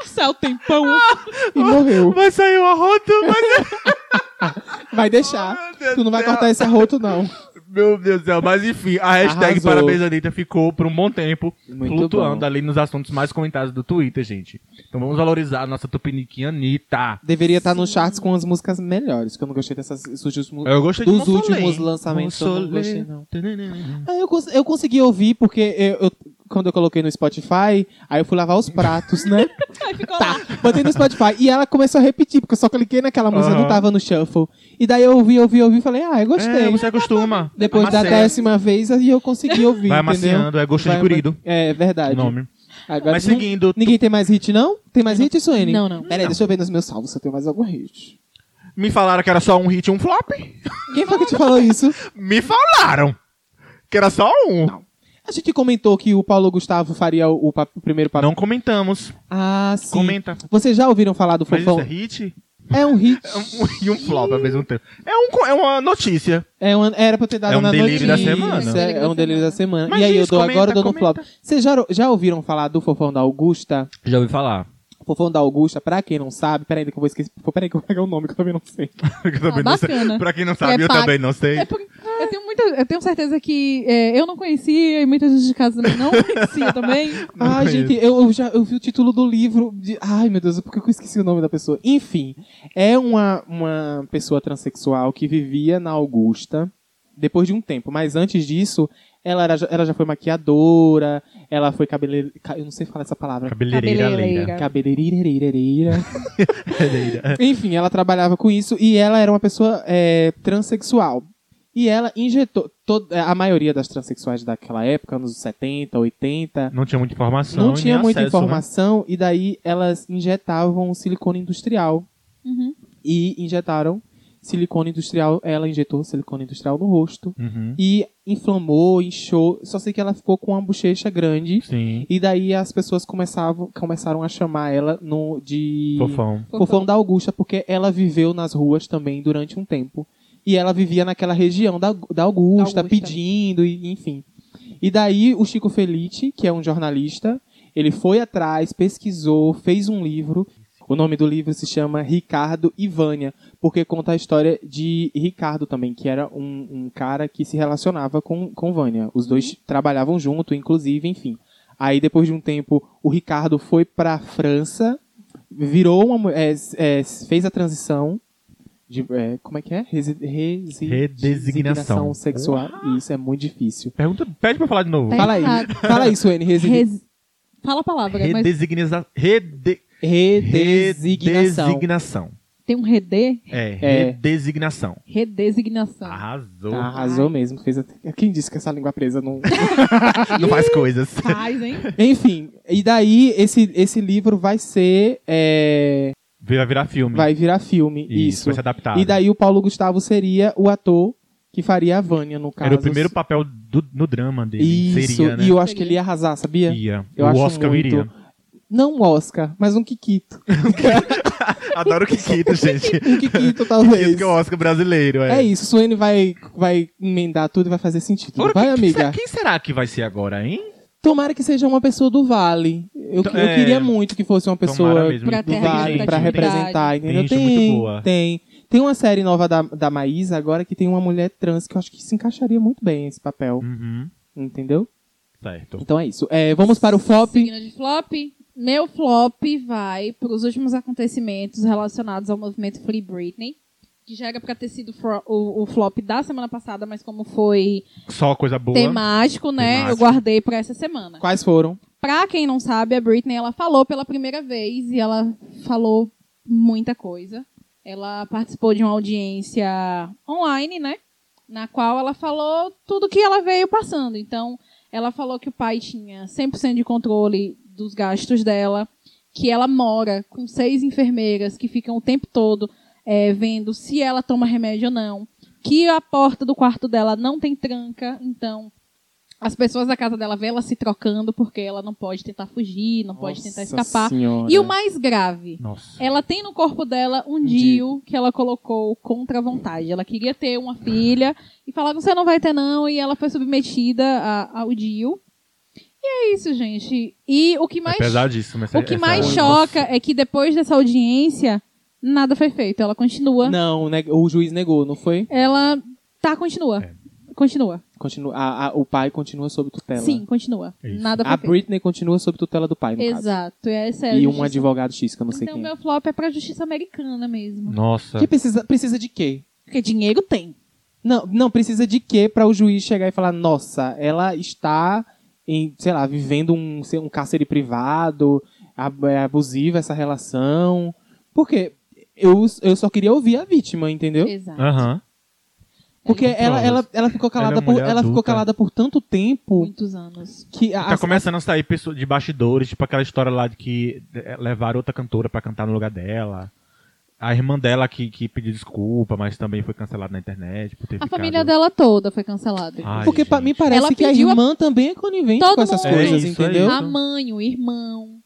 Speaker 2: Nossa, é o tempão.
Speaker 3: E morreu.
Speaker 1: Vai sair um arroto, mas...
Speaker 3: Vai deixar. Ah, Tu não vai cortar esse arroto, não.
Speaker 1: Meu Deus do céu, mas enfim, a hashtag
Speaker 3: Arrasou.
Speaker 1: parabéns Anitta ficou por um bom tempo
Speaker 3: Muito
Speaker 1: flutuando
Speaker 3: bom.
Speaker 1: ali nos assuntos mais comentados do Twitter, gente. Então vamos valorizar a nossa tupiniquinha Anitta.
Speaker 3: Deveria estar nos charts com as músicas melhores, que eu não gostei dessas esses últimos.
Speaker 1: Eu gostei
Speaker 3: Dos
Speaker 1: de Consolé.
Speaker 3: últimos lançamentos, eu não
Speaker 1: Consolé.
Speaker 3: gostei, não. Ah, eu, cons- eu consegui ouvir, porque eu- eu- quando eu coloquei no Spotify, aí eu fui lavar os pratos, né?
Speaker 2: Aí ficou
Speaker 3: tá,
Speaker 2: lá.
Speaker 3: botei no Spotify. E ela começou a repetir, porque eu só cliquei naquela música,
Speaker 1: Aham.
Speaker 3: não tava no shuffle. E daí eu ouvi, ouvi, ouvi e falei, ah, eu gostei.
Speaker 1: É, você acostuma.
Speaker 3: Depois da
Speaker 1: Amaciando.
Speaker 3: décima vez, aí eu consegui ouvir.
Speaker 1: Vai
Speaker 3: entendeu?
Speaker 1: amaciando, é gosto de
Speaker 3: Vai-
Speaker 1: curido.
Speaker 3: É verdade.
Speaker 1: Nome.
Speaker 3: Agora
Speaker 1: Mas
Speaker 3: não-
Speaker 1: seguindo,
Speaker 3: Ninguém tem mais hit, não? Tem mais hit, Suene?
Speaker 2: Não, não.
Speaker 3: Peraí, deixa eu ver nos meus salvos se eu tenho mais algum hit.
Speaker 1: me falaram que era só um hit e um flop.
Speaker 3: Quem foi que te falou isso?
Speaker 1: Me falaram que era só um. Não,
Speaker 3: A gente comentou que o Paulo Gustavo faria o, pa- o primeiro papel.
Speaker 1: comentamos.
Speaker 3: Ah, sim.
Speaker 1: Comenta.
Speaker 3: Vocês já ouviram falar do
Speaker 1: Mas isso
Speaker 3: fofão?
Speaker 1: é hit
Speaker 3: É um hit.
Speaker 1: É um- e um flop ao mesmo tempo. É, um, co- é uma notícia.
Speaker 3: É uma, era pra eu ter dado
Speaker 1: É um
Speaker 3: na
Speaker 1: delírio da
Speaker 3: notícia.
Speaker 1: semana.
Speaker 3: É, um delírio da semana.
Speaker 1: Mas
Speaker 3: e aí eu
Speaker 1: isso,
Speaker 3: dou agora, eu dou no
Speaker 1: comenta,
Speaker 3: flop. Vocês já, já ouviram falar do fofão da Augusta?
Speaker 1: Já ouvi falar.
Speaker 3: Fofão da Augusta, pra quem não sabe, peraí que eu vou esquecer. Pô, Peraí que eu vou pegar o nome que eu também não sei.
Speaker 1: Eu também
Speaker 2: Ah,
Speaker 1: não sei.
Speaker 2: bacana.
Speaker 1: Pra quem não sabe, eu
Speaker 2: Prepara-
Speaker 1: também não sei.
Speaker 2: É porque eu tenho, muita, eu tenho certeza que é, eu não conhecia e muita gente de casa também não conhecia também.
Speaker 1: Não
Speaker 3: Ai,
Speaker 1: conheço.
Speaker 3: gente, eu, eu já eu vi o título do livro. de- Ai, meu Deus, por que eu esqueci o nome da pessoa? Enfim, é uma, uma pessoa transexual que vivia na Augusta depois de um tempo, mas antes disso, Ela, era, ela já foi maquiadora, ela foi cabeleireira. Eu não sei falar essa palavra.
Speaker 1: Cabeleireira,
Speaker 2: Cabeleireira.
Speaker 1: leira.
Speaker 3: Cabeleireira.
Speaker 1: Leira.
Speaker 3: Enfim, ela trabalhava com isso e ela era uma pessoa é, transexual. E ela injetou. to- a maioria das transexuais daquela época, anos 70, 80,
Speaker 1: Não tinha muita informação.
Speaker 3: não
Speaker 1: e
Speaker 3: tinha
Speaker 1: nem
Speaker 3: muita
Speaker 1: acesso, né?
Speaker 3: informação e daí elas injetavam silicone industrial.
Speaker 2: Uhum.
Speaker 3: E injetaram silicone industrial. Ela injetou silicone industrial no rosto.
Speaker 1: Uhum.
Speaker 3: E inflamou, inchou. Só sei que ela ficou com uma bochecha grande.
Speaker 1: Sim.
Speaker 3: E daí as pessoas começavam, começaram a chamar ela no, de.
Speaker 1: Fofão.
Speaker 3: Fofão da Augusta, porque ela viveu nas ruas também durante um tempo. E ela vivia naquela região da, da Augusta,
Speaker 2: Da Augusta.
Speaker 3: pedindo, e, enfim. E daí o Chico Felice, que é um jornalista, ele foi atrás, pesquisou, fez um livro. O nome do livro se chama Ricardo e Vânia, porque conta a história de Ricardo também, que era um, um cara que se relacionava com, com Vânia.
Speaker 2: Uhum.
Speaker 3: Os dois trabalhavam junto, inclusive, enfim. Aí, depois de um tempo, o Ricardo foi pra França, virou uma. mu- É, é, fez a transição. De, é, como é que é? Resi, resi-
Speaker 1: Redesignação.
Speaker 3: sexual. Isso é muito difícil.
Speaker 1: Pergunta, pede pra falar de novo.
Speaker 2: Tá
Speaker 3: Fala aí.
Speaker 2: errado.
Speaker 3: Fala isso, N.
Speaker 2: Res- Fala a palavra, né, mas
Speaker 1: Redesigniza... Rede...
Speaker 3: Redesignação.
Speaker 1: Redesignação.
Speaker 2: tem um redê?
Speaker 1: É,
Speaker 3: É. Tá.
Speaker 1: redesignação.
Speaker 2: Redesignação.
Speaker 1: Ah. Arrasou.
Speaker 3: Arrasou mesmo. Fez até- Quem disse que essa língua presa não.
Speaker 1: Não faz coisas.
Speaker 2: Faz, hein?
Speaker 3: Enfim, e daí esse, esse livro vai ser. é,
Speaker 1: Vai virar filme.
Speaker 3: vai virar filme.
Speaker 1: Isso,
Speaker 3: Isso.
Speaker 1: vai ser adaptado.
Speaker 3: E daí o Paulo Gustavo seria o ator que faria a Vânia, no caso.
Speaker 1: Era o primeiro papel do- no drama dele.
Speaker 3: Isso,
Speaker 1: Seria, né?
Speaker 3: e eu acho que ele ia arrasar, sabia?
Speaker 1: Ia.
Speaker 3: Eu
Speaker 1: o
Speaker 3: acho
Speaker 1: Oscar
Speaker 3: muito-
Speaker 1: iria.
Speaker 3: Não um Oscar, mas um Kikito.
Speaker 1: Adoro o Kikito, gente.
Speaker 3: Um Kikito, talvez.
Speaker 1: Kikito que é o Oscar brasileiro. É,
Speaker 3: É isso, Suene vai, vai emendar tudo e vai fazer sentido.
Speaker 1: Agora,
Speaker 3: vai,
Speaker 1: quem- quem,
Speaker 3: amiga.
Speaker 1: será- Quem será que vai ser agora, hein?
Speaker 3: Tomara que seja uma pessoa do Vale. Eu,
Speaker 1: To-
Speaker 3: eu
Speaker 1: é.
Speaker 3: queria muito que fosse uma
Speaker 1: Tomara
Speaker 3: pessoa
Speaker 1: mesmo. é
Speaker 2: Pra
Speaker 3: do
Speaker 2: ter
Speaker 3: Vale pra
Speaker 2: representatividade.
Speaker 3: representar, entendeu?
Speaker 1: Tem gente
Speaker 3: tem,
Speaker 1: muito boa.
Speaker 3: tem. Tem uma série nova da, da Maísa agora que tem uma mulher trans que eu acho que se encaixaria muito bem esse papel,
Speaker 1: Uhum.
Speaker 3: entendeu?
Speaker 1: Certo.
Speaker 3: Então é isso. É, vamos para o flop.
Speaker 2: Signo de flop. Meu flop vai para os últimos acontecimentos relacionados ao movimento Free Britney, que já era para ter sido fro- o, o flop da semana passada, mas como foi
Speaker 1: Só coisa boa.
Speaker 2: temático, né? Eu
Speaker 1: Temático.
Speaker 2: guardei para essa semana.
Speaker 3: Quais foram?
Speaker 2: Pra quem não sabe, a Britney ela falou pela primeira vez e ela falou muita coisa. Ela participou de uma audiência online, né? Na qual ela falou tudo que ela veio passando. Então, ela falou que o pai tinha 100% de controle dos gastos dela, que ela mora com seis enfermeiras que ficam o tempo todo eh, vendo se ela toma remédio ou não, que a porta do quarto dela não tem tranca, então as pessoas da casa dela vê ela se trocando porque ela não pode tentar fugir, não pode tentar
Speaker 3: Nossa
Speaker 2: escapar.
Speaker 1: Né?
Speaker 3: Senhora.
Speaker 2: E o mais grave,
Speaker 1: Nossa.
Speaker 2: ela tem no corpo dela um DIU que ela colocou contra a vontade. Ela queria ter uma filha e falaram, você não vai ter não, e ela foi submetida a- ao DIU. E é isso, gente. E o que mais
Speaker 1: é pesadíssimo. Essa,
Speaker 2: o que
Speaker 1: essa-
Speaker 2: mais choca é que depois dessa audiência, nada foi feito. Ela continua.
Speaker 3: Não, né, o juiz negou, não foi?
Speaker 2: Ela tá, continua.
Speaker 1: É.
Speaker 2: Continua.
Speaker 3: Continua, a- a- o pai continua sob tutela.
Speaker 2: Sim, continua.
Speaker 1: É isso.
Speaker 2: Nada foi
Speaker 3: A
Speaker 2: feito.
Speaker 3: Britney continua sob tutela do pai, no caso.
Speaker 2: Exato. Essa é a
Speaker 3: E um
Speaker 2: justiça.
Speaker 3: advogado X, que eu não sei
Speaker 2: Então,
Speaker 3: quem. é.
Speaker 2: meu flop é pra justiça americana mesmo.
Speaker 1: Nossa.
Speaker 3: Que precisa, precisa de quê?
Speaker 2: Porque dinheiro tem.
Speaker 3: Não, não, precisa de quê pra o juiz chegar e falar, nossa, ela está em, sei lá, vivendo um, sei- um cárcere privado, ab- é abusiva essa relação. Por quê? Eu, eu só queria ouvir a vítima, entendeu?
Speaker 2: Exato.
Speaker 1: Aham.
Speaker 3: Porque ela,
Speaker 1: Provas.
Speaker 3: ela, Então, ela ficou calada
Speaker 1: Ela é uma
Speaker 3: por
Speaker 1: mulher
Speaker 3: ela ficou
Speaker 1: adulta.
Speaker 3: calada por tanto tempo
Speaker 2: Muitos anos.
Speaker 3: que a,
Speaker 1: Tá começando a sair pessoa- de bastidores, tipo aquela história lá de que eh, levaram outra cantora pra cantar no lugar dela. A irmã dela que, que pediu desculpa, mas também foi cancelada na internet por ter
Speaker 2: A
Speaker 1: ficado-
Speaker 2: família dela toda foi cancelada.
Speaker 1: Ai,
Speaker 3: porque pa- me
Speaker 1: gente.
Speaker 3: parece
Speaker 2: Ela
Speaker 3: que a
Speaker 2: pediu a-
Speaker 3: irmã também é conivente
Speaker 2: Todo
Speaker 3: com essas
Speaker 2: mundo.
Speaker 3: coisas,
Speaker 1: É isso, é
Speaker 3: entendeu?
Speaker 1: isso.
Speaker 2: A mãe, o irmão.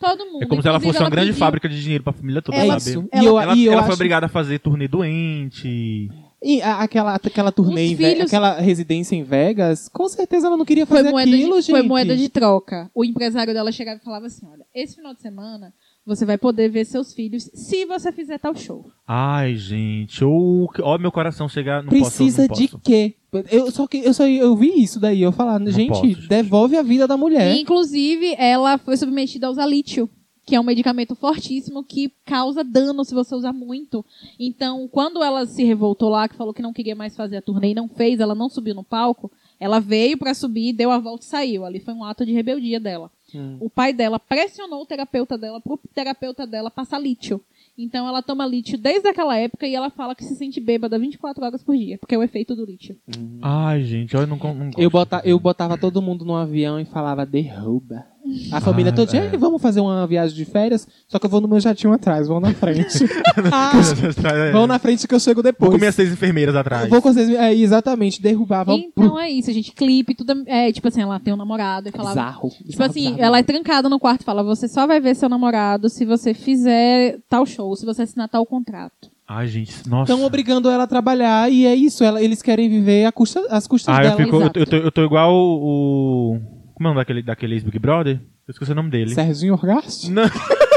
Speaker 2: Todo mundo.
Speaker 1: É como se ela
Speaker 2: Inclusive,
Speaker 1: fosse uma grande
Speaker 2: pediu-
Speaker 1: fábrica de dinheiro pra família toda,
Speaker 3: É
Speaker 1: sabe?
Speaker 3: isso. E
Speaker 2: Ela-
Speaker 3: eu,
Speaker 1: Ela,
Speaker 3: e eu
Speaker 1: ela foi
Speaker 3: acho-
Speaker 1: obrigada a fazer turnê doente.
Speaker 3: E a- aquela, aquela turnê,
Speaker 2: Os
Speaker 3: em Ve-
Speaker 2: filhos-
Speaker 3: aquela residência em Vegas, com certeza ela não queria
Speaker 2: Foi
Speaker 3: fazer
Speaker 2: moeda,
Speaker 3: aquilo,
Speaker 2: de,
Speaker 3: gente.
Speaker 2: foi moeda de troca. O empresário dela chegava e falava assim: olha, esse final de semana você vai poder ver seus filhos se você fizer tal show.
Speaker 1: Ai, gente. Ou ó, meu coração chegar. Não
Speaker 3: Precisa
Speaker 1: posso, não
Speaker 3: de
Speaker 1: posso.
Speaker 3: quê? Eu só que eu só eu vi isso daí, eu falar, gente,
Speaker 1: posso, gente.
Speaker 3: devolve a vida da mulher.
Speaker 2: E, inclusive, ela foi submetida ao zalítio, que é um medicamento fortíssimo que causa dano se você usar muito. Então, quando ela se revoltou lá, que falou que não queria mais fazer a turnê e não fez, ela não subiu no palco, Ela veio pra subir, deu a volta e saiu. Ali foi um ato de rebeldia dela.
Speaker 3: Hum.
Speaker 2: O pai dela pressionou o terapeuta dela pro terapeuta dela passar lítio. Então ela toma lítio desde aquela época e ela fala que se sente bêbada 24 horas por dia, porque é o efeito do lítio.
Speaker 1: Ai, gente, eu não, con- Hum, não gosto.
Speaker 3: Eu, bota, eu botava todo mundo num avião e falava derruba.
Speaker 1: Ah,
Speaker 3: A família toda
Speaker 1: é.
Speaker 3: dizia, "Ei, vamos fazer uma viagem de férias, só que eu vou no meu jatinho atrás, vão na frente. ah, vão na frente que eu chego
Speaker 1: Vou
Speaker 3: depois.
Speaker 1: comer as seis enfermeiras atrás.
Speaker 3: Vou com vocês. É, exatamente, um derrubavam.
Speaker 2: Então é isso, gente. Clipe, tudo. É, tipo assim, ela tem um namorado e falava.
Speaker 3: Bizarro.
Speaker 2: Tipo assim, ela é trancada no quarto e fala: você só vai ver seu namorado se você fizer tal show, se você assinar tal contrato.
Speaker 1: Ai, gente, nossa.
Speaker 3: Estão obrigando ela a trabalhar e é isso. ela- eles querem viver à custa, às custas
Speaker 1: Ah, eu,
Speaker 3: dela.
Speaker 1: fico, eu,
Speaker 2: exato.
Speaker 1: tô- eu tô, eu tô igual o. o- Como é o nome daquele, daquele ex-Big Brother? Eu esqueci o nome dele.
Speaker 3: Serginho Orgast?
Speaker 1: Não.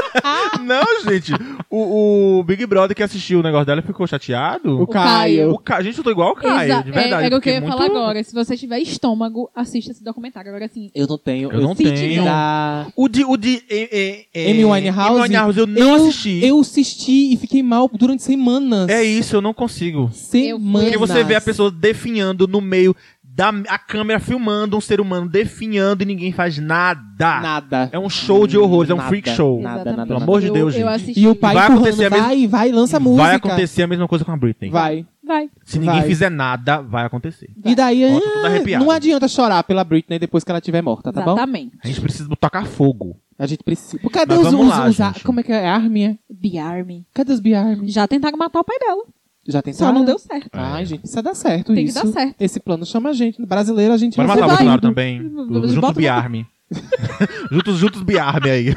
Speaker 1: não, gente. O, o Big Brother que assistiu o negócio dela ficou chateado.
Speaker 3: O Caio.
Speaker 1: O Ca- Gente, eu tô igual o Caio,
Speaker 2: Exa-
Speaker 1: Ah, de
Speaker 2: é-
Speaker 1: verdade.
Speaker 2: era o que eu ia
Speaker 1: fiquei
Speaker 2: falar
Speaker 1: muito-
Speaker 2: agora. Se você tiver estômago, assista esse documentário. Agora assim.
Speaker 3: Eu não tenho.
Speaker 1: Eu não
Speaker 3: se
Speaker 1: tenho.
Speaker 3: tiver- Da
Speaker 1: O de. O de é, é, é,
Speaker 3: Amy Winehouse.
Speaker 1: Amy Winehouse, eu não
Speaker 3: eu,
Speaker 1: assisti.
Speaker 3: Eu assisti e fiquei mal durante semanas.
Speaker 1: É isso, eu não consigo.
Speaker 3: Semanas.
Speaker 1: Porque você vê a pessoa definhando no meio da a câmera filmando um ser humano definhando e ninguém faz nada.
Speaker 3: Nada.
Speaker 1: É um show de horrores, é um
Speaker 3: Nada,
Speaker 1: freak show.
Speaker 3: nada,
Speaker 2: exatamente.
Speaker 3: nada,
Speaker 1: Pelo amor de
Speaker 2: Eu-
Speaker 1: Deus,
Speaker 2: eu
Speaker 1: gente.
Speaker 2: assisti.
Speaker 3: E o pai
Speaker 1: Vai
Speaker 3: empurrando,
Speaker 1: acontecer a mesma-
Speaker 3: vai, vai, lança música.
Speaker 1: Vai acontecer a mesma coisa com a Britney.
Speaker 3: Vai.
Speaker 2: Vai.
Speaker 1: Se ninguém
Speaker 3: Vai.
Speaker 1: fizer nada, vai acontecer.
Speaker 3: E daí,
Speaker 1: Ó, tô tudo
Speaker 3: ah,
Speaker 1: arrepiado.
Speaker 3: não adianta chorar pela Britney depois que ela estiver morta, tá bom?
Speaker 2: Exatamente.
Speaker 1: A gente precisa tocar fogo.
Speaker 3: A gente precisa. Pô, Cadê
Speaker 1: Mas
Speaker 3: os,
Speaker 1: vamos
Speaker 3: os,
Speaker 1: lá,
Speaker 3: os a-
Speaker 1: gente.
Speaker 3: Como é que é? Armin?
Speaker 2: Biarme.
Speaker 3: Cadê os Biarmin?
Speaker 2: Já tentaram matar o pai dela.
Speaker 3: Já
Speaker 2: Só
Speaker 3: tentaram?
Speaker 2: não deu certo.
Speaker 1: É.
Speaker 3: Ai, gente, precisa dar certo
Speaker 2: Tem que
Speaker 3: isso.
Speaker 2: dar certo.
Speaker 3: Esse plano chama a gente. Brasileiro, a gente
Speaker 1: Bora
Speaker 3: não
Speaker 1: matar o
Speaker 3: vai.
Speaker 1: Bolsonaro também.
Speaker 2: Bota
Speaker 1: Junto o
Speaker 2: uma-
Speaker 1: Biarme. juntos, juntos Biarme aí.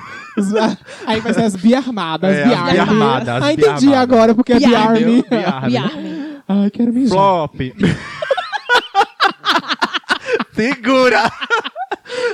Speaker 3: Aí vai ser as biarmadas,
Speaker 1: É,
Speaker 3: é,
Speaker 1: as
Speaker 3: biarmadas.
Speaker 1: biarmadas, as
Speaker 3: Ah, entendi
Speaker 1: biarmadas.
Speaker 3: agora, porque é
Speaker 2: Biarme.
Speaker 3: biarme.
Speaker 1: Biarme.
Speaker 2: Biarme.
Speaker 3: Ai, quero mijar.
Speaker 1: Flop. Segura.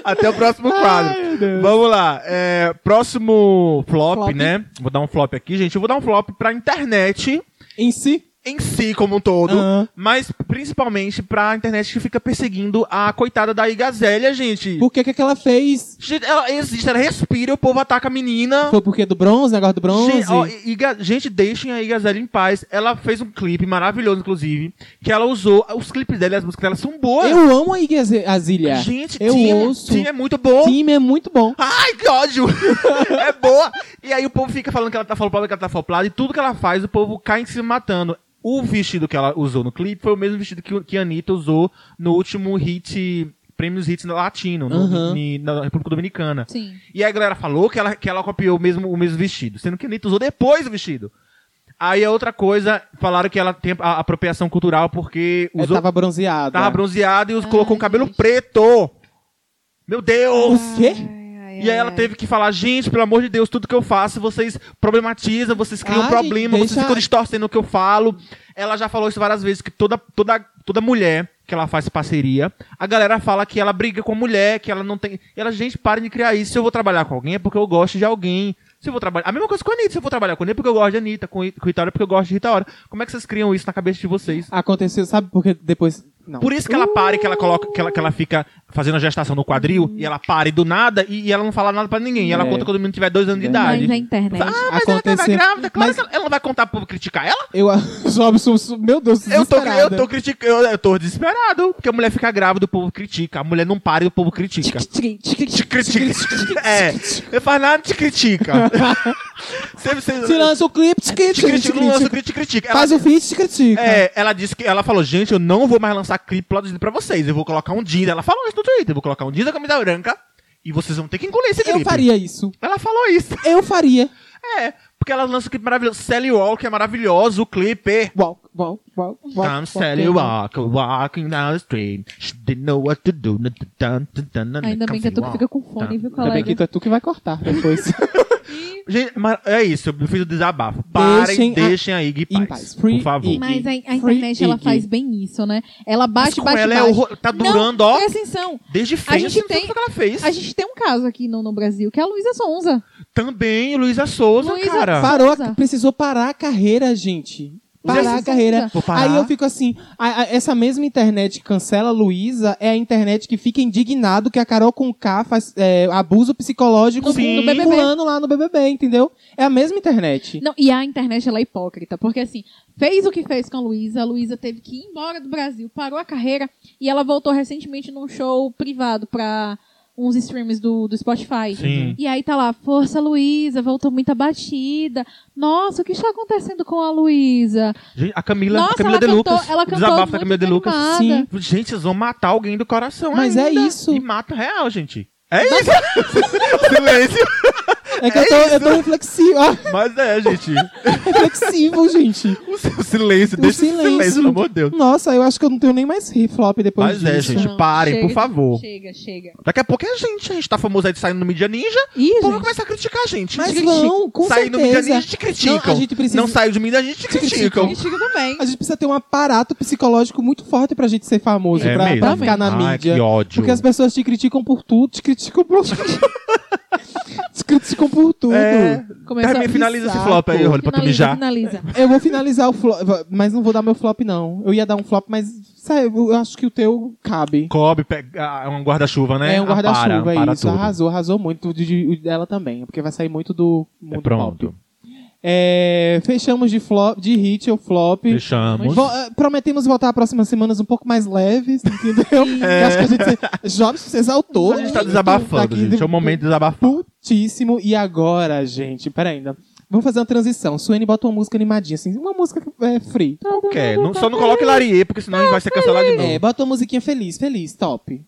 Speaker 1: Até o próximo quadro.
Speaker 3: Ai, meu Deus.
Speaker 1: Vamos lá. É, próximo flop,
Speaker 2: Flop.
Speaker 1: né? Vou dar um flop aqui, gente. Eu vou dar um flop pra internet
Speaker 3: Em si,
Speaker 1: em si, como um todo.
Speaker 3: Aham.
Speaker 1: Mas principalmente pra internet que fica perseguindo a coitada da Igazélia, gente.
Speaker 3: por que que é que ela fez?
Speaker 1: Gente, ela existe, ela respira, o povo ataca a menina.
Speaker 3: Foi porque do bronze, negócio do bronze?
Speaker 1: Gente, ó, Iga- gente, deixem a Igazela em paz. Ela fez um clipe maravilhoso, inclusive, que ela usou. Os clipes dela e as músicas dela são boas.
Speaker 3: Eu amo a Iggy Aze- Azalea.
Speaker 1: gente,
Speaker 3: eu
Speaker 1: Tim,
Speaker 3: ouço.
Speaker 1: Tim é muito bom.
Speaker 3: Tim é muito bom.
Speaker 1: Ai, que ódio! é boa! E aí o povo fica falando que ela tá flopada, que ela tá flopada, e tudo que ela faz, o povo cai em cima matando. O vestido que ela usou no clipe foi o mesmo vestido que, que a Anitta usou no último hit, Prêmios Hits Latino, no-
Speaker 3: Aham.
Speaker 1: ni- na República Dominicana.
Speaker 2: Sim.
Speaker 1: E aí a galera falou que ela, que ela copiou o mesmo, o mesmo vestido, sendo que a Anitta usou depois o vestido. Aí a outra coisa, falaram que ela tem a apropriação cultural porque
Speaker 3: Ela
Speaker 1: usou, tava,
Speaker 3: tava bronzeada.
Speaker 1: bronzeada e os
Speaker 2: Ai,
Speaker 1: colocou um cabelo
Speaker 2: gente.
Speaker 1: preto. Meu Deus!
Speaker 3: O quê?
Speaker 1: E aí ela teve que falar, gente, pelo amor de Deus, tudo que eu faço, vocês problematizam, vocês criam
Speaker 3: Ai,
Speaker 1: problema,
Speaker 3: deixa-
Speaker 1: vocês ficam distorcendo o que eu falo. Ela já falou isso várias vezes, que toda, toda, toda mulher que ela faz parceria, a galera fala que ela briga com a mulher, que ela não tem... E ela, gente, parem de criar isso. Se eu vou trabalhar com alguém é porque eu gosto de alguém. Se eu vou trabalhar... A mesma coisa com a Anitta. Se eu vou trabalhar com a Anitta é porque eu gosto de Anitta, com, I- com Rita Ora é porque eu gosto de Rita Ora. Como é que vocês criam isso na cabeça de vocês?
Speaker 3: Aconteceu, sabe porque depois... Não.
Speaker 1: Por isso que ela para e que ela coloca, que ela, que ela fica fazendo a gestação no quadril e ela para e do nada e, e ela não fala nada pra ninguém. E ela
Speaker 3: É.
Speaker 1: conta quando o menino tiver dois anos de idade.
Speaker 2: Mas na internet.
Speaker 1: Ah, mas ela tava
Speaker 3: Aconteceu.
Speaker 1: grávida, claro
Speaker 3: Mas-
Speaker 1: que ela, ela não vai contar pro povo criticar ela.
Speaker 3: Eu... Sobe, su- su- Meu Deus,
Speaker 1: Eu tô, eu
Speaker 3: desesperada.
Speaker 1: tô criticando, eu, eu tô desesperado. Porque a mulher fica grávida, o povo critica. A mulher não para e o povo critica. Te critica. É, eu falo nada, te critica. Sempre você-
Speaker 3: Se lança o clipe, te
Speaker 1: te
Speaker 3: critica,
Speaker 1: critica, não lança, te critica. Ela-
Speaker 3: Faz o feat, te critica.
Speaker 1: É, ela disse que ela falou, gente, eu não vou mais lançar clipe produzido pra vocês. Eu vou colocar um jeans. Ela falou isso no Twitter, eu vou colocar um jeans da camisa branca e vocês vão ter que engolir esse clipe.
Speaker 3: Eu faria isso.
Speaker 1: Ela falou isso.
Speaker 3: Eu faria.
Speaker 1: É, porque ela lança um clipe maravilhoso. Sally Walk é maravilhoso, o clipe.
Speaker 3: Walk, walk, walk, walk.
Speaker 1: I'm Sally Walk, walking down the street. She didn't know what to do.
Speaker 2: Ainda bem que eu tô
Speaker 1: Tá.
Speaker 2: que fica com fone, viu,
Speaker 3: Ainda bem
Speaker 2: colega?
Speaker 3: que tu é tu que vai cortar depois.
Speaker 1: Gente, mas é isso, eu fiz o desabafo. Parem,
Speaker 3: Deixem a-
Speaker 1: deixem a Iggy em
Speaker 3: em
Speaker 1: paz,
Speaker 3: paz.
Speaker 1: por
Speaker 3: Free
Speaker 1: favor.
Speaker 3: Iggy.
Speaker 2: Mas a, a
Speaker 3: Free
Speaker 2: internet, ela
Speaker 3: Iggy.
Speaker 2: faz bem isso, né? Ela bate,
Speaker 1: Mas com
Speaker 2: bate,
Speaker 1: ela é
Speaker 2: bate.
Speaker 1: horror- tá
Speaker 2: Não,
Speaker 1: durando, ó.
Speaker 2: Presta atenção.
Speaker 1: Desde
Speaker 2: A
Speaker 1: frente,
Speaker 2: gente
Speaker 1: não sei
Speaker 2: tem-
Speaker 1: o que ela fez.
Speaker 2: A gente tem um caso aqui no, no Brasil, que é a Luísa Sonza.
Speaker 1: Também, Luísa Souza,
Speaker 2: Luísa-
Speaker 1: cara.
Speaker 3: Parou,
Speaker 2: Souza.
Speaker 3: precisou parar a carreira, gente. parar a
Speaker 2: Justiça.
Speaker 3: carreira.
Speaker 4: Vou parar.
Speaker 3: Aí eu fico assim, a- a- essa mesma internet que cancela a Luísa é a internet que fica indignado que a Carol com K faz é, abuso psicológico
Speaker 2: Do-
Speaker 3: com
Speaker 2: do BBB.
Speaker 3: fulano lá no BBB, entendeu? É a mesma internet.
Speaker 2: Não, e a internet ela é hipócrita, porque assim, fez o que fez com a Luísa, a Luísa teve que ir embora do Brasil, parou a carreira e ela voltou recentemente num show privado pra uns streams do, do Spotify.
Speaker 1: Sim.
Speaker 2: E aí tá lá, força Luísa, voltou muito abatida. Nossa, o que está acontecendo com a Luísa?
Speaker 1: Gente, a Camila,
Speaker 2: Nossa,
Speaker 1: a Camila
Speaker 2: ela
Speaker 1: de
Speaker 2: cantou-
Speaker 1: Lucas.
Speaker 2: ela
Speaker 1: o
Speaker 2: cantou
Speaker 1: desabafo da
Speaker 2: muito
Speaker 1: Camila de Lucas.
Speaker 2: animada.
Speaker 3: Sim.
Speaker 1: Gente, vocês vão matar alguém do coração
Speaker 3: Mas é
Speaker 1: ainda.
Speaker 3: isso.
Speaker 1: E mata real, gente. É isso. Silêncio.
Speaker 3: É que eu, tô, eu tô reflexivo, ah,
Speaker 1: Mas é, gente.
Speaker 3: reflexivo, gente.
Speaker 1: O seu silêncio.
Speaker 3: O
Speaker 1: Deixa o silêncio,
Speaker 3: silêncio.
Speaker 1: pelo amor de Deus.
Speaker 3: Nossa, eu acho que eu não tenho nem mais flop depois
Speaker 1: Mas é,
Speaker 3: disso.
Speaker 1: gente, parem, por
Speaker 2: de-
Speaker 1: favor.
Speaker 2: Chega, chega.
Speaker 1: Daqui a pouco é a gente. A gente tá famoso aí de saindo no Mídia Ninja.
Speaker 2: Ih,
Speaker 1: O povo
Speaker 2: gente,
Speaker 1: começa a criticar a gente.
Speaker 3: Mas
Speaker 1: Critica.
Speaker 3: vão, com
Speaker 1: Sair no Mídia Ninja,
Speaker 3: certeza.
Speaker 1: a gente critica.
Speaker 3: Não, a gente precisa-
Speaker 1: é Não saiu de Mídia, a gente te critica.
Speaker 2: me diga também.
Speaker 3: A gente precisa ter um aparato psicológico muito forte pra gente ser famoso,
Speaker 1: É
Speaker 3: pra,
Speaker 1: mesmo.
Speaker 3: pra ficar na
Speaker 1: Ai,
Speaker 3: mídia.
Speaker 1: que ódio.
Speaker 3: Porque as pessoas te criticam por tudo, te criticam por. te criticam por tudo.
Speaker 1: É,
Speaker 2: Começou
Speaker 1: termina,
Speaker 2: a-
Speaker 1: finaliza esse
Speaker 3: saco.
Speaker 1: flop aí, Rony, pra tu
Speaker 2: Finaliza,
Speaker 1: mijar.
Speaker 2: finaliza.
Speaker 3: Eu vou finalizar o flop, mas não vou dar meu flop, não. Eu ia dar um flop, mas sabe, eu acho que o teu cabe.
Speaker 1: Cobre, pega, ah, é um guarda-chuva, né?
Speaker 3: É um
Speaker 1: Ah, para,
Speaker 3: guarda-chuva, é
Speaker 1: para
Speaker 3: isso.
Speaker 1: tudo.
Speaker 3: Arrasou, arrasou muito. O de- de- O dela também, porque vai sair muito do mundo
Speaker 1: É
Speaker 3: pop.
Speaker 1: pronto.
Speaker 3: É, fechamos de flop, de hit ou flop.
Speaker 1: Fechamos.
Speaker 3: Vo- eh, prometemos voltar próximas semanas um pouco mais leves, entendeu? Eu Acho que a gente. Jobs, você exaltou.
Speaker 1: É. A gente tá
Speaker 3: muito
Speaker 1: desabafando,
Speaker 3: daqui
Speaker 1: gente.
Speaker 3: do-
Speaker 1: É o momento de desabafar.
Speaker 3: Putíssimo. E agora, gente? Peraí, ainda. Vamos fazer uma transição. Suene bota uma música animadinha, assim. Uma música é, free.
Speaker 1: Quer, não, só não coloque Larie, porque senão a gente vai ser cancelado de
Speaker 3: É,
Speaker 1: novo.
Speaker 3: bota uma musiquinha feliz, feliz, top.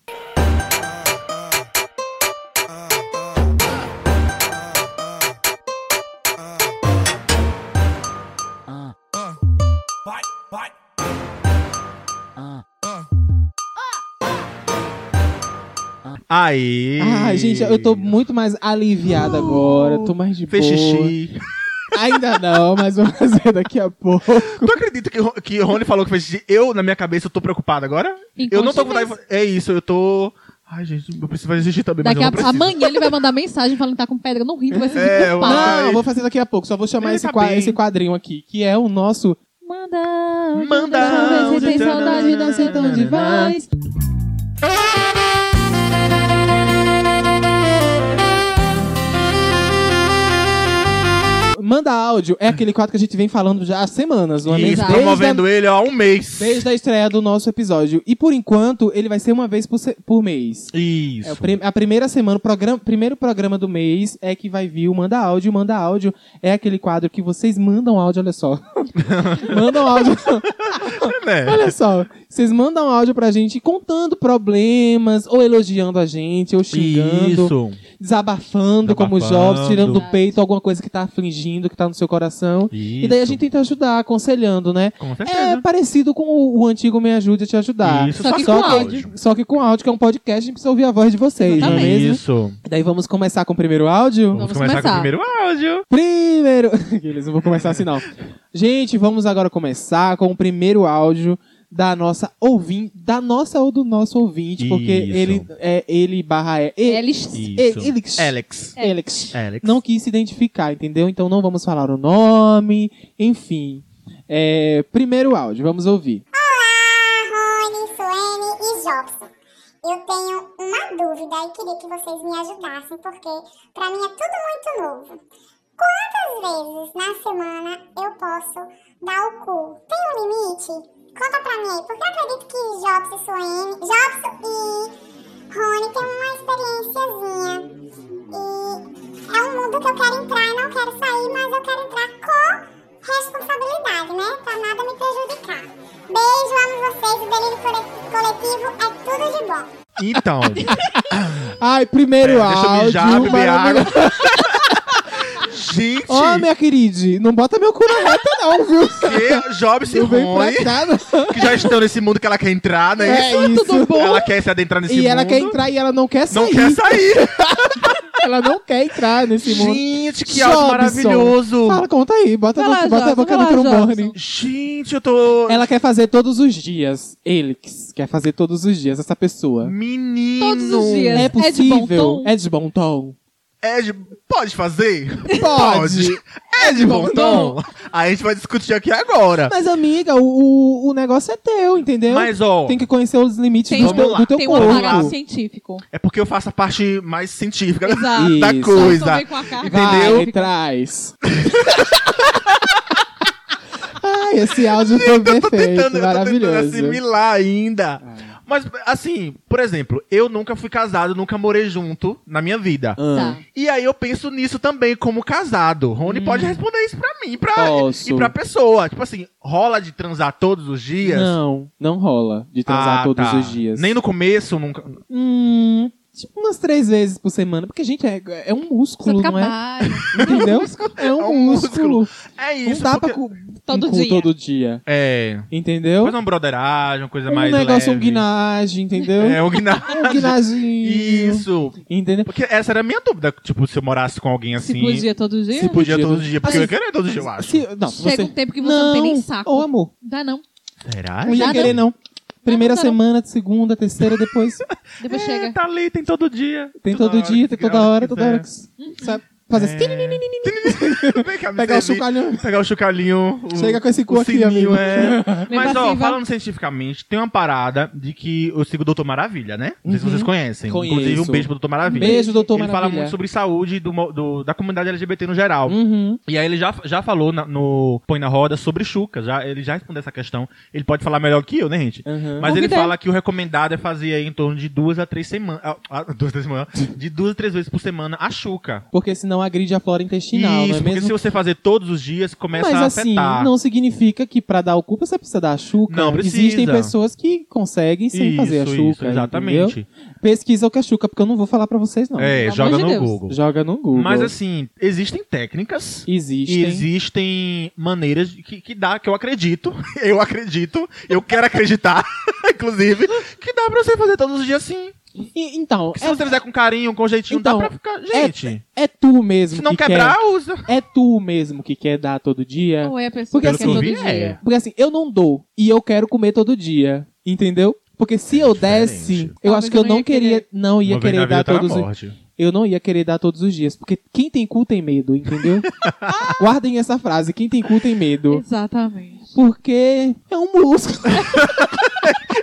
Speaker 1: Aí.
Speaker 3: Ai, gente, eu tô muito mais aliviada agora. Tô mais de
Speaker 1: Fez
Speaker 3: boa.
Speaker 1: xixi.
Speaker 3: Ainda não, mas vou fazer daqui a pouco.
Speaker 1: Tu acredita que, Ro- que Rony falou que fez xixi? Eu, na minha cabeça, eu tô preocupado agora? Eu não tô com vontade de fa- É isso, eu tô. Ai, gente, eu preciso fazer xixi também,
Speaker 2: Daqui
Speaker 1: mas
Speaker 2: a,
Speaker 1: eu não preciso.
Speaker 2: amanhã ele vai mandar mensagem falando que tá com pedra no rim, que vai ser
Speaker 1: É, eu-
Speaker 2: culpado.
Speaker 3: Não, eu vou fazer daqui a pouco. Só vou chamar
Speaker 1: Ele
Speaker 3: esse,
Speaker 1: tá
Speaker 3: qua-
Speaker 1: bem.
Speaker 3: esse quadrinho aqui, que é o nosso.
Speaker 2: assim, Manda,
Speaker 1: Manda
Speaker 2: deixa eu ver se
Speaker 1: áudio,
Speaker 2: tem saudade da
Speaker 1: nananana,
Speaker 2: sertão de
Speaker 1: nananana.
Speaker 2: voz.
Speaker 3: Manda áudio. É aquele quadro que a gente vem falando já há semanas, não é
Speaker 1: Isso,
Speaker 3: mesmo?
Speaker 2: Exato.
Speaker 1: promovendo
Speaker 3: Desde a,
Speaker 1: ele, ó, há um mês.
Speaker 3: desde a estreia do nosso episódio. E por enquanto, ele vai ser uma vez por, se- por mês.
Speaker 1: Isso.
Speaker 3: É o prim- a primeira semana, o programa, primeiro programa do mês é que vai vir o Manda Áudio. O Manda Áudio é aquele quadro que vocês mandam áudio, olha só. mandam áudio.
Speaker 1: né?
Speaker 3: Olha só, vocês mandam áudio pra gente contando problemas, ou elogiando a gente, ou xingando,
Speaker 1: Isso.
Speaker 3: desabafando, como
Speaker 1: Desabafando.
Speaker 3: jovens, tirando do
Speaker 2: Verdade.
Speaker 3: peito alguma coisa que tá afligindo, que tá no seu coração.
Speaker 1: Isso.
Speaker 3: E daí a gente tenta ajudar, aconselhando, né?
Speaker 1: Com
Speaker 3: É
Speaker 1: certeza.
Speaker 3: parecido com o, o antigo Me Ajude a Te Ajudar.
Speaker 1: Isso,
Speaker 2: Só que com
Speaker 1: áudio. Tá
Speaker 3: Só que com áudio, que é um podcast, a gente precisa ouvir a voz de vocês, não é
Speaker 2: Exatamente.
Speaker 3: mesmo?
Speaker 1: Isso.
Speaker 3: Daí vamos começar com o primeiro áudio?
Speaker 1: Vamos,
Speaker 2: Vamos
Speaker 1: começar, com o
Speaker 2: começar.
Speaker 1: primeiro áudio.
Speaker 3: Primeiro. Eles não vão começar assim, não. Gente, vamos agora começar com o primeiro áudio da nossa ouvinte. Da nossa ou do nosso ouvinte, porque
Speaker 1: Isso.
Speaker 3: ele é ele barra é. Ele.
Speaker 2: Eles
Speaker 3: Ele.
Speaker 1: Alex.
Speaker 3: Alex.
Speaker 1: Alex.
Speaker 3: Não quis se identificar, entendeu? Então não vamos falar o nome, enfim. É, primeiro áudio, vamos ouvir.
Speaker 5: Olá, Rony, Suene e Jobson. Eu tenho uma dúvida e queria que vocês me ajudassem, porque para mim é tudo muito novo. Quantas vezes na semana eu posso dar o cu? Tem um limite? Conta pra mim aí, porque eu acredito que Jobson e Suene, Jobson e Rony têm uma experiênciazinha. E é um mundo que eu quero entrar e não quero sair, mas eu quero entrar com responsabilidade, né? Pra nada me prejudicar. Beijo, amo vocês. O delírio cole- coletivo é tudo de bom.
Speaker 1: Então.
Speaker 3: Ai, primeiro
Speaker 1: É,
Speaker 3: áudio.
Speaker 1: deixa eu mijar, beber
Speaker 3: maravilhoso.
Speaker 1: água. gente,
Speaker 3: Ó, minha querida, não bota meu cu na reta, não, viu?
Speaker 1: que Jobs e
Speaker 3: Não vem
Speaker 1: Rony,
Speaker 3: pra cá, não.
Speaker 1: que já estão nesse mundo que ela quer entrar, né?
Speaker 3: É isso. Tudo bom?
Speaker 1: Ela quer se adentrar nesse
Speaker 3: E
Speaker 1: mundo.
Speaker 3: ela quer entrar e ela não quer sair.
Speaker 1: Não quer sair.
Speaker 3: Ela não quer entrar nesse mundo.
Speaker 1: Gente, que áudio
Speaker 3: Jobson.
Speaker 1: maravilhoso.
Speaker 3: Fala, conta aí. Bota,
Speaker 2: Vai
Speaker 3: no-
Speaker 2: lá,
Speaker 3: bota a
Speaker 2: Jobson,
Speaker 3: boca
Speaker 2: vai
Speaker 3: no
Speaker 2: lá,
Speaker 3: trombone.
Speaker 2: Jobson.
Speaker 1: Gente, eu tô...
Speaker 3: Ela quer fazer todos os dias. Ele quer fazer todos os dias, essa pessoa.
Speaker 1: Menino.
Speaker 2: Todos os dias.
Speaker 3: É
Speaker 2: É de bom
Speaker 3: possível.
Speaker 2: tom?
Speaker 3: É de bom tom.
Speaker 1: É de... Pode fazer?
Speaker 3: Pode.
Speaker 1: É de bom tom? A gente vai discutir aqui agora.
Speaker 3: Mas, amiga, o, o, o negócio é teu, entendeu?
Speaker 1: Mas, ó,
Speaker 3: Tem que conhecer os limites
Speaker 2: Tem
Speaker 3: do,
Speaker 1: um-
Speaker 3: teu- do teu
Speaker 2: Tem um aparato
Speaker 3: corpo.
Speaker 2: científico.
Speaker 1: é porque eu faço a parte mais científica
Speaker 2: Exato.
Speaker 1: da
Speaker 3: Isso.
Speaker 2: Então,
Speaker 1: coisa.
Speaker 2: vem com a carga
Speaker 1: Entendeu?
Speaker 3: Vai,
Speaker 2: científica.
Speaker 3: traz. Ai, esse áudio foi
Speaker 1: tô tentando, eu
Speaker 3: perfeito,
Speaker 1: tô tentando
Speaker 3: maravilhoso. É.
Speaker 1: assimilar ainda. Mas, assim, por exemplo, eu nunca fui casado, nunca morei junto na minha vida.
Speaker 3: Ah,
Speaker 2: Tá.
Speaker 1: E aí eu penso nisso também como casado. Rony pode responder isso pra mim pra,
Speaker 3: Hum. Posso.
Speaker 1: e pra pessoa. Tipo assim, rola de transar todos os dias?
Speaker 3: Não, não rola de transar
Speaker 1: Ah,
Speaker 3: todos
Speaker 1: tá.
Speaker 3: os dias.
Speaker 1: Nem no começo, nunca.
Speaker 3: Hum, tipo umas três vezes por semana, porque, gente, é, é um músculo,
Speaker 2: Você
Speaker 3: não é?
Speaker 2: trabalha
Speaker 3: Entendeu? É um,
Speaker 1: É um
Speaker 3: músculo.
Speaker 1: É
Speaker 3: Não
Speaker 1: isso.
Speaker 3: dá
Speaker 1: porque-
Speaker 3: pra cu-
Speaker 2: todo
Speaker 3: com
Speaker 2: dia.
Speaker 3: todo dia.
Speaker 1: É.
Speaker 3: Entendeu?
Speaker 1: Coisa uma broderagem, uma coisa
Speaker 3: um
Speaker 1: é mais.
Speaker 3: negócio, um
Speaker 1: leve.
Speaker 3: guinagem, entendeu?
Speaker 1: É, um guinar.
Speaker 3: Um guinazinho.
Speaker 1: Isso.
Speaker 3: Entendeu?
Speaker 1: Porque essa era a minha dúvida. Tipo, se eu morasse com alguém assim.
Speaker 2: Se podia todo dia.
Speaker 1: Se podia
Speaker 3: Podia.
Speaker 1: todos os dias. Porque
Speaker 3: Assim,
Speaker 1: eu ia querer todos os dias, eu acho.
Speaker 3: Se, não, se
Speaker 2: Chega
Speaker 3: você...
Speaker 2: um tempo que você não, tem nem saco.
Speaker 3: Ô, amor,
Speaker 2: Dá não.
Speaker 1: Será?
Speaker 3: não ia
Speaker 2: dá
Speaker 3: querer, não. Primeira
Speaker 2: dá não.
Speaker 3: semana, segunda, terceira, depois.
Speaker 2: Depois
Speaker 1: É,
Speaker 2: chega.
Speaker 1: Tá ali, tem todo dia.
Speaker 3: tem
Speaker 1: Toda
Speaker 3: todo
Speaker 1: hora
Speaker 3: dia,
Speaker 1: que
Speaker 3: tem
Speaker 1: quiser,
Speaker 3: toda hora, toda
Speaker 1: quiser. É.
Speaker 3: hora. que s- Sabe? Fazer assim. tininininininin,
Speaker 1: Vem cá, me
Speaker 3: Pegar o
Speaker 1: servir.
Speaker 3: chocalhão.
Speaker 1: Pegar o chocalhinho. o-
Speaker 3: Chega com esse cu
Speaker 1: o
Speaker 3: aqui, amigo.
Speaker 1: é.
Speaker 2: Vem
Speaker 1: Mas,
Speaker 2: pra
Speaker 1: ó,
Speaker 2: cima.
Speaker 1: falando cientificamente, tem uma parada de que eu sigo o Doutor Maravilha, né? Não sei se
Speaker 3: Uhum.
Speaker 1: vocês conhecem.
Speaker 3: Conheço.
Speaker 1: Inclusive, um beijo pro Doutor Maravilha.
Speaker 3: Beijo, doutor
Speaker 1: ele fala
Speaker 3: Maravilha.
Speaker 1: muito sobre saúde do mo- do- da comunidade LGBT no geral.
Speaker 3: Uhum.
Speaker 1: E aí ele já, já falou na- no Põe na Roda sobre Chuca. Já, ele já respondeu essa questão. Ele pode falar melhor que eu, né, gente?
Speaker 3: Uhum.
Speaker 1: Mas ele
Speaker 2: Convidei.
Speaker 1: fala que o recomendado é fazer aí em torno de duas a três semanas. duas, três semanas. De duas a três vezes por semana a chuca.
Speaker 3: Porque senão agride a flora intestinal,
Speaker 1: Isso,
Speaker 3: não é
Speaker 1: porque
Speaker 3: mesmo?
Speaker 1: se você fazer todos os dias, começa
Speaker 3: Mas
Speaker 1: a
Speaker 3: assim,
Speaker 1: afetar.
Speaker 3: não significa que pra dar o cu você precisa dar a chuca.
Speaker 1: Não precisa.
Speaker 3: Existem pessoas que conseguem sem fazer a
Speaker 1: Isso,
Speaker 3: chuca.
Speaker 1: isso, exatamente.
Speaker 3: entendeu? Pesquisa o que é chuca, porque eu não vou falar pra vocês, não.
Speaker 1: É,
Speaker 2: Pelo
Speaker 1: joga
Speaker 2: amor de
Speaker 1: no
Speaker 2: Deus.
Speaker 1: Google.
Speaker 3: Joga no Google.
Speaker 1: Mas assim, existem técnicas.
Speaker 3: existem.
Speaker 1: E existem maneiras de- que, que dá, que eu acredito, eu acredito, eu quero acreditar, inclusive, que dá pra você fazer todos os dias sim.
Speaker 3: E- então,
Speaker 1: Que se você
Speaker 3: é,
Speaker 1: fizer com carinho, com jeitinho,
Speaker 3: Então,
Speaker 1: dá pra ficar.
Speaker 3: é-
Speaker 1: Gente,
Speaker 3: é tu mesmo
Speaker 1: se não
Speaker 3: que
Speaker 1: quebrar, usa.
Speaker 3: quer. É tu mesmo que quer dar todo dia.
Speaker 2: Ou é a pessoa
Speaker 3: Porque
Speaker 2: que
Speaker 3: assim,
Speaker 2: quer
Speaker 1: vi,
Speaker 2: todo dia.
Speaker 1: é.
Speaker 3: Porque assim, eu não dou e eu quero comer todo dia. Entendeu? Porque se eu
Speaker 1: É diferente.
Speaker 3: desse, eu
Speaker 2: Talvez
Speaker 3: acho que eu
Speaker 2: eu não
Speaker 3: não
Speaker 2: ia
Speaker 3: queria,
Speaker 2: é querer.
Speaker 3: não ia
Speaker 1: Uma vez
Speaker 3: querer
Speaker 1: na vida
Speaker 3: dar
Speaker 1: tá na
Speaker 3: todos os
Speaker 1: morte.
Speaker 3: Eu não ia querer dar todos os dias, porque quem tem cu tem medo, entendeu? Guardem essa frase, quem tem cu tem
Speaker 1: é.
Speaker 3: medo.
Speaker 2: Exatamente.
Speaker 3: Porque é um músculo.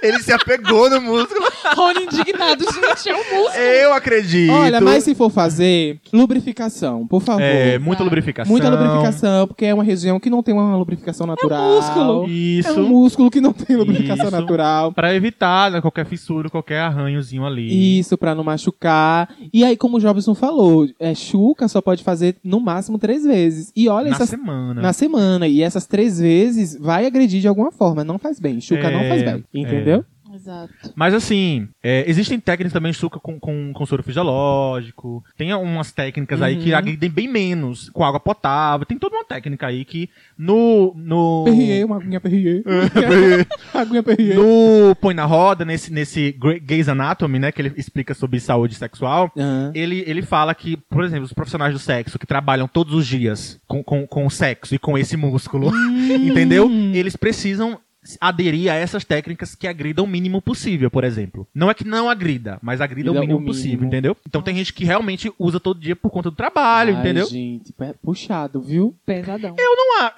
Speaker 1: Ele se apegou no músculo. assim.
Speaker 2: Rony indignado, gente, é um músculo.
Speaker 1: Eu acredito.
Speaker 3: Olha, mas se for fazer, lubrificação, por favor.
Speaker 1: É, muita lubrificação.
Speaker 3: Muita lubrificação, porque é uma região que não tem uma lubrificação natural.
Speaker 2: É um músculo.
Speaker 1: Isso.
Speaker 3: É um músculo que não tem lubrificação
Speaker 1: Isso.
Speaker 3: natural.
Speaker 1: Pra evitar né, qualquer fissura, qualquer arranhozinho ali.
Speaker 3: Isso, pra não machucar. E aí, como o Jobson falou, é, chuca só pode fazer no máximo três vezes. E olha
Speaker 1: na
Speaker 3: essas
Speaker 1: semana.
Speaker 3: na semana. E essas três vezes vai agredir de alguma forma. Não faz bem. Chuca
Speaker 1: É,
Speaker 3: não faz bem. Entendeu?
Speaker 2: Exato.
Speaker 1: Mas assim, é, existem técnicas também de suca com, com, com soro fisiológico. Tem umas técnicas aí que
Speaker 3: Uhum.
Speaker 1: agridem bem menos, com água potável. Tem toda uma técnica aí que no. no...
Speaker 3: Perrier, uma aguinha perrier. aguinha perrier.
Speaker 1: No Põe na Roda, nesse, nesse Grey- Grey's Anatomy, né, que ele explica sobre saúde sexual,
Speaker 3: Ah,
Speaker 1: ele, ele fala que, por exemplo, os profissionais do sexo que trabalham todos os dias com, com, com o sexo e com esse músculo,
Speaker 3: Hum.
Speaker 1: entendeu? Eles precisam aderir a essas técnicas que agridam o mínimo possível, por exemplo. Não é que não agrida, mas agrida o
Speaker 3: Agrida
Speaker 1: mínimo,
Speaker 3: o
Speaker 1: possível,
Speaker 3: mínimo.
Speaker 1: entendeu? Então tem gente que realmente usa todo dia por conta do trabalho,
Speaker 3: Ai,
Speaker 1: entendeu?
Speaker 3: gente, é puxado, viu?
Speaker 2: Pesadão.
Speaker 1: Eu não, a-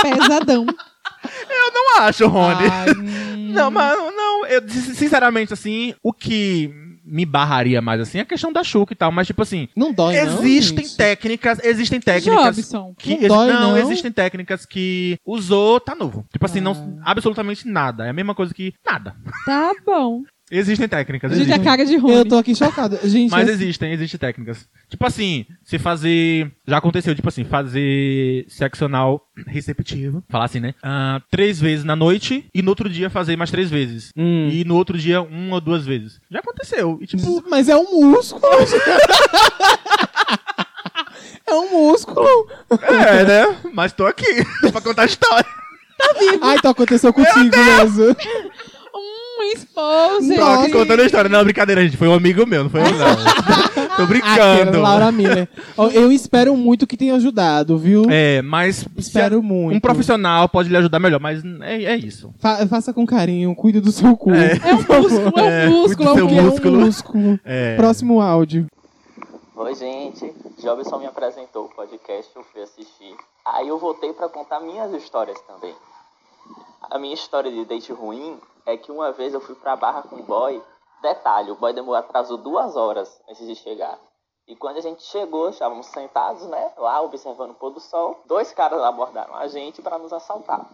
Speaker 2: Pesadão.
Speaker 1: não acho, Rony.
Speaker 3: Ai, hum.
Speaker 1: Não, mas não, eu sin- sinceramente assim, o que me barraria mais assim é a questão da chuca e tal, mas tipo assim,
Speaker 3: Não dói, não,
Speaker 1: existem
Speaker 3: gente?
Speaker 1: técnicas, existem técnicas
Speaker 2: Jobson.
Speaker 1: que
Speaker 3: Não dói,
Speaker 1: não,
Speaker 3: não?
Speaker 1: existem técnicas que usou, tá novo. Tipo assim, não
Speaker 3: Ah.
Speaker 1: absolutamente nada, é a mesma coisa que nada.
Speaker 2: Tá bom.
Speaker 1: Existem técnicas,
Speaker 2: Gente,
Speaker 1: existem.
Speaker 2: a cara de Rony.
Speaker 3: Eu tô aqui chocado. Gente,
Speaker 1: Mas
Speaker 3: é-
Speaker 1: existem, existem técnicas. Tipo assim, se fazer. Já aconteceu, tipo assim, fazer sexo anal receptivo. Falar assim, né? Ah, três vezes na noite e no outro dia fazer mais três vezes.
Speaker 3: Hum.
Speaker 1: E no outro dia, uma ou duas vezes. Já aconteceu. E tipo.
Speaker 3: Mas é um músculo. gente. é um músculo.
Speaker 1: é, né? Mas tô aqui pra contar a história.
Speaker 3: Ai, então aconteceu contigo mesmo.
Speaker 2: Hum, expose.
Speaker 1: Tô aqui contando a história. Não, brincadeira, gente. Foi um amigo meu, não foi eu, não. tô
Speaker 3: Aquela
Speaker 1: brincando.
Speaker 3: Laura Miller. Ó, Eu espero muito que tenha ajudado, viu?
Speaker 1: É, mas.
Speaker 3: Uhum. Espero muito.
Speaker 1: Um profissional pode lhe ajudar melhor, mas é, é isso.
Speaker 3: Fa- faça com carinho, cuide do seu cu.
Speaker 1: É.
Speaker 2: É um músculo, é
Speaker 1: É,
Speaker 2: um músculo, é
Speaker 1: cuide do seu
Speaker 2: um
Speaker 3: Porque
Speaker 2: músculo.
Speaker 3: É um músculo.
Speaker 1: É.
Speaker 3: Próximo áudio.
Speaker 4: Oi, gente. Jobson me apresentou o podcast, eu fui assistir. Aí eu voltei pra contar minhas histórias também. A minha história de date ruim é que uma vez eu fui pra barra com um boy. Detalhe, o boy demorou, atrasou duas horas antes de chegar. E quando a gente chegou, estávamos sentados, né, lá observando o pôr do sol. Dois caras abordaram a gente para nos assaltar.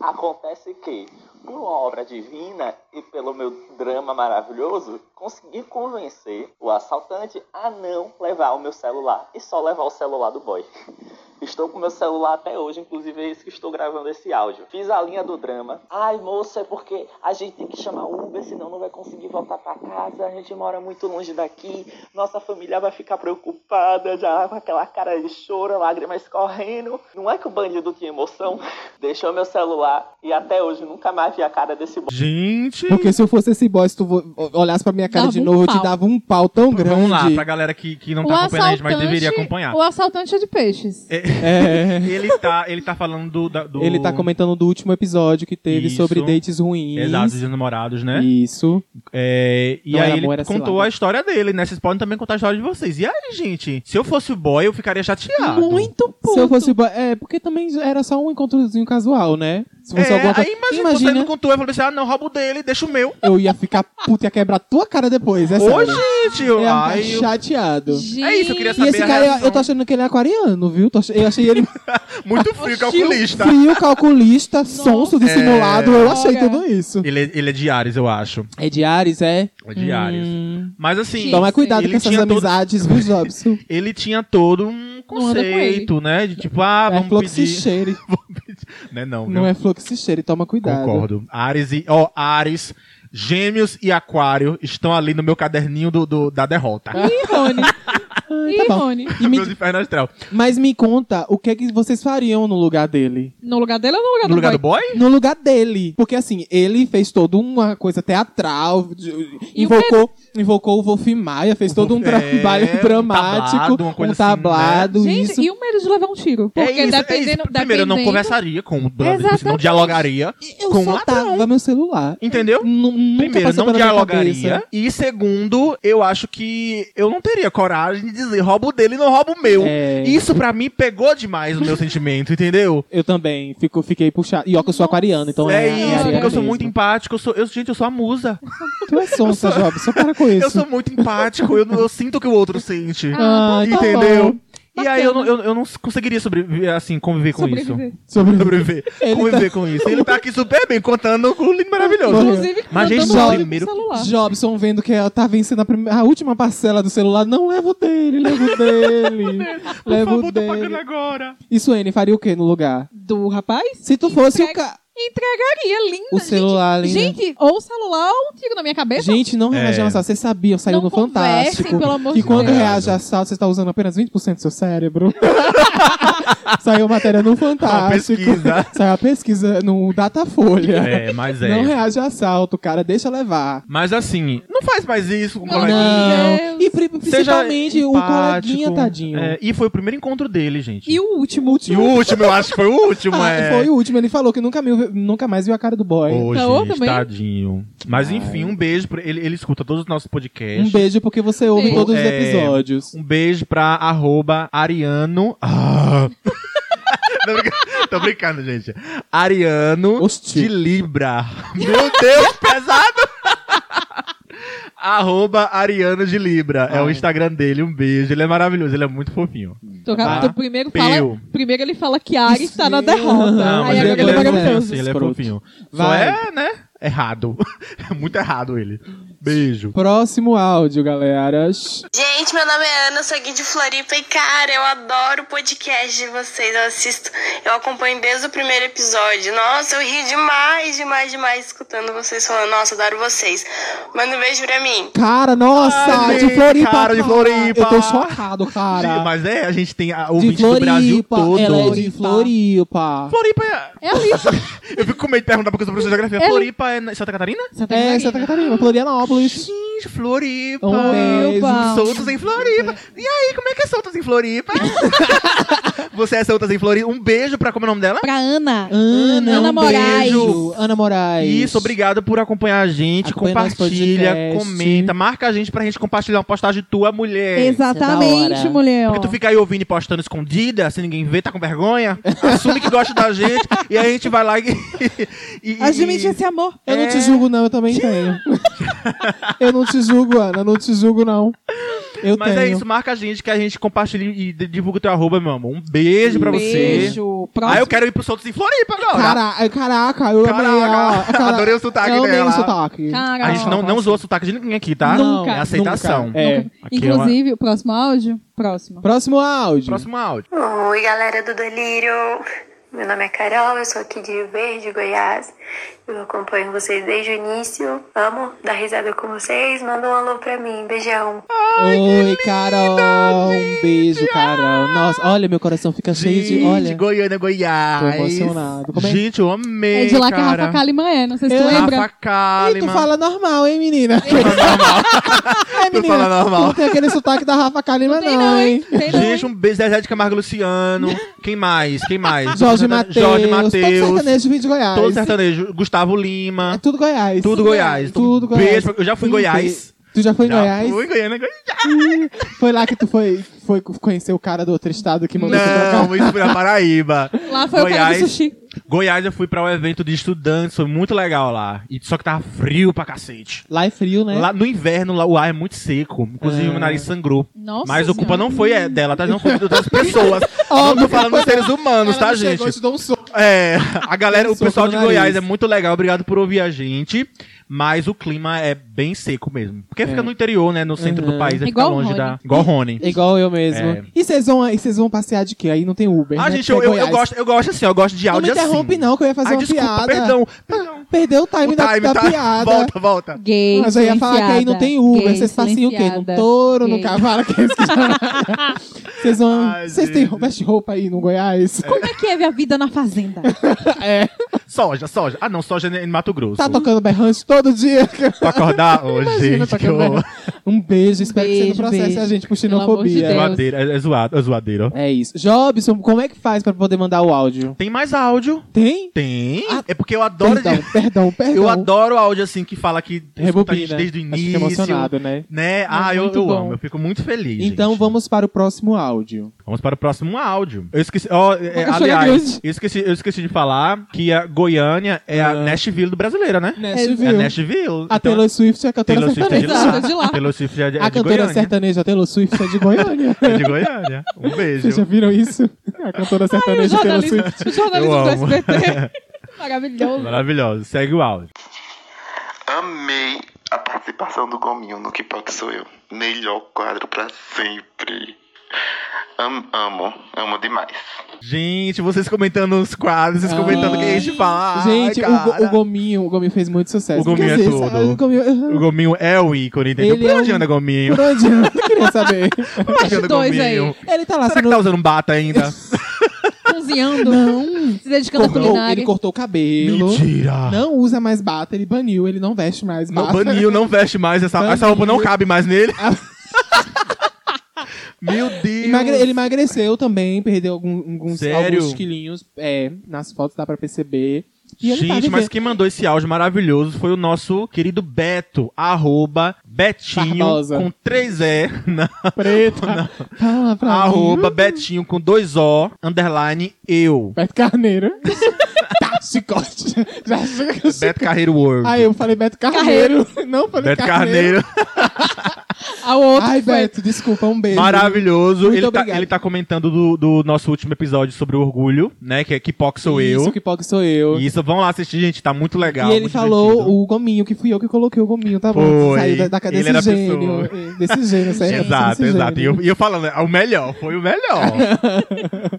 Speaker 4: Acontece que, por uma obra divina e pelo meu drama maravilhoso, consegui convencer o assaltante a não levar o meu celular e só levar o celular do boy. Estou com meu celular até hoje, inclusive é isso que estou gravando esse áudio. Fiz a linha do drama. Ai, moça, é porque a gente tem que chamar o Uber, senão não vai conseguir voltar para casa. A gente mora muito longe daqui. Nossa família vai ficar preocupada, já com aquela cara de choro, lágrimas correndo. Não é que o bandido tinha emoção? Deixou meu celular e até hoje nunca mais vi a cara desse bo...
Speaker 1: Gente!
Speaker 3: Porque se eu fosse esse boy, se tu vo- olhasse pra minha cara
Speaker 2: Dava
Speaker 3: de
Speaker 2: um
Speaker 3: novo, eu te
Speaker 2: pau.
Speaker 3: dava um pau tão grande.
Speaker 1: Vamos lá, pra galera que, que não
Speaker 2: O
Speaker 1: tá acompanhando a gente, mas
Speaker 2: assaltante-
Speaker 1: deveria acompanhar.
Speaker 2: O assaltante é de peixes.
Speaker 3: É.
Speaker 1: Ele tá, ele tá falando do, da- do-
Speaker 3: Ele tá comentando do último episódio que teve
Speaker 1: Isso.
Speaker 3: sobre dates ruins.
Speaker 1: Exato, dos namorados, né?
Speaker 3: Isso.
Speaker 1: É, e
Speaker 3: Não
Speaker 1: aí
Speaker 3: era amor,
Speaker 1: ele
Speaker 3: era
Speaker 1: contou
Speaker 3: cilada.
Speaker 1: a história dele, né? Vocês podem também contar a história de vocês. E aí, gente? Se eu fosse o boy, eu ficaria chateado.
Speaker 2: Muito
Speaker 1: então,
Speaker 2: puto.
Speaker 3: Se eu fosse. bo- É, porque também era só um encontrozinho casual, né? Se você
Speaker 1: É,
Speaker 3: gosta.
Speaker 1: aí imagina, você me contou, eu falei assim, ah, não, roubo dele, deixa o meu.
Speaker 3: eu ia ficar puto e ia quebrar tua cara depois. É
Speaker 1: Ô,
Speaker 3: sério.
Speaker 1: gente,
Speaker 3: Eu
Speaker 1: eu,
Speaker 3: ia
Speaker 1: ai,
Speaker 3: ficar
Speaker 1: eu-
Speaker 3: chateado.
Speaker 2: Gente,
Speaker 1: É isso, eu queria
Speaker 3: E
Speaker 1: saber
Speaker 3: esse
Speaker 1: a
Speaker 3: cara, eu-
Speaker 1: reação.
Speaker 3: eu tô achando que ele é aquariano, viu? Tô ach- Eu achei ele
Speaker 1: muito frio, calculista.
Speaker 3: frio, calculista, sonso, dissimulado. Eu achei
Speaker 2: Olha.
Speaker 3: tudo isso.
Speaker 1: Ele, é- ele é de Ares, eu acho.
Speaker 3: É de Ares, é?
Speaker 1: É de Ares.
Speaker 3: Hum.
Speaker 1: Mas assim,
Speaker 2: Sim,
Speaker 3: Toma cuidado
Speaker 1: ele
Speaker 3: com essas
Speaker 1: tinha todo-
Speaker 3: amizades, viu, Jobson?
Speaker 1: ele tinha todo um
Speaker 2: Não anda com ele.
Speaker 1: conceito, né? De tipo, ah,
Speaker 3: é
Speaker 1: vamos pedir...
Speaker 3: fluxicheire.
Speaker 1: Né, não, viu?
Speaker 3: Não é fluxicheire, toma cuidado.
Speaker 1: Concordo. Ares e. Ó, Ares, Gêmeos e Aquário estão ali no meu caderninho do, do- da derrota.
Speaker 2: Ih, Rony.
Speaker 3: Ai,
Speaker 2: Ih,
Speaker 3: tá bom.
Speaker 2: Rony.
Speaker 3: E me-
Speaker 1: Meus inferno astral.
Speaker 3: mas me conta, o que é que vocês fariam no lugar dele?
Speaker 2: No lugar dele ou no
Speaker 1: No
Speaker 2: lugar do
Speaker 1: lugar
Speaker 2: boy?
Speaker 1: do boy?
Speaker 3: No lugar dele. Porque assim, ele fez toda uma coisa teatral, de-
Speaker 2: E o
Speaker 3: invocou, invocou o Wolf Maia, fez todo um
Speaker 1: Wolf- é,
Speaker 3: trabalho
Speaker 1: um
Speaker 3: dramático,
Speaker 1: tablado, uma coisa
Speaker 3: um
Speaker 1: assim, né?
Speaker 3: tablado,
Speaker 2: Gente,
Speaker 3: isso.
Speaker 2: e o medo de levar um tiro? Porque
Speaker 1: é isso,
Speaker 2: dependendo,
Speaker 1: é isso. Primeiro, eu não
Speaker 2: dependendo-
Speaker 1: conversaria com o brother,
Speaker 2: Exatamente.
Speaker 1: porque não dialogaria
Speaker 3: Eu
Speaker 1: com o
Speaker 3: só
Speaker 1: ladrão.
Speaker 3: tava meu celular.
Speaker 1: Entendeu?
Speaker 3: Nu- Nunca
Speaker 1: Primeiro,
Speaker 3: passou
Speaker 1: não
Speaker 3: pela minha cabeça.
Speaker 1: dialogaria. E segundo, eu acho que eu não teria coragem de dizer roubo dele, não roubo meu.
Speaker 3: É.
Speaker 1: Isso pra mim pegou demais o meu sentimento, entendeu?
Speaker 3: Eu também fico, fiquei puxado. E ó, que eu sou aquariano, então
Speaker 1: é,
Speaker 3: é.
Speaker 1: isso,
Speaker 2: é
Speaker 1: porque eu sou muito
Speaker 3: mesmo.
Speaker 1: empático, eu sou, eu, gente, eu sou a musa.
Speaker 3: Tu é sonsa, Job, só para com isso.
Speaker 1: Eu sou muito empático, eu, não- eu sinto o que o outro sente.
Speaker 3: Ah, tá
Speaker 1: entendeu?
Speaker 3: bom.
Speaker 1: E aí eu, não- eu, eu não conseguiria sobreviver, assim, conviver com
Speaker 2: Sobreviver.
Speaker 1: isso.
Speaker 3: Sobre-
Speaker 1: Sobreviver.
Speaker 3: Ele
Speaker 1: conviver com isso. Ele tá aqui super bem, contando com o lindo maravilhoso.
Speaker 3: Morreu.
Speaker 2: Inclusive,
Speaker 1: Mas, gente,
Speaker 2: mandando áudio
Speaker 1: primeiro-
Speaker 2: pro celular.
Speaker 3: Jobson vendo que ela tá vencendo a, prime- a última parcela do celular, não leva o dele, leva o dele.
Speaker 1: Por
Speaker 3: leva
Speaker 1: favor,
Speaker 3: o
Speaker 1: tô pagando
Speaker 3: dele.
Speaker 1: agora.
Speaker 3: E Suene, faria o que no lugar?
Speaker 2: Do rapaz?
Speaker 3: Se tu fosse o
Speaker 2: Entrega-
Speaker 3: cara.
Speaker 2: Entregaria, linda.
Speaker 3: O celular,
Speaker 2: gente,
Speaker 3: linda.
Speaker 2: Gente, ou o celular ou um tiro na minha cabeça.
Speaker 3: Gente, não reage
Speaker 1: É.
Speaker 3: ao assalto. Vocês sabiam, saiu
Speaker 2: Não
Speaker 3: no Fantástico.
Speaker 2: conversem, pelo amor
Speaker 3: que
Speaker 2: de
Speaker 3: quando
Speaker 1: Deus.
Speaker 3: reage ao assalto, você está usando apenas 20% do seu cérebro. saiu matéria no Fantástico.
Speaker 1: pesquisa.
Speaker 3: Saiu a pesquisa no Datafolha.
Speaker 1: É, mas é.
Speaker 3: Não reage a assalto, cara. Deixa levar.
Speaker 1: Mas assim, não faz mais isso com o
Speaker 2: Não,
Speaker 1: coleguinha.
Speaker 2: Deus.
Speaker 3: Não. E pri-
Speaker 1: Seja
Speaker 3: principalmente o
Speaker 1: empático.
Speaker 3: coleguinha, tadinho.
Speaker 1: É, e foi o primeiro encontro dele, gente.
Speaker 2: E o último.
Speaker 1: E o último, eu acho que foi o último,
Speaker 3: Ah,
Speaker 1: é.
Speaker 3: Foi o último, ele falou que nunca, me- nunca mais viu a cara do boy.
Speaker 1: Ô,
Speaker 2: Tá bom
Speaker 1: gente,
Speaker 2: também?
Speaker 1: tadinho. Mas enfim, um beijo. Pra, ele, ele escuta todos os nossos podcasts.
Speaker 3: Um beijo porque você ouve
Speaker 2: Beijo.
Speaker 3: todos os
Speaker 1: É.
Speaker 3: episódios.
Speaker 1: Um beijo pra arroba Ariano. Ah. Tô brincando- Tô brincando, gente. Ariano
Speaker 3: Hostil.
Speaker 1: de Libra. Meu Deus, pesado! Arroba Ariano de Libra. É o
Speaker 3: Ai.
Speaker 1: Instagram dele. Um beijo. Ele é maravilhoso, ele é muito fofinho.
Speaker 2: Tô-
Speaker 1: Tá.
Speaker 2: tô- primeiro, fala,
Speaker 1: Peu.
Speaker 2: primeiro ele fala que Ari está na
Speaker 3: Sim.
Speaker 2: derrota.
Speaker 3: Não,
Speaker 2: Aí agora
Speaker 3: mas ele
Speaker 2: ele assim,
Speaker 3: é
Speaker 2: vai
Speaker 3: um
Speaker 2: gostoso.
Speaker 1: fofinho, ele é
Speaker 3: escroto.
Speaker 1: fofinho. Só
Speaker 3: Vai.
Speaker 1: é, né? Errado. É muito errado ele. Beijo.
Speaker 3: Próximo áudio, galera. Shhh.
Speaker 6: Gente, meu nome é Ana, eu sou aqui de Floripa e, cara, eu adoro o podcast de vocês. Eu assisto, eu acompanho desde o primeiro episódio. Nossa, eu ri demais, demais, demais escutando vocês falando. Nossa, adoro vocês. Manda um beijo pra mim.
Speaker 3: Cara, nossa!
Speaker 1: Ai,
Speaker 3: de Floripa!
Speaker 1: cara, de Floripa.
Speaker 3: Eu tô chocado, cara.
Speaker 1: Gente, Mas é, a gente tem a,
Speaker 3: de
Speaker 1: ouvinte do Brasil
Speaker 3: Floripa,
Speaker 1: todo.
Speaker 3: ela é de Floripa.
Speaker 1: Floripa é...
Speaker 2: É ali.
Speaker 1: Eu fico com medo de perguntar porque eu sou professor de geografia.
Speaker 2: Ela-
Speaker 1: Floripa é na- Santa Catarina?
Speaker 2: Santa
Speaker 3: É,
Speaker 2: Catarina.
Speaker 3: Santa Catarina, Florianópolis.
Speaker 1: de Floripa.
Speaker 3: Um beijo.
Speaker 1: Soltos em Floripa. E aí, como é que é Soltos em Floripa? Você é Soltas em Floripa. Um beijo pra como é o nome dela?
Speaker 2: Pra Ana.
Speaker 3: Ana,
Speaker 2: Ana
Speaker 3: um
Speaker 2: Moraes.
Speaker 3: beijo. Ana Moraes.
Speaker 1: Isso, obrigado por acompanhar a gente.
Speaker 3: É Acompanha nosso
Speaker 1: compartilha,
Speaker 3: podcast.
Speaker 1: comenta, marca a gente pra gente compartilhar uma postagem tua, mulher.
Speaker 3: Isso é da
Speaker 2: Exatamente,
Speaker 3: hora.
Speaker 2: mulher.
Speaker 1: Porque tu fica aí ouvindo e postando escondida, se ninguém vê, tá com vergonha. Assume que gosta da gente e a gente vai lá e. e- e-
Speaker 3: é
Speaker 2: Admite
Speaker 3: assim,
Speaker 2: esse amor.
Speaker 3: Eu
Speaker 1: É.
Speaker 3: não te julgo, não, eu também tenho. eu não te julgo, Ana, não te julgo, não. Eu
Speaker 1: Mas
Speaker 3: tenho.
Speaker 1: é isso, marca a gente que a gente compartilha e d- divulga o teu arroba, meu amor. Um beijo pra você.
Speaker 2: Beijo. Próximo.
Speaker 1: Ah, eu quero ir pro Soltos em Floripa agora.
Speaker 3: Cara, é, caraca, eu amei. ó,
Speaker 1: Caraca,
Speaker 3: cara-
Speaker 1: adorei o sotaque
Speaker 3: eu amei
Speaker 1: dela.
Speaker 3: o sotaque.
Speaker 2: Cara,
Speaker 1: a gente não, não zoa sotaque de ninguém aqui, tá?
Speaker 3: Não,
Speaker 1: É aceitação.
Speaker 3: nunca. É.
Speaker 1: Aqui é uma-
Speaker 2: Inclusive, o próximo áudio? Próximo.
Speaker 3: Próximo áudio.
Speaker 1: Próximo áudio.
Speaker 6: Oi, galera do Delírio! Meu nome é Carol, eu sou aqui de Verde, Goiás. Eu acompanho vocês desde o início. Amo dar risada com vocês. Manda um alô pra mim. Beijão.
Speaker 3: Oi, Carol. Um beijo, Carol. Nossa, olha, meu coração fica cheio de.
Speaker 1: Gente,
Speaker 3: Olha.
Speaker 1: Goiânia,
Speaker 3: Tô
Speaker 1: Goiás.
Speaker 3: emocionado. Como é?
Speaker 1: Gente, eu amei,
Speaker 2: É de lá que a
Speaker 1: cara.
Speaker 2: Rafa Kalimann é, não sei se tu
Speaker 3: É.
Speaker 2: lembra.
Speaker 1: Rafa Kalimann.
Speaker 3: E tu fala normal, hein, menina? é, menina.
Speaker 1: fala normal.
Speaker 3: Não tem aquele sotaque da Rafa Kalima, não, hein?
Speaker 2: Tem não,
Speaker 1: Gente, um beijo Zezé de Camargo e Luciano. Quem mais? Quem mais?
Speaker 3: Jorge Matheus.
Speaker 1: Jorge
Speaker 3: Todo
Speaker 1: Matheus.
Speaker 3: sertanejo vem de Goiás.
Speaker 1: Todo sertanejo. Gustavo Lima.
Speaker 3: É tudo Goiás.
Speaker 1: Tudo Goiás.
Speaker 3: Tudo
Speaker 1: Um
Speaker 3: Goiás.
Speaker 1: beijo pra- eu já fui em
Speaker 3: Um
Speaker 1: Goiás.
Speaker 3: beijo. Tu já foi em
Speaker 1: Já
Speaker 3: Goiás?
Speaker 1: fui, Goiânia, Goiás.
Speaker 3: Foi lá que tu foi, foi conhecer o cara do outro estado que mandou tu pra cá?
Speaker 1: Não, isso foi na Paraíba.
Speaker 2: Lá foi o cara do sushi.
Speaker 1: Goiás, eu fui pra um evento de estudantes, foi muito legal lá. E só que tava frio pra cacete.
Speaker 3: Lá é frio, né?
Speaker 1: Lá no inverno, lá, o ar é muito seco. Inclusive, meu nariz sangrou.
Speaker 2: Nossa
Speaker 1: Mas a culpa não
Speaker 2: Senhora.
Speaker 1: foi é, dela, tá? Não foi de outras pessoas. não tô falando dos seres humanos, tá, gente?
Speaker 3: Chegou, te dou um soco.
Speaker 1: É, a galera, o
Speaker 3: Soco
Speaker 1: pessoal
Speaker 3: no
Speaker 1: de
Speaker 3: nariz.
Speaker 1: Goiás é muito legal, obrigado por ouvir a gente. Mas o clima é bem seco mesmo. Porque fica no interior, né? No centro do país, é fica
Speaker 2: Igual
Speaker 1: longe
Speaker 2: Rony.
Speaker 1: da. Igual Rony.
Speaker 3: É Uhum. Igual eu mesmo.
Speaker 1: É.
Speaker 3: E vocês vão, e vocês vão passear de quê? Aí não tem Uber.
Speaker 1: Ah,
Speaker 3: né?
Speaker 1: gente,
Speaker 3: Porque
Speaker 1: eu,
Speaker 3: é
Speaker 1: eu, eu
Speaker 3: Goiás.
Speaker 1: gosto, eu gosto assim, ó, eu gosto de
Speaker 3: Não
Speaker 1: áudio
Speaker 3: me interrompe,
Speaker 1: assim.
Speaker 3: não, que eu ia fazer
Speaker 1: Ai,
Speaker 3: uma
Speaker 1: desculpa,
Speaker 3: piada.
Speaker 1: perdão. perdão.
Speaker 3: Perdeu o time,
Speaker 1: O
Speaker 3: da,
Speaker 1: time
Speaker 3: da
Speaker 1: tá.
Speaker 3: piada.
Speaker 1: Volta, volta.
Speaker 2: Gay,
Speaker 3: Mas eu ia falar que aí não tem Uber.
Speaker 2: silenciada.
Speaker 3: vocês passeiam o quê? Num
Speaker 2: Gay,
Speaker 3: touro, num
Speaker 2: gay.
Speaker 3: cavalo? Que é isso que Vocês vão.
Speaker 1: Ai,
Speaker 3: vocês têm
Speaker 1: gente.
Speaker 3: roupa, veste roupa aí no Goiás?
Speaker 2: Como é que é a vida na fazenda?
Speaker 3: É.
Speaker 1: Soja, soja. Ah, não, soja é em Mato Grosso.
Speaker 3: Tá tocando berrante todo dia.
Speaker 1: pra acordar? Ô,
Speaker 3: Imagina
Speaker 1: gente, que
Speaker 3: tocando
Speaker 1: horror.
Speaker 3: berrante. Um beijo, espero que
Speaker 2: Beijo,
Speaker 3: você não processe
Speaker 2: beijo.
Speaker 3: a gente por
Speaker 2: Pelo amor de
Speaker 3: xenofobia.
Speaker 2: Deus.
Speaker 1: Zoadeira, é, é zoado, é zoadeira.
Speaker 3: É isso. Jobson, como é que faz pra poder mandar o áudio?
Speaker 1: Tem mais áudio?
Speaker 3: Tem?
Speaker 1: Tem.
Speaker 3: Ah,
Speaker 1: é porque eu adoro.
Speaker 3: perdão, perdão, perdão.
Speaker 1: Eu adoro áudio assim que fala que escuta a gente
Speaker 3: Rebobina.
Speaker 1: desde o
Speaker 3: Acho que
Speaker 1: início.
Speaker 3: fica emocionado, né?
Speaker 1: Né? Ah, eu,
Speaker 3: muito
Speaker 1: eu
Speaker 3: bom.
Speaker 1: amo, eu fico muito feliz.
Speaker 3: Então
Speaker 1: gente.
Speaker 3: vamos para o próximo áudio.
Speaker 1: Vamos para o próximo áudio. Eu esqueci. ó, é,
Speaker 2: cachorra
Speaker 1: aliás,
Speaker 2: grande.
Speaker 1: eu esqueci, eu esqueci de falar que a Goiânia é a Nashville do brasileira, né?
Speaker 3: Nashville.
Speaker 1: É Nashville.
Speaker 3: A Taylor Swift é a cantora
Speaker 1: Taylor Swift é de
Speaker 3: sertaneja.
Speaker 1: lá.
Speaker 2: Exato, de lá.
Speaker 1: Taylor Swift é de, é
Speaker 3: A
Speaker 1: de
Speaker 3: cantora
Speaker 1: Goiânia.
Speaker 3: sertaneja Taylor Swift é de Goiânia.
Speaker 1: É de Goiânia. Um
Speaker 3: Vocês já
Speaker 1: beijo.
Speaker 3: viram isso? A cantora
Speaker 2: Ai, o
Speaker 3: sertaneja Taylor
Speaker 2: jornalismo,
Speaker 3: Swift.
Speaker 2: o jornalismo
Speaker 1: Eu
Speaker 2: do
Speaker 1: amo.
Speaker 2: SBT. Maravilhoso.
Speaker 1: Maravilhoso. Segue o áudio.
Speaker 7: Amei a participação do Gominho no Que Pode Sou Eu. Melhor quadro pra sempre. Am- amo, amo demais.
Speaker 1: Gente, vocês comentando os quadros, vocês
Speaker 3: Ah.
Speaker 1: comentando o que a gente fala.
Speaker 3: Gente,
Speaker 1: Ai,
Speaker 3: o, Go-
Speaker 1: cara.
Speaker 3: o Gominho, o Gominho fez muito sucesso.
Speaker 1: O Gominho
Speaker 3: Quer
Speaker 1: é
Speaker 3: dizer,
Speaker 1: tudo.
Speaker 3: ah, o Gominho...
Speaker 1: O Gominho é o ícone, entendeu?
Speaker 3: Ele
Speaker 1: Por
Speaker 3: é
Speaker 1: onde
Speaker 3: um-
Speaker 1: anda Gominho?
Speaker 3: Por onde anda? Queria saber.
Speaker 1: Por onde anda
Speaker 2: dois aí.
Speaker 1: Gominho?
Speaker 3: Ele tá lá
Speaker 1: Será que
Speaker 3: sendo...
Speaker 1: tá usando bata ainda?
Speaker 2: Cozinhando,
Speaker 3: Não.
Speaker 2: se dedicando à
Speaker 3: Cortou-
Speaker 2: culinária.
Speaker 3: ele cortou o cabelo.
Speaker 1: Mentira!
Speaker 3: Não usa mais bata, ele baniu, ele não veste mais
Speaker 1: Não,
Speaker 3: bata.
Speaker 1: Banil não veste mais, essa,
Speaker 3: Banil.
Speaker 1: essa roupa não cabe mais nele. Meu Deus!
Speaker 3: Emagre- Ah. ele emagreceu também, perdeu algum, alguns,
Speaker 1: Sério?
Speaker 3: alguns quilinhos. É, nas fotos dá pra perceber. E ele tá
Speaker 1: Gente, mas
Speaker 3: vivendo.
Speaker 1: quem mandou esse áudio maravilhoso foi o nosso querido Beto, arroba Betinho
Speaker 3: Barbosa.
Speaker 1: com 3E, não,
Speaker 3: Preta. Fala pra
Speaker 1: arroba
Speaker 3: mim.
Speaker 1: Betinho com 2O, underline eu.
Speaker 3: Beto Carneiro. tá, chicote. Já chega com
Speaker 1: Beto
Speaker 3: chicote.
Speaker 1: Carreiro World.
Speaker 3: Aí Ah, eu falei Beto Carneiro. Não, falei
Speaker 1: Beto
Speaker 3: Carneiro.
Speaker 1: Carneiro,
Speaker 2: A outra
Speaker 3: Ai,
Speaker 2: que foi-
Speaker 3: Beto, desculpa, um beijo.
Speaker 1: maravilhoso.
Speaker 3: Muito
Speaker 1: Ele tá,
Speaker 3: obrigado.
Speaker 1: ele tá comentando do, do nosso último episódio sobre o orgulho, né? Que é Que Pox Sou
Speaker 3: Isso,
Speaker 1: Eu.
Speaker 3: que pobre sou eu.
Speaker 1: Isso, vão lá assistir, gente, tá muito legal.
Speaker 3: e ele
Speaker 1: muito
Speaker 3: falou
Speaker 1: divertido.
Speaker 3: o gominho, que fui eu que coloquei o gominho, tá bom?
Speaker 1: Foi.
Speaker 3: Saiu da, da desse
Speaker 1: Ele era a
Speaker 3: gênio. Desse gênio, certo?
Speaker 1: Exato,
Speaker 3: Desse
Speaker 1: exato. E
Speaker 3: gênio.
Speaker 1: eu, e eu falando, é o melhor, foi o melhor.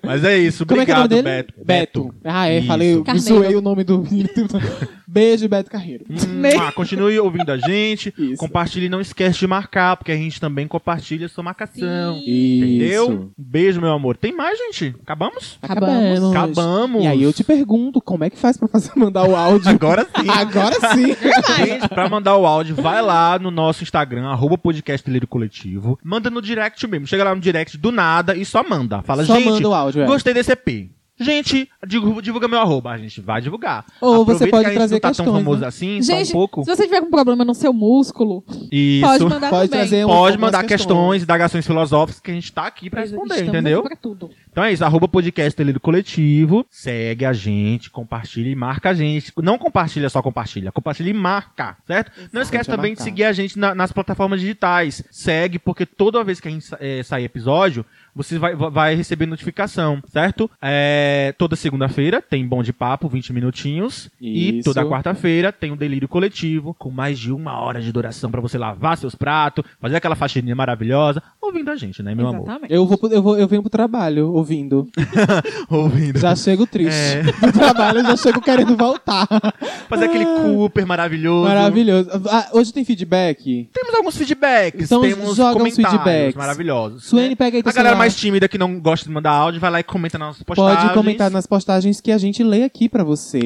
Speaker 1: Mas é isso,
Speaker 3: Como é que é o
Speaker 1: obrigado,
Speaker 3: nome dele?
Speaker 1: Beto.
Speaker 3: Ah, é,
Speaker 1: Isso.
Speaker 3: falei, eu
Speaker 2: Carneiro.
Speaker 3: zoei o nome do menino. Beijo, Beto Carreiro.
Speaker 1: Ah, continue ouvindo a gente.
Speaker 3: Isso.
Speaker 1: Compartilhe e não esquece de marcar, porque a gente também compartilha sua marcação.
Speaker 2: Sim.
Speaker 1: Entendeu?
Speaker 3: Isso.
Speaker 1: Um Beijo, meu amor. Tem mais, gente? Acabamos?
Speaker 3: Acabamos.
Speaker 1: Acabamos.
Speaker 3: E aí eu te pergunto, como é que faz pra fazer mandar o áudio?
Speaker 1: Agora sim.
Speaker 3: Agora sim.
Speaker 1: Gente, pra mandar o áudio, vai lá no nosso Instagram, arroba podcast Delírio Coletivo. Manda no direct mesmo. Chega lá no direct do nada e só manda. Fala,
Speaker 3: Só
Speaker 1: gente,
Speaker 3: manda o áudio, é.
Speaker 1: gostei desse EP. Gente, digu- divulga meu arroba. A gente vai divulgar.
Speaker 3: Ou
Speaker 1: Aproveita
Speaker 3: você pode
Speaker 1: que a gente
Speaker 3: trazer
Speaker 1: não tá tão
Speaker 3: questões,
Speaker 1: famoso
Speaker 3: né?
Speaker 1: assim, só um
Speaker 2: Gente,
Speaker 1: pouco.
Speaker 2: se você tiver com problema no seu músculo,
Speaker 1: Isso.
Speaker 2: pode mandar
Speaker 3: Pode
Speaker 2: também.
Speaker 3: trazer um-
Speaker 1: Pode
Speaker 3: algumas
Speaker 1: mandar questões, indagações filosóficas que a gente tá aqui pra responder,
Speaker 2: Estamos
Speaker 1: entendeu?
Speaker 2: aqui um pra tudo.
Speaker 1: Então é isso, arroba podcast Delírio Coletivo. Segue a gente, compartilha e marca a gente. Não compartilha, só compartilha. Compartilha e marca, certo? Não esquece
Speaker 3: Deixa
Speaker 1: também de
Speaker 3: marcar.
Speaker 1: seguir a gente na- nas plataformas digitais. Segue, porque toda vez que a gente sa- eh, sair episódio, você vai, vai receber notificação, certo? É, toda segunda-feira tem Bom de Papo, 20 minutinhos. E
Speaker 3: Isso.
Speaker 1: toda quarta-feira tem o Delírio Coletivo, com mais de uma hora de duração pra você lavar seus pratos, fazer aquela faxininha maravilhosa, ouvindo a gente, né, meu amor?
Speaker 2: Exatamente.
Speaker 3: Eu, vou, pro- eu, vou, eu venho pro trabalho ouvindo.
Speaker 1: Ouvindo.
Speaker 3: Já chego triste.
Speaker 1: É.
Speaker 3: Do trabalho eu já chego querendo voltar.
Speaker 1: Fazer é aquele Cooper maravilhoso.
Speaker 3: Ah, Maravilhoso. Ah, hoje tem feedback?
Speaker 1: Temos alguns feedbacks,
Speaker 3: Então,
Speaker 1: temos
Speaker 3: joga uns
Speaker 1: comentários
Speaker 3: feedbacks.
Speaker 1: maravilhosos.
Speaker 3: Suene,
Speaker 1: né?
Speaker 3: pega aí teu
Speaker 1: A galera
Speaker 3: celular.
Speaker 1: mais tímida que não gosta de mandar áudio, vai lá e comenta nas nossas postagens.
Speaker 3: Pode comentar nas postagens que a gente lê aqui pra você.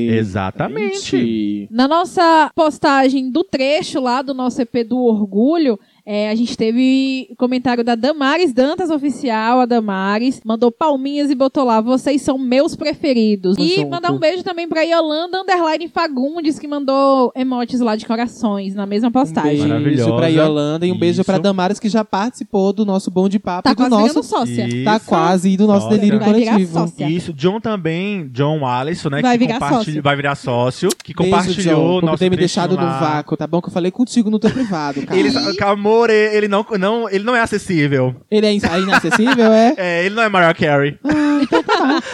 Speaker 1: Exatamente.
Speaker 2: Na nossa postagem do trecho lá do nosso EP do Orgulho, é, a gente teve comentário da Damares Dantas Oficial, a Damares, mandou palminhas e botou lá, vocês são meus preferidos.
Speaker 3: Tamo
Speaker 2: e
Speaker 3: junto.
Speaker 2: mandar um beijo também pra Yolanda Underline Fagundes, que mandou emotes lá de corações na mesma postagem.
Speaker 3: Um beijo
Speaker 1: Maravilhosa.
Speaker 3: pra Yolanda e um beijo
Speaker 1: Isso.
Speaker 3: pra Damares, que já participou do nosso Bom de Papo
Speaker 2: Tá
Speaker 3: e do
Speaker 2: quase
Speaker 3: nosso...
Speaker 2: virando sócia.
Speaker 1: E-
Speaker 3: Tá
Speaker 1: Isso.
Speaker 3: quase, e do nosso
Speaker 1: Nossa.
Speaker 3: delírio
Speaker 2: Vai virar
Speaker 3: coletivo.
Speaker 2: sócia.
Speaker 1: Isso, John também, John Alisson, né?
Speaker 2: Vai
Speaker 1: que
Speaker 2: virar
Speaker 1: compartilha-
Speaker 2: sócio.
Speaker 1: vai virar sócio, que
Speaker 3: Beijo,
Speaker 1: compartilhou
Speaker 3: John,
Speaker 1: o nosso
Speaker 3: por ter me
Speaker 1: trechinho
Speaker 3: deixado no
Speaker 1: lá.
Speaker 3: vácuo, tá bom? Que eu falei contigo no teu privado, cara.
Speaker 1: Ele,
Speaker 3: Ele,
Speaker 1: amor, ele não, não, ele não é acessível.
Speaker 3: é in- é inacessível, é?
Speaker 1: É, ele não é Mariah Carey.
Speaker 3: Ah.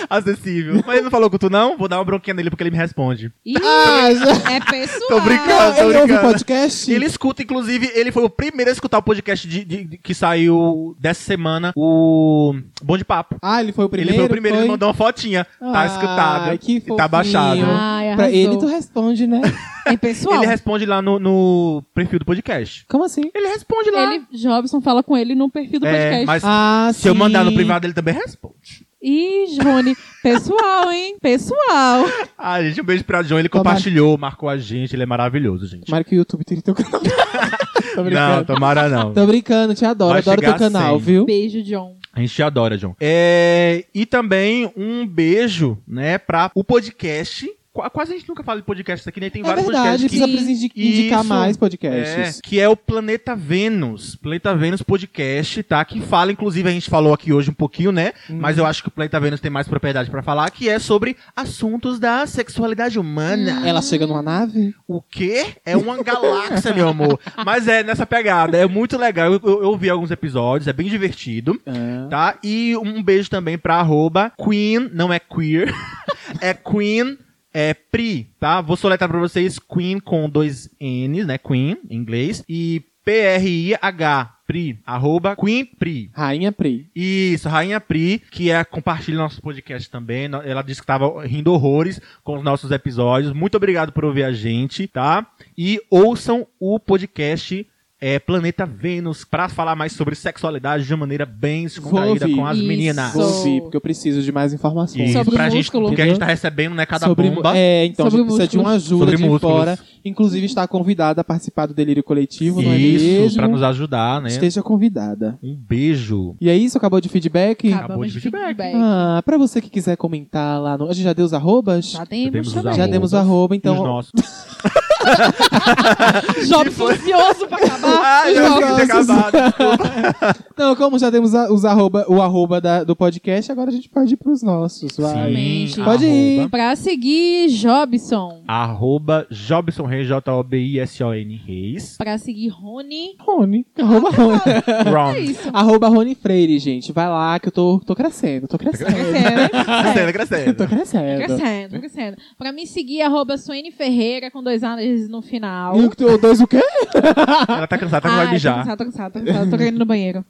Speaker 1: acessível. Mas ele não falou com tu, não? Vou dar uma bronquinha nele porque ele me responde.
Speaker 2: Ih,
Speaker 3: Ah, já...
Speaker 2: é pessoal.
Speaker 1: Tô brincando, tô
Speaker 3: Ele ouve o
Speaker 1: brincando.
Speaker 3: podcast?
Speaker 1: Ele escuta, inclusive, ele foi o primeiro a escutar o podcast de- de- de- que saiu dessa semana, o Bom de Papo.
Speaker 3: Ah, ele foi o primeiro?
Speaker 1: ele foi o primeiro, ele mandou uma fotinha. tá
Speaker 3: Ai,
Speaker 1: escutado.
Speaker 3: que
Speaker 1: e
Speaker 3: fofinho.
Speaker 1: tá baixado.
Speaker 2: Ai,
Speaker 3: Pra
Speaker 2: arrasou.
Speaker 3: ele, tu responde, né?
Speaker 2: É pessoal.
Speaker 1: Ele responde lá no, no perfil do podcast.
Speaker 3: Como assim?
Speaker 1: Ele responde lá.
Speaker 2: Ele- Jobson fala com ele no perfil do
Speaker 1: é,
Speaker 2: podcast.
Speaker 1: mas
Speaker 3: Ah,
Speaker 1: se eu
Speaker 3: sim.
Speaker 1: mandar no privado, ele também responde.
Speaker 2: Ih, Jone, pessoal, hein? Pessoal.
Speaker 1: Ah, gente, um beijo pra John. Ele
Speaker 3: Tomara.
Speaker 1: compartilhou, marcou a gente. Ele é maravilhoso, gente.
Speaker 3: Tomara que o YouTube tire teu canal. Tô
Speaker 1: não,
Speaker 3: brincando.
Speaker 1: tomara não.
Speaker 3: Tô brincando, te adoro.
Speaker 1: Vai
Speaker 3: adoro
Speaker 1: chegar
Speaker 3: teu canal,
Speaker 1: a cem.
Speaker 3: viu?
Speaker 2: Beijo, John.
Speaker 1: A gente te adora, John. É, e também um beijo, né, pra o podcast. Qua- Quase a gente nunca fala de podcast aqui, né? Tem
Speaker 3: É
Speaker 1: vários
Speaker 3: verdade,
Speaker 1: podcasts
Speaker 3: precisa
Speaker 1: que...
Speaker 3: presi- indicar
Speaker 1: Isso.
Speaker 3: mais
Speaker 1: É,
Speaker 3: podcasts.
Speaker 1: que é o Planeta Vênus. Planeta Vênus Podcast, tá? Que fala, inclusive, a gente falou aqui hoje um pouquinho, né?
Speaker 3: Uhum.
Speaker 1: Mas eu acho que o Planeta Vênus tem mais propriedade pra falar, que é sobre assuntos da sexualidade humana.
Speaker 3: Ela chega numa nave?
Speaker 1: O quê? É uma galáxia, meu amor. Mas é nessa pegada. É muito legal. Eu, eu, eu vi alguns episódios, é bem divertido.
Speaker 3: Ah.
Speaker 1: Tá? E um beijo também pra arroba Queen, não é queer, é Queen é Pri, tá? Vou soletrar pra vocês Queen com dois N's, né? Queen, em inglês. E P-R-I-H, Pri, arroba Queen Pri.
Speaker 3: Rainha Pri.
Speaker 1: Isso, Rainha Pri, que é, compartilha nosso podcast também. No- Ela disse que tava rindo horrores com os nossos episódios. Muito obrigado por ouvir a gente, tá? E ouçam o podcast é, Planeta Vênus pra falar mais sobre sexualidade de uma maneira bem descontraída
Speaker 3: ouvir.
Speaker 1: com as
Speaker 2: Isso.
Speaker 1: meninas.
Speaker 3: Vou
Speaker 2: Sou-
Speaker 3: ouvir, porque eu preciso de mais informações.
Speaker 1: Isso,
Speaker 2: Sobre
Speaker 1: pra gente,
Speaker 2: músculo.
Speaker 1: porque a gente tá recebendo, né, cada
Speaker 3: sobre,
Speaker 1: bomba.
Speaker 3: É, então
Speaker 2: Sobre
Speaker 3: a gente precisa de uma
Speaker 2: músculos.
Speaker 3: ajuda
Speaker 1: Sobre
Speaker 3: de
Speaker 1: músculos.
Speaker 3: fora. Inclusive está convidada a participar do Delírio Coletivo, não é
Speaker 1: Isso,
Speaker 3: mesmo?
Speaker 1: pra nos ajudar, né?
Speaker 3: Esteja convidada.
Speaker 1: Um beijo.
Speaker 3: E é isso, acabou de feedback?
Speaker 1: Acabou de feedback.
Speaker 2: é.
Speaker 3: Ah, pra você que quiser comentar lá no... A gente já deu os arrobas?
Speaker 2: Já
Speaker 3: Já,
Speaker 1: Temos
Speaker 2: temos
Speaker 1: os
Speaker 2: também.
Speaker 1: arroba.
Speaker 3: demos o
Speaker 1: arrobas.
Speaker 3: arroba,
Speaker 1: E os
Speaker 3: então...
Speaker 1: nossos.
Speaker 2: Jobson ansioso pra
Speaker 1: Ah,
Speaker 2: acabar.
Speaker 3: os
Speaker 1: já tinha
Speaker 3: nossos.
Speaker 1: acabado.
Speaker 3: Não, como já demos a- os arroba, o arroba da- do podcast, agora a gente pode ir pros nossos, vai.
Speaker 2: Exatamente.
Speaker 3: Pode ir.
Speaker 1: arroba-
Speaker 2: Pra seguir, Jobson.
Speaker 1: Arroba Jobson Reis, J-O-B-I-S-O-N Reis.
Speaker 2: Pra seguir, Rony.
Speaker 3: Rony. Arroba Rony.
Speaker 2: É
Speaker 1: Ron.
Speaker 2: isso.
Speaker 3: arroba Rony Freire, gente. Vai lá que eu tô, tô crescendo, tô crescendo.
Speaker 1: Crescendo,
Speaker 3: tô
Speaker 1: crescendo.
Speaker 3: crescendo.
Speaker 2: Crescendo, crescendo. Pra me seguir, arroba Suene Ferreira, com dois anos no final.
Speaker 3: E o que tu- dois o quê?
Speaker 2: É.
Speaker 1: Ela tá cansada, tá com
Speaker 2: Ai,
Speaker 1: vai mijar.
Speaker 2: Tô cansada, tô cansada, tô cansada. Tô querendo ir no banheiro.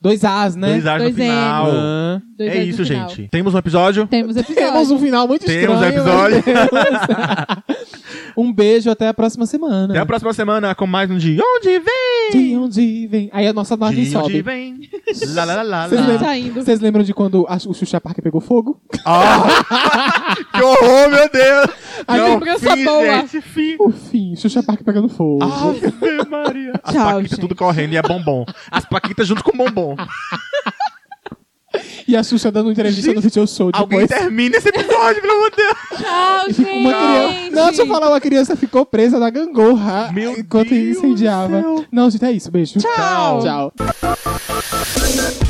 Speaker 3: Dois As, né?
Speaker 1: Dois A's no
Speaker 2: Dois
Speaker 1: final.
Speaker 3: Ah.
Speaker 2: Dois
Speaker 1: É
Speaker 2: anos no
Speaker 1: isso,
Speaker 2: final.
Speaker 1: gente. Temos um episódio?
Speaker 2: Temos episódio.
Speaker 3: Temos um final muito
Speaker 1: Temos um
Speaker 3: estranho.
Speaker 1: episódio.
Speaker 3: Um beijo, até a próxima semana.
Speaker 2: Hum.
Speaker 1: Até a próxima semana com mais um De Onde Vem?
Speaker 3: De onde vem? Aí a nossa margem
Speaker 1: De onde
Speaker 3: sobe.
Speaker 1: vem? Lá, lá, lá, lá,
Speaker 3: Vocês
Speaker 1: lá.
Speaker 3: lembram,
Speaker 2: Tá indo.
Speaker 3: vocês lembram de quando a- o Xuxa Parker pegou fogo?
Speaker 1: Ah, que horror, meu Deus!
Speaker 2: A
Speaker 1: Não,
Speaker 2: lembrança
Speaker 1: fim,
Speaker 2: boa. Ah.
Speaker 1: Gente, fim.
Speaker 3: O fim, Xuxa Parker pegando fogo.
Speaker 1: Ah. Ave Maria. As
Speaker 2: Tchau,
Speaker 1: paquitas
Speaker 2: gente.
Speaker 1: tudo correndo e é bombom. As paquitas junto com bombom.
Speaker 3: E a Xuxa dando entrevista no video show
Speaker 1: Alguém
Speaker 3: depois.
Speaker 1: termina esse episódio, pelo amor de Deus.
Speaker 2: Tchau, gente.
Speaker 3: Uma criança... Não, deixa eu falar, uma criança ficou presa na gangorra
Speaker 1: Meu
Speaker 3: enquanto
Speaker 1: Deus do
Speaker 3: incendiava.
Speaker 1: céu.
Speaker 3: Não, gente, é isso. Beijo.
Speaker 2: Tchau.
Speaker 3: Tchau.